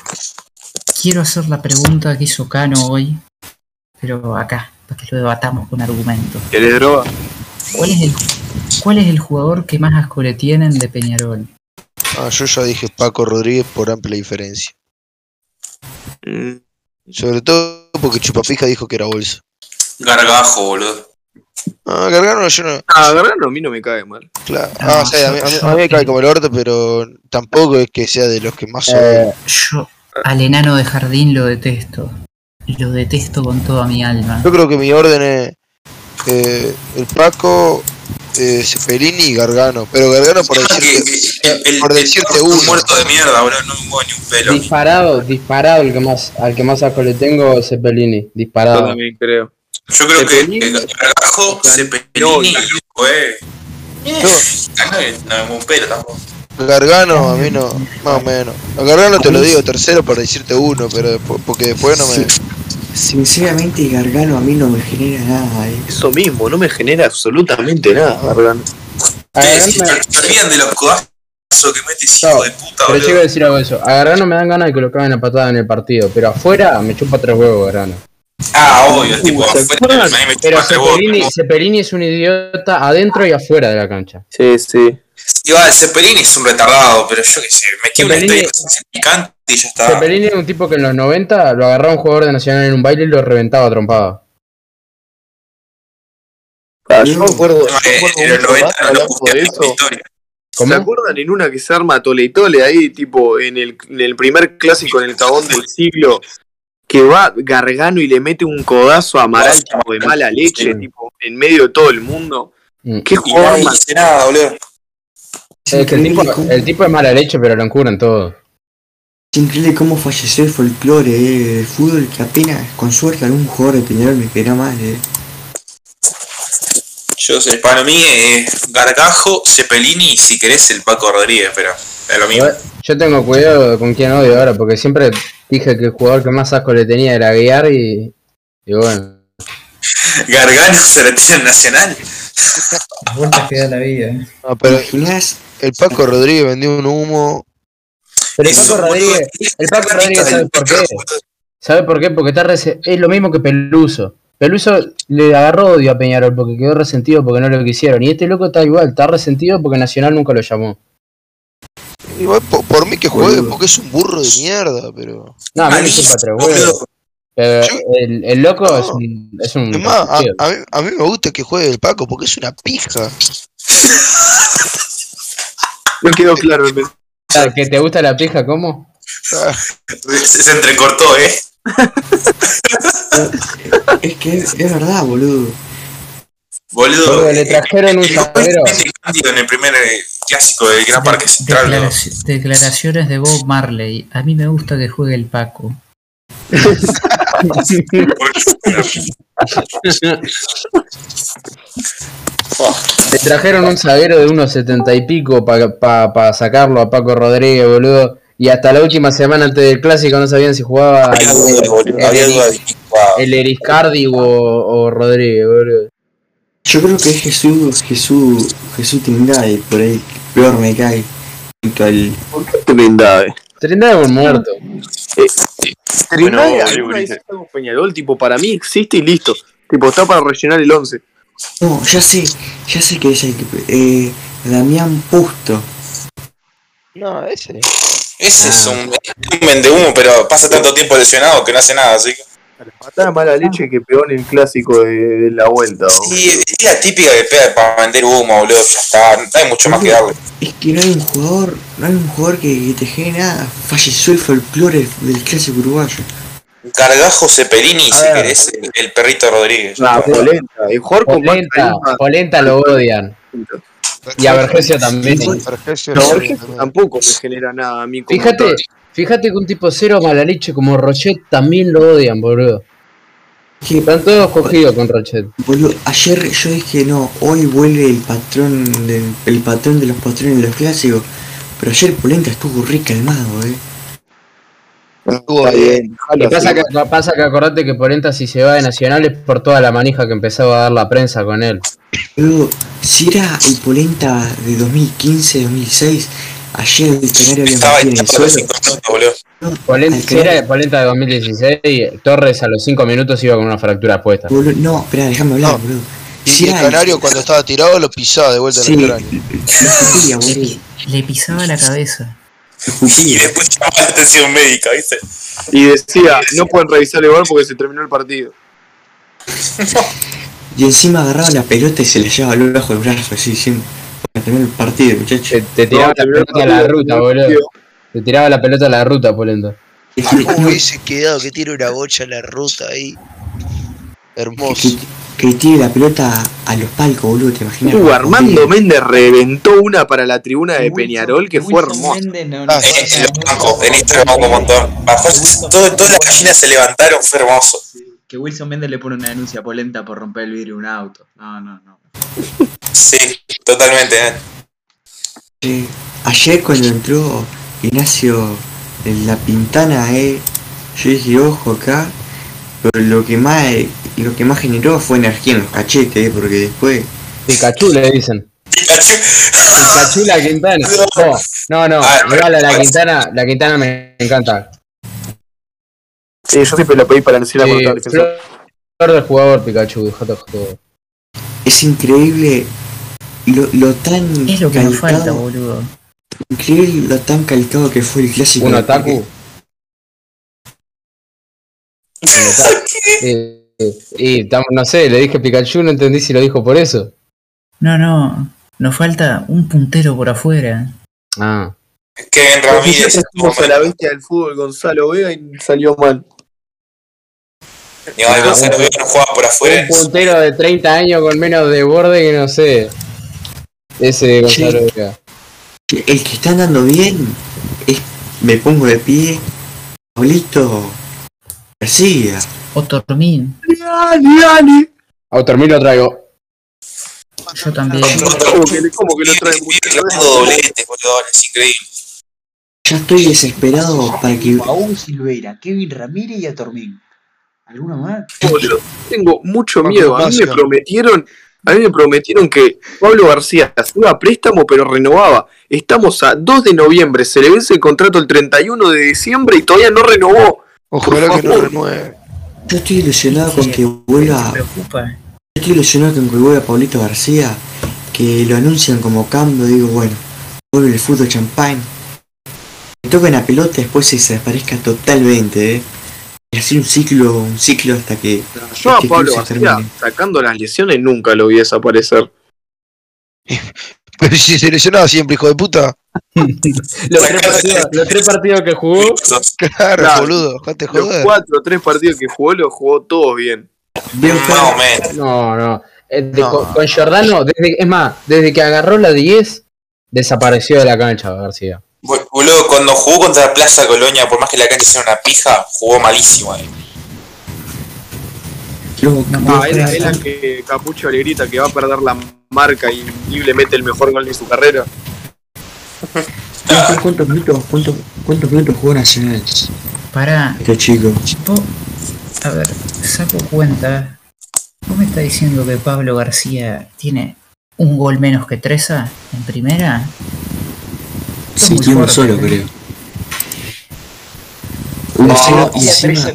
Speaker 4: quiero hacer la pregunta que hizo Cano hoy, pero acá, para que lo debatamos con argumentos.
Speaker 8: ¿Querés droga?
Speaker 4: ¿Cuál es el, cuál es el jugador que más asco le tienen de Peñarol?
Speaker 7: Ah, yo ya dije Paco Rodríguez por amplia diferencia. Sobre todo porque Chupapija dijo que era bolsa.
Speaker 2: Gargajo, boludo.
Speaker 7: Ah, Gargano yo no.
Speaker 8: Ah, Gargano a mí no me cae mal.
Speaker 7: Claro. Ah,
Speaker 4: Ah,
Speaker 7: sí, a mí, a mí- a mí me
Speaker 4: yo-
Speaker 7: cae como el orto, pero tampoco es que sea de los que más odio.
Speaker 3: Eh,
Speaker 4: Yo al enano de jardín lo detesto. Lo detesto con toda mi alma.
Speaker 7: Yo creo que mi orden es eh, el Paco, eh, Cepelini y Gargano. Pero Gargano por
Speaker 2: Que-
Speaker 7: decirte,
Speaker 2: que- Ah, el, el,
Speaker 7: por decirte
Speaker 2: el-
Speaker 7: uno.
Speaker 2: muerto de mierda, boludo. No me muevo ni un pelo.
Speaker 3: Disparado, disparado el que más, al que más asco le tengo es Cepelini,
Speaker 8: Yo
Speaker 3: disparado.
Speaker 8: también creo.
Speaker 2: Yo creo que,
Speaker 8: Cepelini.
Speaker 2: que Gargajo, Cepelini, Luco, eh. Eh, No me muevo un pelo tampoco.
Speaker 7: Gargano a mí no, más o menos. A Gargano te lo digo tercero por decirte uno, pero despu- porque después no me.
Speaker 9: Sinceramente, Gargano a mí no me genera nada. eh.
Speaker 8: Eso mismo, no me genera absolutamente nada, Gargano.
Speaker 3: A
Speaker 2: Eh,
Speaker 3: Gargano
Speaker 2: si
Speaker 3: me-
Speaker 2: se se olvidan de los codazos que mete ese hijo
Speaker 3: No,
Speaker 2: de puta,
Speaker 3: Pero llego a
Speaker 2: boludo.
Speaker 3: decir algo de eso. A Gargano me dan ganas de colocar una patada en el partido, pero afuera me chupa tres huevos Gargano.
Speaker 2: Ah, obvio, tipo,
Speaker 8: ¿se
Speaker 2: afuera
Speaker 8: acuerdan?
Speaker 2: del maíz me
Speaker 3: Pero
Speaker 2: chupaste vos.
Speaker 3: Cepelini, Cepelini es un idiota adentro y afuera de la cancha.
Speaker 8: Sí, sí.
Speaker 2: Igual, Cepelini es un retardado, pero yo qué sé, metí un
Speaker 3: Cepelini-
Speaker 2: estadio picante y ya está.
Speaker 3: Cepelini era un tipo que en los 90 lo agarraba un jugador de Nacional en un baile y lo reventaba trompado.
Speaker 8: Ah, yo me acuerdo, yo me
Speaker 2: Eh,
Speaker 8: acuerdo
Speaker 2: en los
Speaker 8: mucho
Speaker 2: 90
Speaker 8: más
Speaker 2: no lo
Speaker 8: hablando de
Speaker 2: putearon
Speaker 8: eso.
Speaker 2: victoria.
Speaker 8: ¿Se
Speaker 3: ¿Cómo?
Speaker 8: acuerdan en una que se arma Tole y Tole ahí, tipo, en el, en el primer clásico, en el cagón del siglo, que va Gargano y le mete un codazo a Amaral tipo, de mala leche,
Speaker 3: Sí.
Speaker 8: tipo, en medio de todo el mundo?
Speaker 3: Mm.
Speaker 8: ¿Qué
Speaker 2: Y no
Speaker 8: jugador más?
Speaker 2: dice nada, boludo.
Speaker 3: Es
Speaker 9: Es
Speaker 3: que el, tipo,
Speaker 9: increíble cómo-
Speaker 3: el tipo es mala leche, pero lo encubren todo.
Speaker 9: es increíble cómo falleció el folclore eh, del fútbol que apenas, con suerte, algún jugador de Peñarol me genera mal. eh.
Speaker 2: Yo sé, para mí es Gargajo, Cepelini y si querés el Paco Rodríguez, pero es lo mismo.
Speaker 3: Igual, Yo tengo cuidado con quién odio ahora, porque siempre dije que el jugador que más asco le tenía era Guiar y, y bueno.
Speaker 2: Gargano se retira en Nacional.
Speaker 4: Las vueltas que da la vida. eh.
Speaker 7: No, pero
Speaker 9: Imaginás,
Speaker 7: el Paco Rodríguez vendió un humo.
Speaker 3: Pero el
Speaker 2: Es un
Speaker 3: Paco Rodríguez, el Paco Rodríguez sabe por qué. ¿Sabe por qué? Porque está rese- es lo mismo que Peluso. Peluso le agarró odio a Peñarol porque quedó resentido porque no lo quisieron. Y este loco está igual, está resentido porque Nacional nunca lo llamó.
Speaker 7: Igual po- por, mí que juegue,
Speaker 9: Boludo.
Speaker 7: porque es un burro de mierda, pero.
Speaker 3: No, a mí me
Speaker 2: Malísimo,
Speaker 3: chupa tres
Speaker 2: boludo.
Speaker 3: huevos. Pero
Speaker 7: Yo-
Speaker 3: el, el loco
Speaker 7: No.
Speaker 3: es un. Es un
Speaker 7: Es más, ah. a,
Speaker 3: resentido.
Speaker 7: a mí, a mí me gusta que juegue el Paco porque es una pija.
Speaker 8: No quedó claro. el mensaje.
Speaker 3: Ah, ¿Que te gusta la pija? ¿Cómo?
Speaker 2: Se, se entrecortó, ¿eh?
Speaker 9: es que es, es verdad, boludo.
Speaker 2: Boludo.
Speaker 3: Porque le trajeron un
Speaker 2: el gol que
Speaker 3: llavero.
Speaker 2: mete Cándido en el primer eh, clásico del Gran Parque Central. ¿no?
Speaker 4: Declaraci- declaraciones de Bob Marley. A mí me gusta que juegue el Paco.
Speaker 3: Le trajeron un zaguero de unos setenta y pico para sacarlo a Paco Rodríguez, boludo. Y hasta la última semana antes del clásico no sabían si jugaba
Speaker 2: Había dudas, boludo, había dudas de quién jugaba.
Speaker 3: el Eriscardi o, o Rodríguez, boludo.
Speaker 9: Yo creo que es Jesús, Jesús, Jesús Tindade, por ahí, que peor me cae. que al-
Speaker 8: ¿Por qué eh. Trindade?
Speaker 3: Trindade es un muerto.
Speaker 8: Trindade
Speaker 6: Bueno,
Speaker 8: alguna vez
Speaker 6: Ulises.
Speaker 8: hizo algo Peñarol, tipo, para mí existe y listo. Tipo, está para rellenar el 11.
Speaker 9: No, ya sé, ya sé que es el que. Eh, Damián Pusto.
Speaker 7: No, ese.
Speaker 2: Ah. Ese es un, un vende humo, pero pasa tanto tiempo lesionado que no hace nada, así que.
Speaker 8: Patada mala leche que pegó en el clásico de, de la vuelta. boludo.
Speaker 2: Sí, es la típica que pega para vender humo, boludo. Ya está, no hay mucho más que darle.
Speaker 9: Es que no hay un jugador, no hay un jugador que, que te genere nada. Falleció el folclore del clásico uruguayo.
Speaker 2: Cargajo Cepelini, si
Speaker 8: ver.
Speaker 2: querés, el, el perrito Rodríguez.
Speaker 8: Nah, polenta. El jugador con más
Speaker 3: Polenta,
Speaker 8: carisma-
Speaker 3: Polenta lo odian. Y a Vergesio también.
Speaker 7: Vergesio
Speaker 8: No,
Speaker 7: no,
Speaker 8: Borges tampoco me genera nada a mí. como
Speaker 3: Fíjate,
Speaker 8: tal.
Speaker 3: fíjate que un tipo cero mala leche como Rochet también lo odian, boludo.
Speaker 9: Que,
Speaker 3: Están todos cogidos con Rochet.
Speaker 9: boludo, ayer yo dije no, hoy vuelve el patrón del, el patrón de los patrones de los clásicos. Pero ayer Polenta estuvo re calmado, eh.
Speaker 7: estuvo bien.
Speaker 3: Y
Speaker 8: Dejalo
Speaker 3: pasa
Speaker 8: así.
Speaker 3: que, pasa que acordate que Polenta si se va de Nacional es por toda la manija que empezaba a dar la prensa con él.
Speaker 9: Boludo, si era el Polenta de 2015-2006, ayer el canario había
Speaker 2: Estaba ahí
Speaker 9: metido en el
Speaker 2: por los
Speaker 9: suelo.
Speaker 2: cinco minutos, boludo.
Speaker 3: Polenta,
Speaker 9: Al
Speaker 3: si era de Polenta de 2016, Torres a los 5 minutos iba con una fractura puesta.
Speaker 9: Boludo, no, espera, déjame hablar,
Speaker 7: No.
Speaker 9: boludo.
Speaker 7: Y
Speaker 9: Si
Speaker 7: el
Speaker 9: era
Speaker 7: canario cuando estaba tirado lo pisaba de vuelta
Speaker 9: Sí,
Speaker 7: en
Speaker 9: lo
Speaker 7: el cráneo.
Speaker 9: escupía, boludo.
Speaker 4: Le pisaba la cabeza.
Speaker 9: Lo
Speaker 2: Y
Speaker 9: escupía.
Speaker 2: después llamaba la atención médica, ¿viste?
Speaker 8: Y decía, no pueden revisar el gol porque se terminó el partido.
Speaker 9: Y encima agarraba la pelota y se la llevaba al bajo del brazo, así diciendo. Para terminar el partido, muchacho.
Speaker 7: Ah,
Speaker 3: Te, te tiraba la pelota a la ruta, boludo. Te tiraba la pelota a la ruta, Polenta.
Speaker 7: ¿Cómo hubiese quedado que tiene una bocha en la ruta ahí? Hermoso.
Speaker 9: Que, que tire la pelota a los palcos, boludo, te imaginas.
Speaker 8: Uh, Armando Méndez reventó una para la tribuna de Peñarol que fue
Speaker 5: Wilson
Speaker 8: hermosa.
Speaker 5: Méndez no-
Speaker 7: Ah,
Speaker 2: En este lo banco, en este lo banco un montón. Bajó, todo- todas las gallinas se levantaron, fue hermoso.
Speaker 5: Que Wilson Méndez le pone una denuncia a polenta por romper el vidrio de un auto. No, no, no.
Speaker 2: Sí, totalmente. ¿eh?
Speaker 9: Eh, Ayer cuando entró Ignacio en la pintana, eh, yo dije, ojo acá, pero lo que más eh, lo que más generó fue energía en los cachetes, eh, porque después
Speaker 3: Pikachu le dicen. Pikachu la Quintana. Oh, no, no,
Speaker 2: Ah,
Speaker 3: igual a la Quintana, la Quintana me encanta.
Speaker 8: Sí, yo siempre lo pedí para la
Speaker 3: Sí,
Speaker 8: contra el defensor.
Speaker 3: flor Eh, flor del jugador Pikachu, JJ.
Speaker 9: es increíble lo, lo tan
Speaker 4: Es lo que nos falta, boludo.
Speaker 9: increíble lo tan calcado que fue el clásico.
Speaker 3: Un
Speaker 9: porque
Speaker 3: otaku. Y, eh, y tam- no sé, le dije Pikachu, no entendí si lo dijo por eso.
Speaker 4: No, no. Nos falta un puntero por afuera.
Speaker 3: Ah,
Speaker 2: Kevin Ramírez.
Speaker 8: Fuimos a la bestia del fútbol Gonzalo Vega y salió mal.
Speaker 2: Ni a Gonzalo Vega no jugaba por afuera.
Speaker 3: un puntero de 30 años con menos de borde que no sé. Ese de Gonzalo Vega.
Speaker 9: El que está andando bien, es, me pongo de pie, Pablito García.
Speaker 4: Otormin.
Speaker 3: Autormil Oh, lo traigo.
Speaker 4: Yo también.
Speaker 8: ¿Cómo "Oh, que, cómo que lo trae mucho?
Speaker 2: Clavando dobletes, boludo, es increíble.
Speaker 9: Ya estoy desesperado para que
Speaker 5: Paul Silveira, Kevin Ramírez y a Tormín. ¿Alguno más?
Speaker 8: Yo tengo mucho
Speaker 7: Con
Speaker 8: miedo. A mí me
Speaker 7: Ignacio.
Speaker 8: prometieron, a mí me prometieron que Pablo García se iba a préstamo pero renovaba. Estamos a 2 de noviembre, se le vence el contrato el 31 de diciembre y todavía no renovó.
Speaker 7: Ojalá que no
Speaker 8: Por favor.
Speaker 7: renueve.
Speaker 9: Yo estoy ilusionado
Speaker 4: Sí.
Speaker 9: con que vuelva.
Speaker 4: Me preocupa.
Speaker 9: yo Estoy ilusionado con que vuelva Pablito García, que lo anuncian como cambio, digo bueno, vuelve el fútbol champagne. Me toca la pelota después se desaparezca totalmente, eh. Y así un ciclo, un ciclo hasta que.
Speaker 8: Yo a
Speaker 9: que
Speaker 8: Pablo
Speaker 9: se
Speaker 8: García,
Speaker 9: termine.
Speaker 8: sacando las lesiones, nunca lo vi desaparecer.
Speaker 7: Pero si se lesionaba siempre, hijo de puta.
Speaker 3: Los tres partidos, los tres partidos que jugó.
Speaker 7: Claro,
Speaker 8: Claro.
Speaker 7: boludo, dejate
Speaker 8: Los
Speaker 7: joder.
Speaker 8: cuatro o tres partidos que jugó, los jugó todos bien.
Speaker 9: Veo
Speaker 2: Más
Speaker 9: cada-
Speaker 2: o menos.
Speaker 3: No, no. Eh, de-
Speaker 7: No.
Speaker 3: Con, con Giordano, desde, es más, desde que agarró la 10, desapareció de la cancha García.
Speaker 2: Bu- Boludo, cuando jugó contra Plaza Colonia, por más que la cancha sea una pija, jugó malísimo. eh.
Speaker 9: luego-
Speaker 4: No,
Speaker 9: veo
Speaker 8: Ah, es la,
Speaker 9: cada-
Speaker 8: es la que Capucho le grita que va a perder la marca y, y le mete el mejor gol de su carrera.
Speaker 9: veo cada ¿Cuántos minutos, cuántos, cuántos minutos jugó Nacional?
Speaker 4: Pará.
Speaker 9: Este chico.
Speaker 4: Vos- a ver, saco cuenta. ¿Vos me estás diciendo que Pablo García tiene un gol menos que Treza en primera?
Speaker 9: Sí,
Speaker 4: muy
Speaker 9: tiene uno
Speaker 4: fuerte,
Speaker 9: solo,
Speaker 4: eh.
Speaker 9: creo. Uno solo y encima,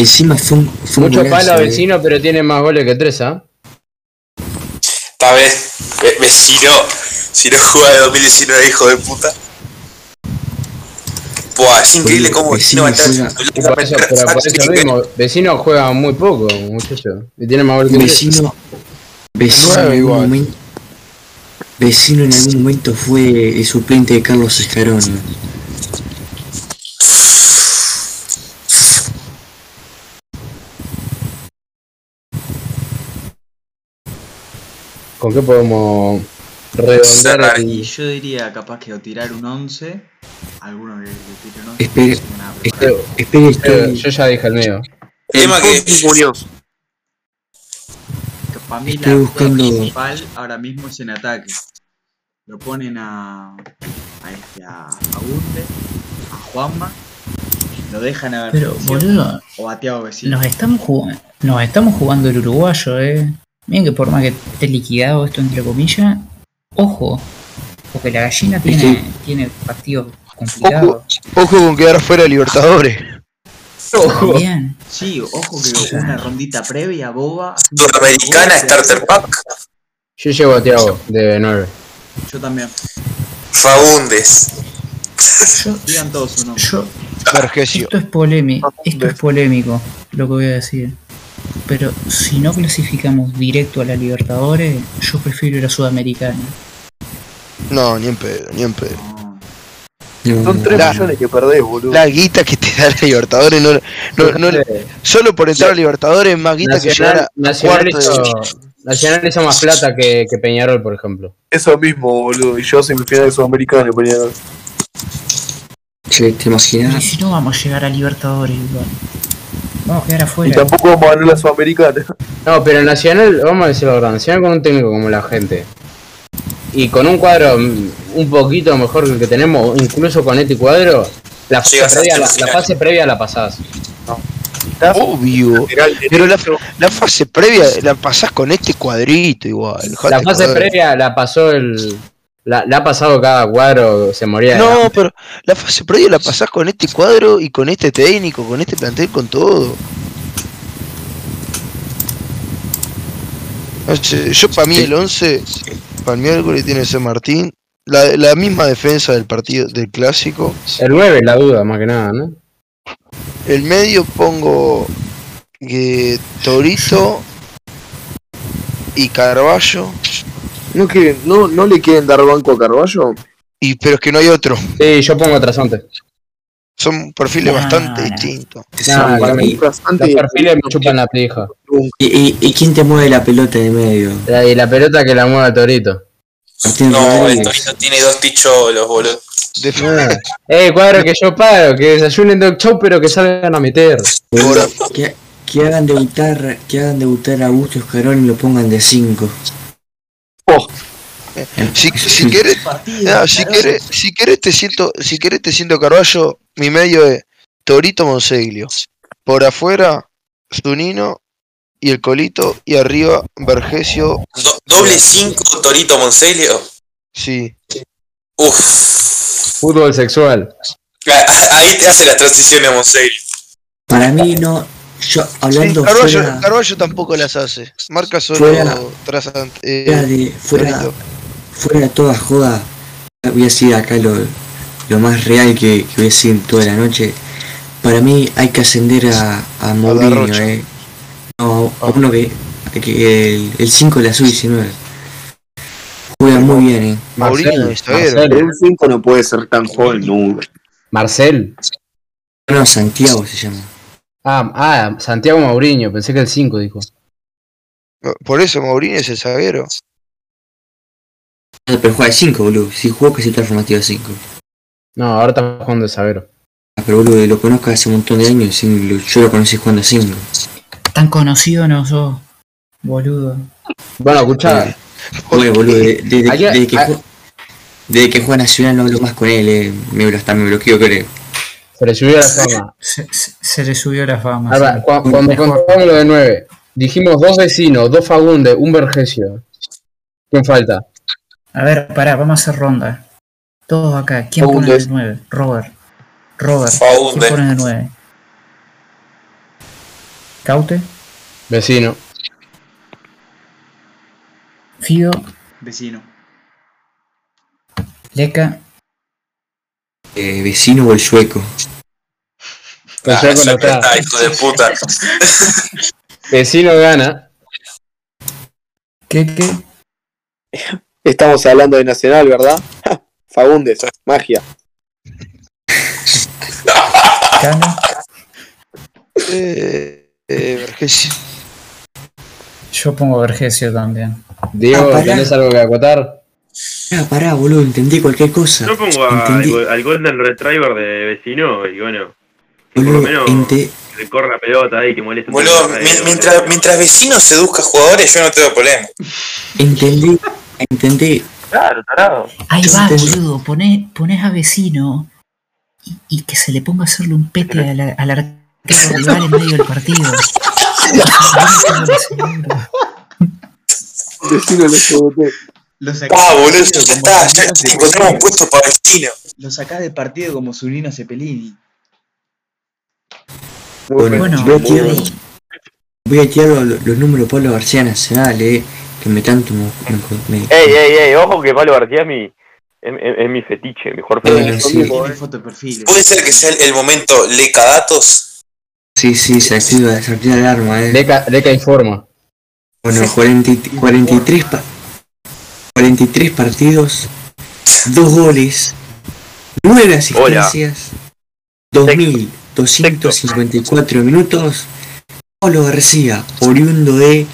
Speaker 9: encima fue un, fue un
Speaker 3: Mucho
Speaker 9: golazo,
Speaker 3: palo
Speaker 9: eh.
Speaker 3: vecino, pero tiene más goles que tres, ¿ah?
Speaker 2: Esta vez, ve- ve- si no, si no jugaba de 2019, hijo de puta. Buah, es increíble
Speaker 9: Boludo,
Speaker 2: cómo vecino
Speaker 9: vecino
Speaker 2: va a estar
Speaker 9: juega-
Speaker 2: absolutamente
Speaker 3: Y por eso, pero por ese ritmo, vecino juega muy poco, muchacho. Y tiene más gol que
Speaker 9: Vecino. Vecino en
Speaker 7: Nueve
Speaker 9: algún
Speaker 7: igual.
Speaker 9: momento. Vecino en algún momento fue el suplente de Carlos Escarón.
Speaker 3: ¿Con qué podemos redondear?
Speaker 2: Cerrar.
Speaker 3: el-
Speaker 5: Y yo diría capaz que o tirar un 11, alguno que, que tire un 11.
Speaker 9: Espere,
Speaker 5: es una
Speaker 9: Este,
Speaker 5: preparada.
Speaker 7: Eh,
Speaker 9: espere,
Speaker 3: Yo,
Speaker 9: estoy,
Speaker 3: yo ya dije el mío.
Speaker 2: Tema que
Speaker 7: murió.
Speaker 5: Que Para mí la
Speaker 9: estoy buscando-
Speaker 5: duda principal ahora mismo es en ataque. Lo ponen a, a este, a Fagunde, a Juanma, lo dejan a
Speaker 4: Pero,
Speaker 5: Vecino
Speaker 4: boludo,
Speaker 5: o a Tiago Vecino.
Speaker 4: nos estamos jugando, nos estamos jugando el uruguayo, eh. Miren que por más que esté liquidado esto entre comillas, ojo, porque la gallina tiene, tiene partidos complicados.
Speaker 7: Ojo, ojo con quedar afuera de Libertadores.
Speaker 4: También.
Speaker 5: Sí, ojo que una rondita previa, boba.
Speaker 2: Sudamericana, Starter Pack,
Speaker 3: Yo llevo a Tiago de 9.
Speaker 5: Yo también.
Speaker 2: Fagundes.
Speaker 4: Yo,
Speaker 5: Digan todos su nombre.
Speaker 4: yo-
Speaker 7: Vergesio.
Speaker 4: esto es polémico, esto es polémico, lo que voy a decir. Pero si no clasificamos directo a la Libertadores, yo prefiero ir a Sudamericana.
Speaker 7: No, ni en pedo, ni en pedo.
Speaker 5: No,
Speaker 8: Son 3
Speaker 7: La-
Speaker 8: millones que perdés, boludo.
Speaker 7: La guita que te da la Libertadores no, no, no- solo por entrar a Libertadores es más guita que llegar
Speaker 3: Nacional,
Speaker 7: a
Speaker 3: Nacional,
Speaker 7: cuarto de-
Speaker 3: hizo, Nacional hizo más plata que, que Peñarol, por ejemplo.
Speaker 8: Eso mismo, boludo. Y yo semifinal de Sudamericana le ponía.
Speaker 9: che, ¿te
Speaker 4: Y
Speaker 9: imaginas?
Speaker 4: si no vamos a llegar a Libertadores igual. Vamos a quedar
Speaker 8: Y
Speaker 4: afuera.
Speaker 8: tampoco vamos a ganar la Sudamericana.
Speaker 3: No, pero Nacional, vamos a decirlo la verdad, Nacional con un técnico como la gente. Y con un cuadro mm, un poquito mejor que el que tenemos, incluso con este cuadro, la fase,
Speaker 2: Llegas a
Speaker 3: previa, la,
Speaker 2: semifinal.
Speaker 3: la fase previa la pasás.
Speaker 7: Obvio.
Speaker 8: Lateral
Speaker 7: Pero la, la fase previa la pasás con este cuadrito igual.
Speaker 3: La
Speaker 7: dejate
Speaker 3: fase
Speaker 7: joder.
Speaker 3: previa la pasó el. La, la ha pasado cada cuadro, se moría. de
Speaker 7: No,
Speaker 3: hambre.
Speaker 7: pero la fase previa la pasás con este cuadro y con este técnico, con este plantel, con todo. No sé, Ah, Yo para mí el 11, para el miércoles tiene que ser Martín. La, la misma defensa del partido del clásico.
Speaker 3: El 9, la duda, más que nada, ¿no?
Speaker 7: El medio pongo eh, Torito y Carballo.
Speaker 8: ¿No, quieren- no, ¿No le quieren dar banco a Carballo?
Speaker 7: Y, pero es que no hay otro.
Speaker 3: Sí, yo pongo trasante.
Speaker 7: Son perfiles
Speaker 4: No,
Speaker 7: bastante
Speaker 4: no, no.
Speaker 7: distintos.
Speaker 3: Nah, para mí,
Speaker 9: y,
Speaker 3: Los
Speaker 8: Bastante.
Speaker 3: perfiles me chupan la pija.
Speaker 9: y- y quién te mueve la pelota de medio?
Speaker 3: La- Y la pelota que la mueva el torito.
Speaker 9: Martín
Speaker 2: No, el
Speaker 9: Rodríguez.
Speaker 2: Torito tiene dos ticholos, boludo.
Speaker 7: Def-
Speaker 3: Eh, cuadro que yo paro, que desayunen dog show, pero que salgan a meter.
Speaker 7: Ahora,
Speaker 9: Que, que hagan debutar, que hagan debutar a Augusto Escarón y lo pongan de 5.
Speaker 7: si, si querés, ah, si querés, si querés te siento, si querés te siento Carballo, mi medio es Torito Monseglio. Por afuera, Zunino y el Colito, y arriba Vergesio,
Speaker 2: Do- doble 5 Torito Moncelio.
Speaker 7: sí.
Speaker 2: Uf.
Speaker 3: Fútbol sexual.
Speaker 2: Ah, Ahí te hace las transiciones Moncelio.
Speaker 9: Para mí no, yo hablando
Speaker 7: Sí, Carballo,
Speaker 9: fuera,
Speaker 7: Carballo tampoco las hace. Marca solo
Speaker 9: Fuera.
Speaker 7: tras eh,
Speaker 9: fuera de fuera,
Speaker 7: Torito.
Speaker 9: fuera de toda joda, voy a decir acá lo, lo más real que, que voy a decir en toda la noche. Para mí hay que ascender a, a Mourinho,
Speaker 7: Garrocho.
Speaker 9: eh. No, a uno que, a que el- el 5 de la sub-19. Juega muy bien, eh.
Speaker 7: Mourinho,
Speaker 3: Marcel,
Speaker 7: Instagram.
Speaker 3: Marcel,
Speaker 8: El 5 no puede ser tan joven nunca.
Speaker 3: Marcel.
Speaker 9: No, Santiago se llama.
Speaker 3: Ah, ah, Santiago Mauriño, pensé que el 5 dijo.
Speaker 7: Por eso Mourinho es el zaguero.
Speaker 9: Ah, Pero juega de 5, boludo. Si jugó casi toda la formativa de 5.
Speaker 3: No, ahora está jugando de Sabero.
Speaker 9: Ah, Pero boludo, lo conozco hace un montón de años. sin- lo- Yo lo conocí jugando a 5.
Speaker 4: Tan conocido no sos, boludo.
Speaker 3: Bueno,
Speaker 9: Eh,
Speaker 3: escuchá,
Speaker 9: Oye, boludo, de- de- de-
Speaker 3: Ayer-
Speaker 9: desde, que
Speaker 3: a-
Speaker 9: jue- desde que juega Nacional no hablo más con él, eh. me, blo- hasta me bloqueo, creo.
Speaker 3: se le subió la fama.
Speaker 4: Se, se- se le subió la fama.
Speaker 3: Ahora,
Speaker 4: sí.
Speaker 3: cu- cuando contamos lo de 9, dijimos dos vecinos, dos Fagundes, un Vergesio. ¿Quién falta?
Speaker 4: A ver, pará, vamos a hacer ronda. Todos acá. ¿Quién pone
Speaker 8: Fagundes.
Speaker 4: el 9? Robert. Robert.
Speaker 2: Fagundes.
Speaker 4: ¿Quién pone el 9? Caute,
Speaker 3: Vecino.
Speaker 4: Fido,
Speaker 5: Vecino.
Speaker 4: Leca,
Speaker 9: eh, vecino o el sueco.
Speaker 8: Ah,
Speaker 3: Con Sueco no
Speaker 2: siempre
Speaker 3: está.
Speaker 2: Ah, está, hijo de puta.
Speaker 3: Vecino gana.
Speaker 4: ¿Qué, qué?
Speaker 8: Estamos hablando de Nacional, ¿verdad? Fagundes, magia.
Speaker 4: ¿Cana?
Speaker 7: Eh, eh, Vergesio.
Speaker 4: Yo pongo Vergesio también.
Speaker 3: Diego,
Speaker 9: Ah, pará.
Speaker 3: ¿tenés algo que acotar?
Speaker 9: Ah, pará, boludo, entendí cualquier cosa.
Speaker 6: Yo pongo a- al,
Speaker 9: entendí,
Speaker 6: go- al Golden Retriever de vecino y bueno, por lo
Speaker 9: boludo,
Speaker 6: menos
Speaker 9: ente-
Speaker 6: que le corra la pelota ahí, que moleste. un
Speaker 2: Boludo,
Speaker 6: poco,
Speaker 2: mi-
Speaker 6: eh,
Speaker 2: mientras, mientras vecino seduzca jugadores, yo no tengo problema.
Speaker 9: entendí, entendí.
Speaker 6: Claro, tarado.
Speaker 4: Ahí va,
Speaker 9: Este-
Speaker 4: boludo. Ponés, ponés a vecino y, y que se le ponga a hacerle un pete al, al arquero rival en medio del partido.
Speaker 8: Decirle los CBT.
Speaker 5: Lo sacás
Speaker 2: Ah,
Speaker 5: del
Speaker 2: boludo, ya
Speaker 5: partido como
Speaker 2: está, ya pues.
Speaker 5: Zunino
Speaker 2: te
Speaker 5: Cepelini.
Speaker 2: encontramos un puesto para vecino.
Speaker 5: Lo sacás del partido como Zunino Cepelini.
Speaker 9: Bueno,
Speaker 4: Bueno,
Speaker 9: voy a tirar,
Speaker 4: ahí.
Speaker 9: voy a tirar los, los números Pablo García Nacional, eh. Que me tanto me. me, me-
Speaker 6: Ey, ey, ey, ojo que Pablo Bartiami es, es, es mi fetiche, mejor
Speaker 9: Bueno,
Speaker 6: fetiche.
Speaker 9: Eh, sí,
Speaker 5: Tiene
Speaker 2: eh.
Speaker 5: foto de perfil.
Speaker 2: ¿Puede ser que sea el, el momento leca datos?
Speaker 9: sí, sí, se activa, se activa el arma, eh.
Speaker 3: Leca, Leca informa.
Speaker 9: Bueno, 40 y- 43, pa- 43 partidos, 2 goles, 9 asistencias, 2.254 minutos. Pablo García, oriundo de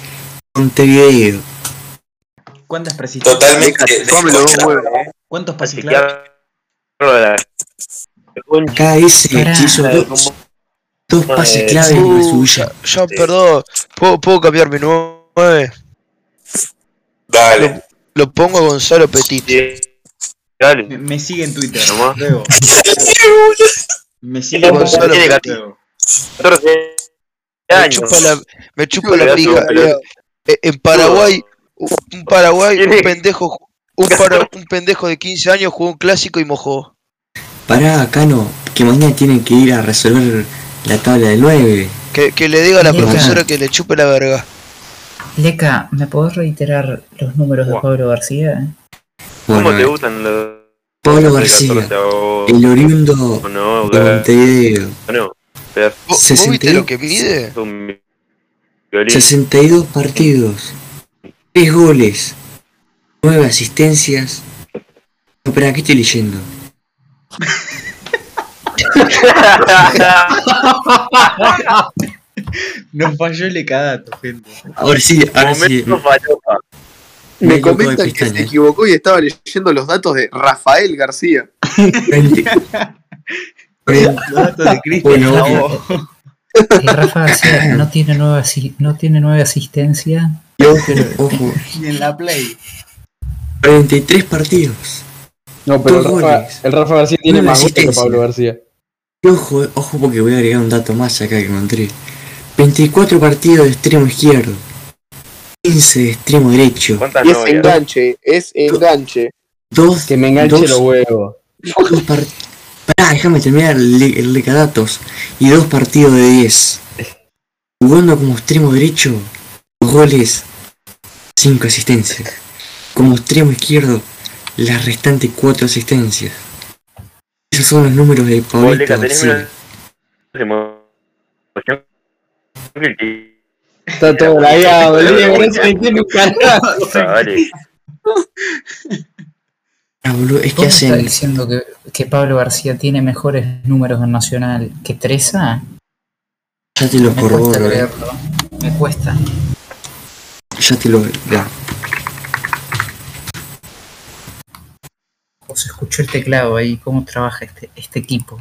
Speaker 9: Montevideo.
Speaker 5: ¿Cuántas precisiones?
Speaker 2: Totalmente
Speaker 8: Come los dos
Speaker 2: desconchado.
Speaker 8: huevos, ¿eh?
Speaker 5: ¿Cuántos
Speaker 6: Así
Speaker 5: pases
Speaker 6: que
Speaker 5: claros?
Speaker 6: hablo de la-
Speaker 9: Acá ese
Speaker 4: Pará.
Speaker 9: que hizo dos, dos
Speaker 6: Eh,
Speaker 9: pases clave en la
Speaker 7: Uh,
Speaker 9: suya.
Speaker 7: ya, ya, perdón. ¿Puedo, puedo cambiar mi 9?
Speaker 2: Dale.
Speaker 7: Lo pongo a Gonzalo Petit.
Speaker 5: Me,
Speaker 6: Dale.
Speaker 5: me sigue en Twitter.
Speaker 6: Nomás.
Speaker 5: Luego. Me sigue en
Speaker 7: Gonzalo
Speaker 5: Twitter.
Speaker 7: Pérez.
Speaker 5: luego.
Speaker 6: 14
Speaker 7: Me
Speaker 6: años.
Speaker 7: chupa la, me chupa
Speaker 6: Pedazo
Speaker 7: la
Speaker 6: de
Speaker 7: pija.
Speaker 6: pelota.
Speaker 7: Eh, En Paraguay, un un Paraguay,
Speaker 6: Tiene-
Speaker 7: un pendejo, un, para- un pendejo de 15 años jugó un clásico y mojó.
Speaker 9: Pará, Cano, que mañana tienen que ir a resolver la tabla del 9.
Speaker 7: Que, que le diga a la
Speaker 4: Mira.
Speaker 7: profesora que le chupe la verga.
Speaker 4: Leca, ¿me podés reiterar los números de
Speaker 6: Buah.
Speaker 4: Pablo García?
Speaker 6: ¿Cómo
Speaker 9: Bueno,
Speaker 6: te
Speaker 9: eh,
Speaker 6: gustan los.
Speaker 9: Pablo García,
Speaker 6: 14 o-
Speaker 9: el oriundo
Speaker 6: No, ah,
Speaker 9: de Montevideo.
Speaker 6: no.
Speaker 7: ¿Vos, vos viste
Speaker 9: 62.
Speaker 7: lo que mide?
Speaker 6: Es un violín.
Speaker 9: 62 partidos, 3 goles, 9 asistencias. No, espera, ¿qué estoy leyendo?
Speaker 6: Ah,
Speaker 5: Nos falló el ecadato, gente.
Speaker 9: Ahora sí, ahora sí. ¿eh?
Speaker 6: Momento falopa.
Speaker 9: Me
Speaker 8: Me
Speaker 9: equivocó de
Speaker 8: comentan que
Speaker 9: pistaña.
Speaker 8: se equivocó y estaba leyendo los datos de Rafael García.
Speaker 9: 20.
Speaker 5: Los datos de Cristian
Speaker 9: Bueno,
Speaker 5: Nabo.
Speaker 4: Y Eh, Rafa García no tiene nueva, asi- no tiene nueva asistencia.
Speaker 9: Ojo,
Speaker 5: Y en la Play.
Speaker 9: 43 partidos.
Speaker 3: No, pero el
Speaker 9: Dos
Speaker 3: Rafa,
Speaker 9: goles.
Speaker 3: el Rafa García tiene
Speaker 9: Una
Speaker 3: más goles que
Speaker 9: asistencia.
Speaker 3: Pablo García.
Speaker 9: Y Ojo, ojo porque voy a agregar un dato más acá que encontré. 24 partidos de extremo izquierdo, 15 de extremo derecho,
Speaker 6: ¿Cuántas
Speaker 8: Y es
Speaker 6: novias?
Speaker 8: enganche, es enganche.
Speaker 9: 2
Speaker 3: Que me enganche los huevos.
Speaker 9: Dos par- Pará, déjame terminar el, le- el lecadatos. Y dos partidos de 10. Jugando como extremo derecho, dos goles, cinco asistencias. Como extremo izquierdo, las restantes cuatro asistencias. Esos son los números de
Speaker 6: Vos,
Speaker 9: Pablito
Speaker 6: Leca, tenés
Speaker 9: García.
Speaker 6: una emoción que- que-
Speaker 3: Está todo lagueado, Diego. No se entiende un carajo.
Speaker 6: Dale.
Speaker 9: Ah, boludo, es que
Speaker 4: ¿Cómo está
Speaker 9: hacen.
Speaker 4: diciendo que, que Pablo García tiene mejores números en Nacional que Treza?
Speaker 9: Ya te lo
Speaker 4: Me cuesta
Speaker 9: corroboro, eh.
Speaker 4: creerlo. Me cuesta.
Speaker 9: Ya te lo. ya.
Speaker 4: Os escuchó el teclado ahí, cómo trabaja este, este equipo.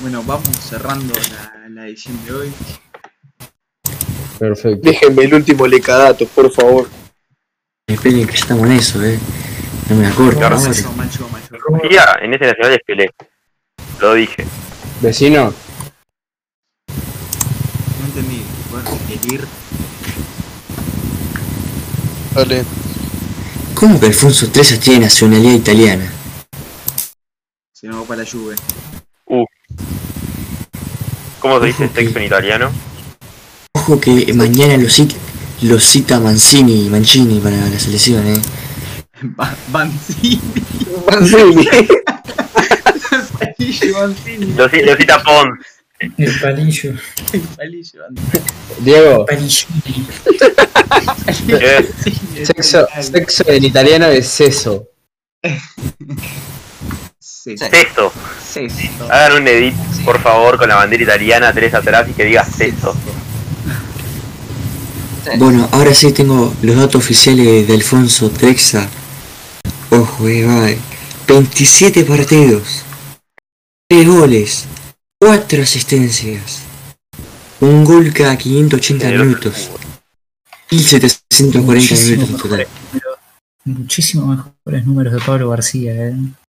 Speaker 5: Bueno, vamos cerrando la, la edición de hoy.
Speaker 3: Perfecto.
Speaker 8: Déjenme el último lecadato, por favor.
Speaker 9: Esperen que ya estamos en eso, eh. No me acuerdo.
Speaker 6: Claro,
Speaker 9: ahora.
Speaker 5: Macho, macho, macho.
Speaker 6: García en este nacional es Pelé. Lo dije.
Speaker 3: Vecino,
Speaker 5: No entendí. Bueno, el ir.
Speaker 7: Dale.
Speaker 9: ¿Cómo que Alfonso Treza tiene nacionalidad italiana?
Speaker 5: Se nos va para la lluvia.
Speaker 6: ¿Cómo se dice
Speaker 9: Ojo,
Speaker 6: sexo
Speaker 9: que-
Speaker 6: en italiano?
Speaker 9: Ojo que mañana los cita, los cita Mancini, Mancini para la selección, eh.
Speaker 5: Banzini. palillo Banzini.
Speaker 8: Lo, ci- lo cita Pons.
Speaker 4: El palillo.
Speaker 5: El palillo Banzini.
Speaker 10: Diego,
Speaker 4: Palillo.
Speaker 8: Eh,
Speaker 5: Sí,
Speaker 10: sexo,
Speaker 5: es brutal.
Speaker 10: sexo en italiano es eso.
Speaker 5: Sí,
Speaker 8: Sexto.
Speaker 5: sexto.
Speaker 8: Hagan un edit, por favor, con la bandera italiana, tres atrás y que diga sexto.
Speaker 9: Bueno, ahora sí tengo los datos oficiales de Alfonso Trexa. Ojo, eh, va, eh. 27 partidos, 3 goles, 4 asistencias, un gol cada 580
Speaker 8: Pero-
Speaker 9: minutos, 1740 minutos en total.
Speaker 4: Muchísimo mejores números de Pablo García, eh.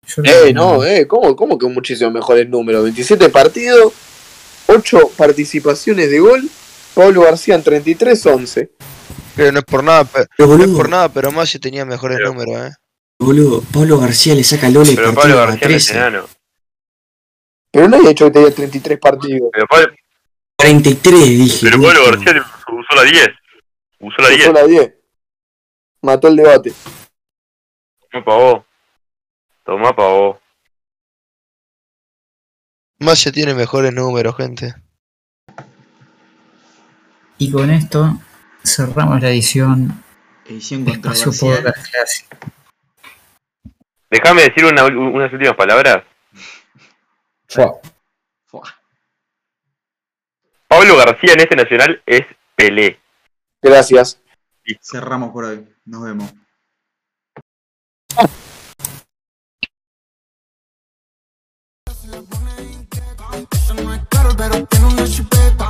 Speaker 4: Yo lo-
Speaker 3: Eh, no, eh, ¿cómo, cómo que muchísimo mejores números? 27 partidos, 8 participaciones de gol, Pablo García en 33, 11.
Speaker 7: Pero Eh, no es por nada, pero,
Speaker 9: Pero
Speaker 7: no es por
Speaker 9: boludo,
Speaker 7: nada, pero Masi tenía mejores
Speaker 8: Pero-
Speaker 7: números, eh.
Speaker 9: boludo, Pablo García le saca Lole
Speaker 8: Pero Pablo
Speaker 9: partido a
Speaker 8: García no es
Speaker 9: 13.
Speaker 8: enano.
Speaker 3: Pero no había hecho que tenía 33 partidos.
Speaker 8: Pero Pablo,
Speaker 9: 43 dije.
Speaker 8: pero Pablo
Speaker 9: loco.
Speaker 8: García usó la 10. Usó la 10.
Speaker 3: Pasó la 10. Mató el debate.
Speaker 8: Toma pa' vos. Toma pa' vos.
Speaker 7: Masi tiene mejores números, gente.
Speaker 4: Y con esto cerramos la edición
Speaker 5: Edición
Speaker 4: de Espacio
Speaker 5: controversial.
Speaker 4: Podcast Clásico.
Speaker 8: Déjame decir una ul- unas últimas palabras.
Speaker 10: Fua.
Speaker 5: Fua.
Speaker 8: Pablo García en este nacional es Pelé.
Speaker 3: Gracias.
Speaker 5: Cerramos por hoy. Nos vemos.
Speaker 11: Caro, pero tiene una chipeta.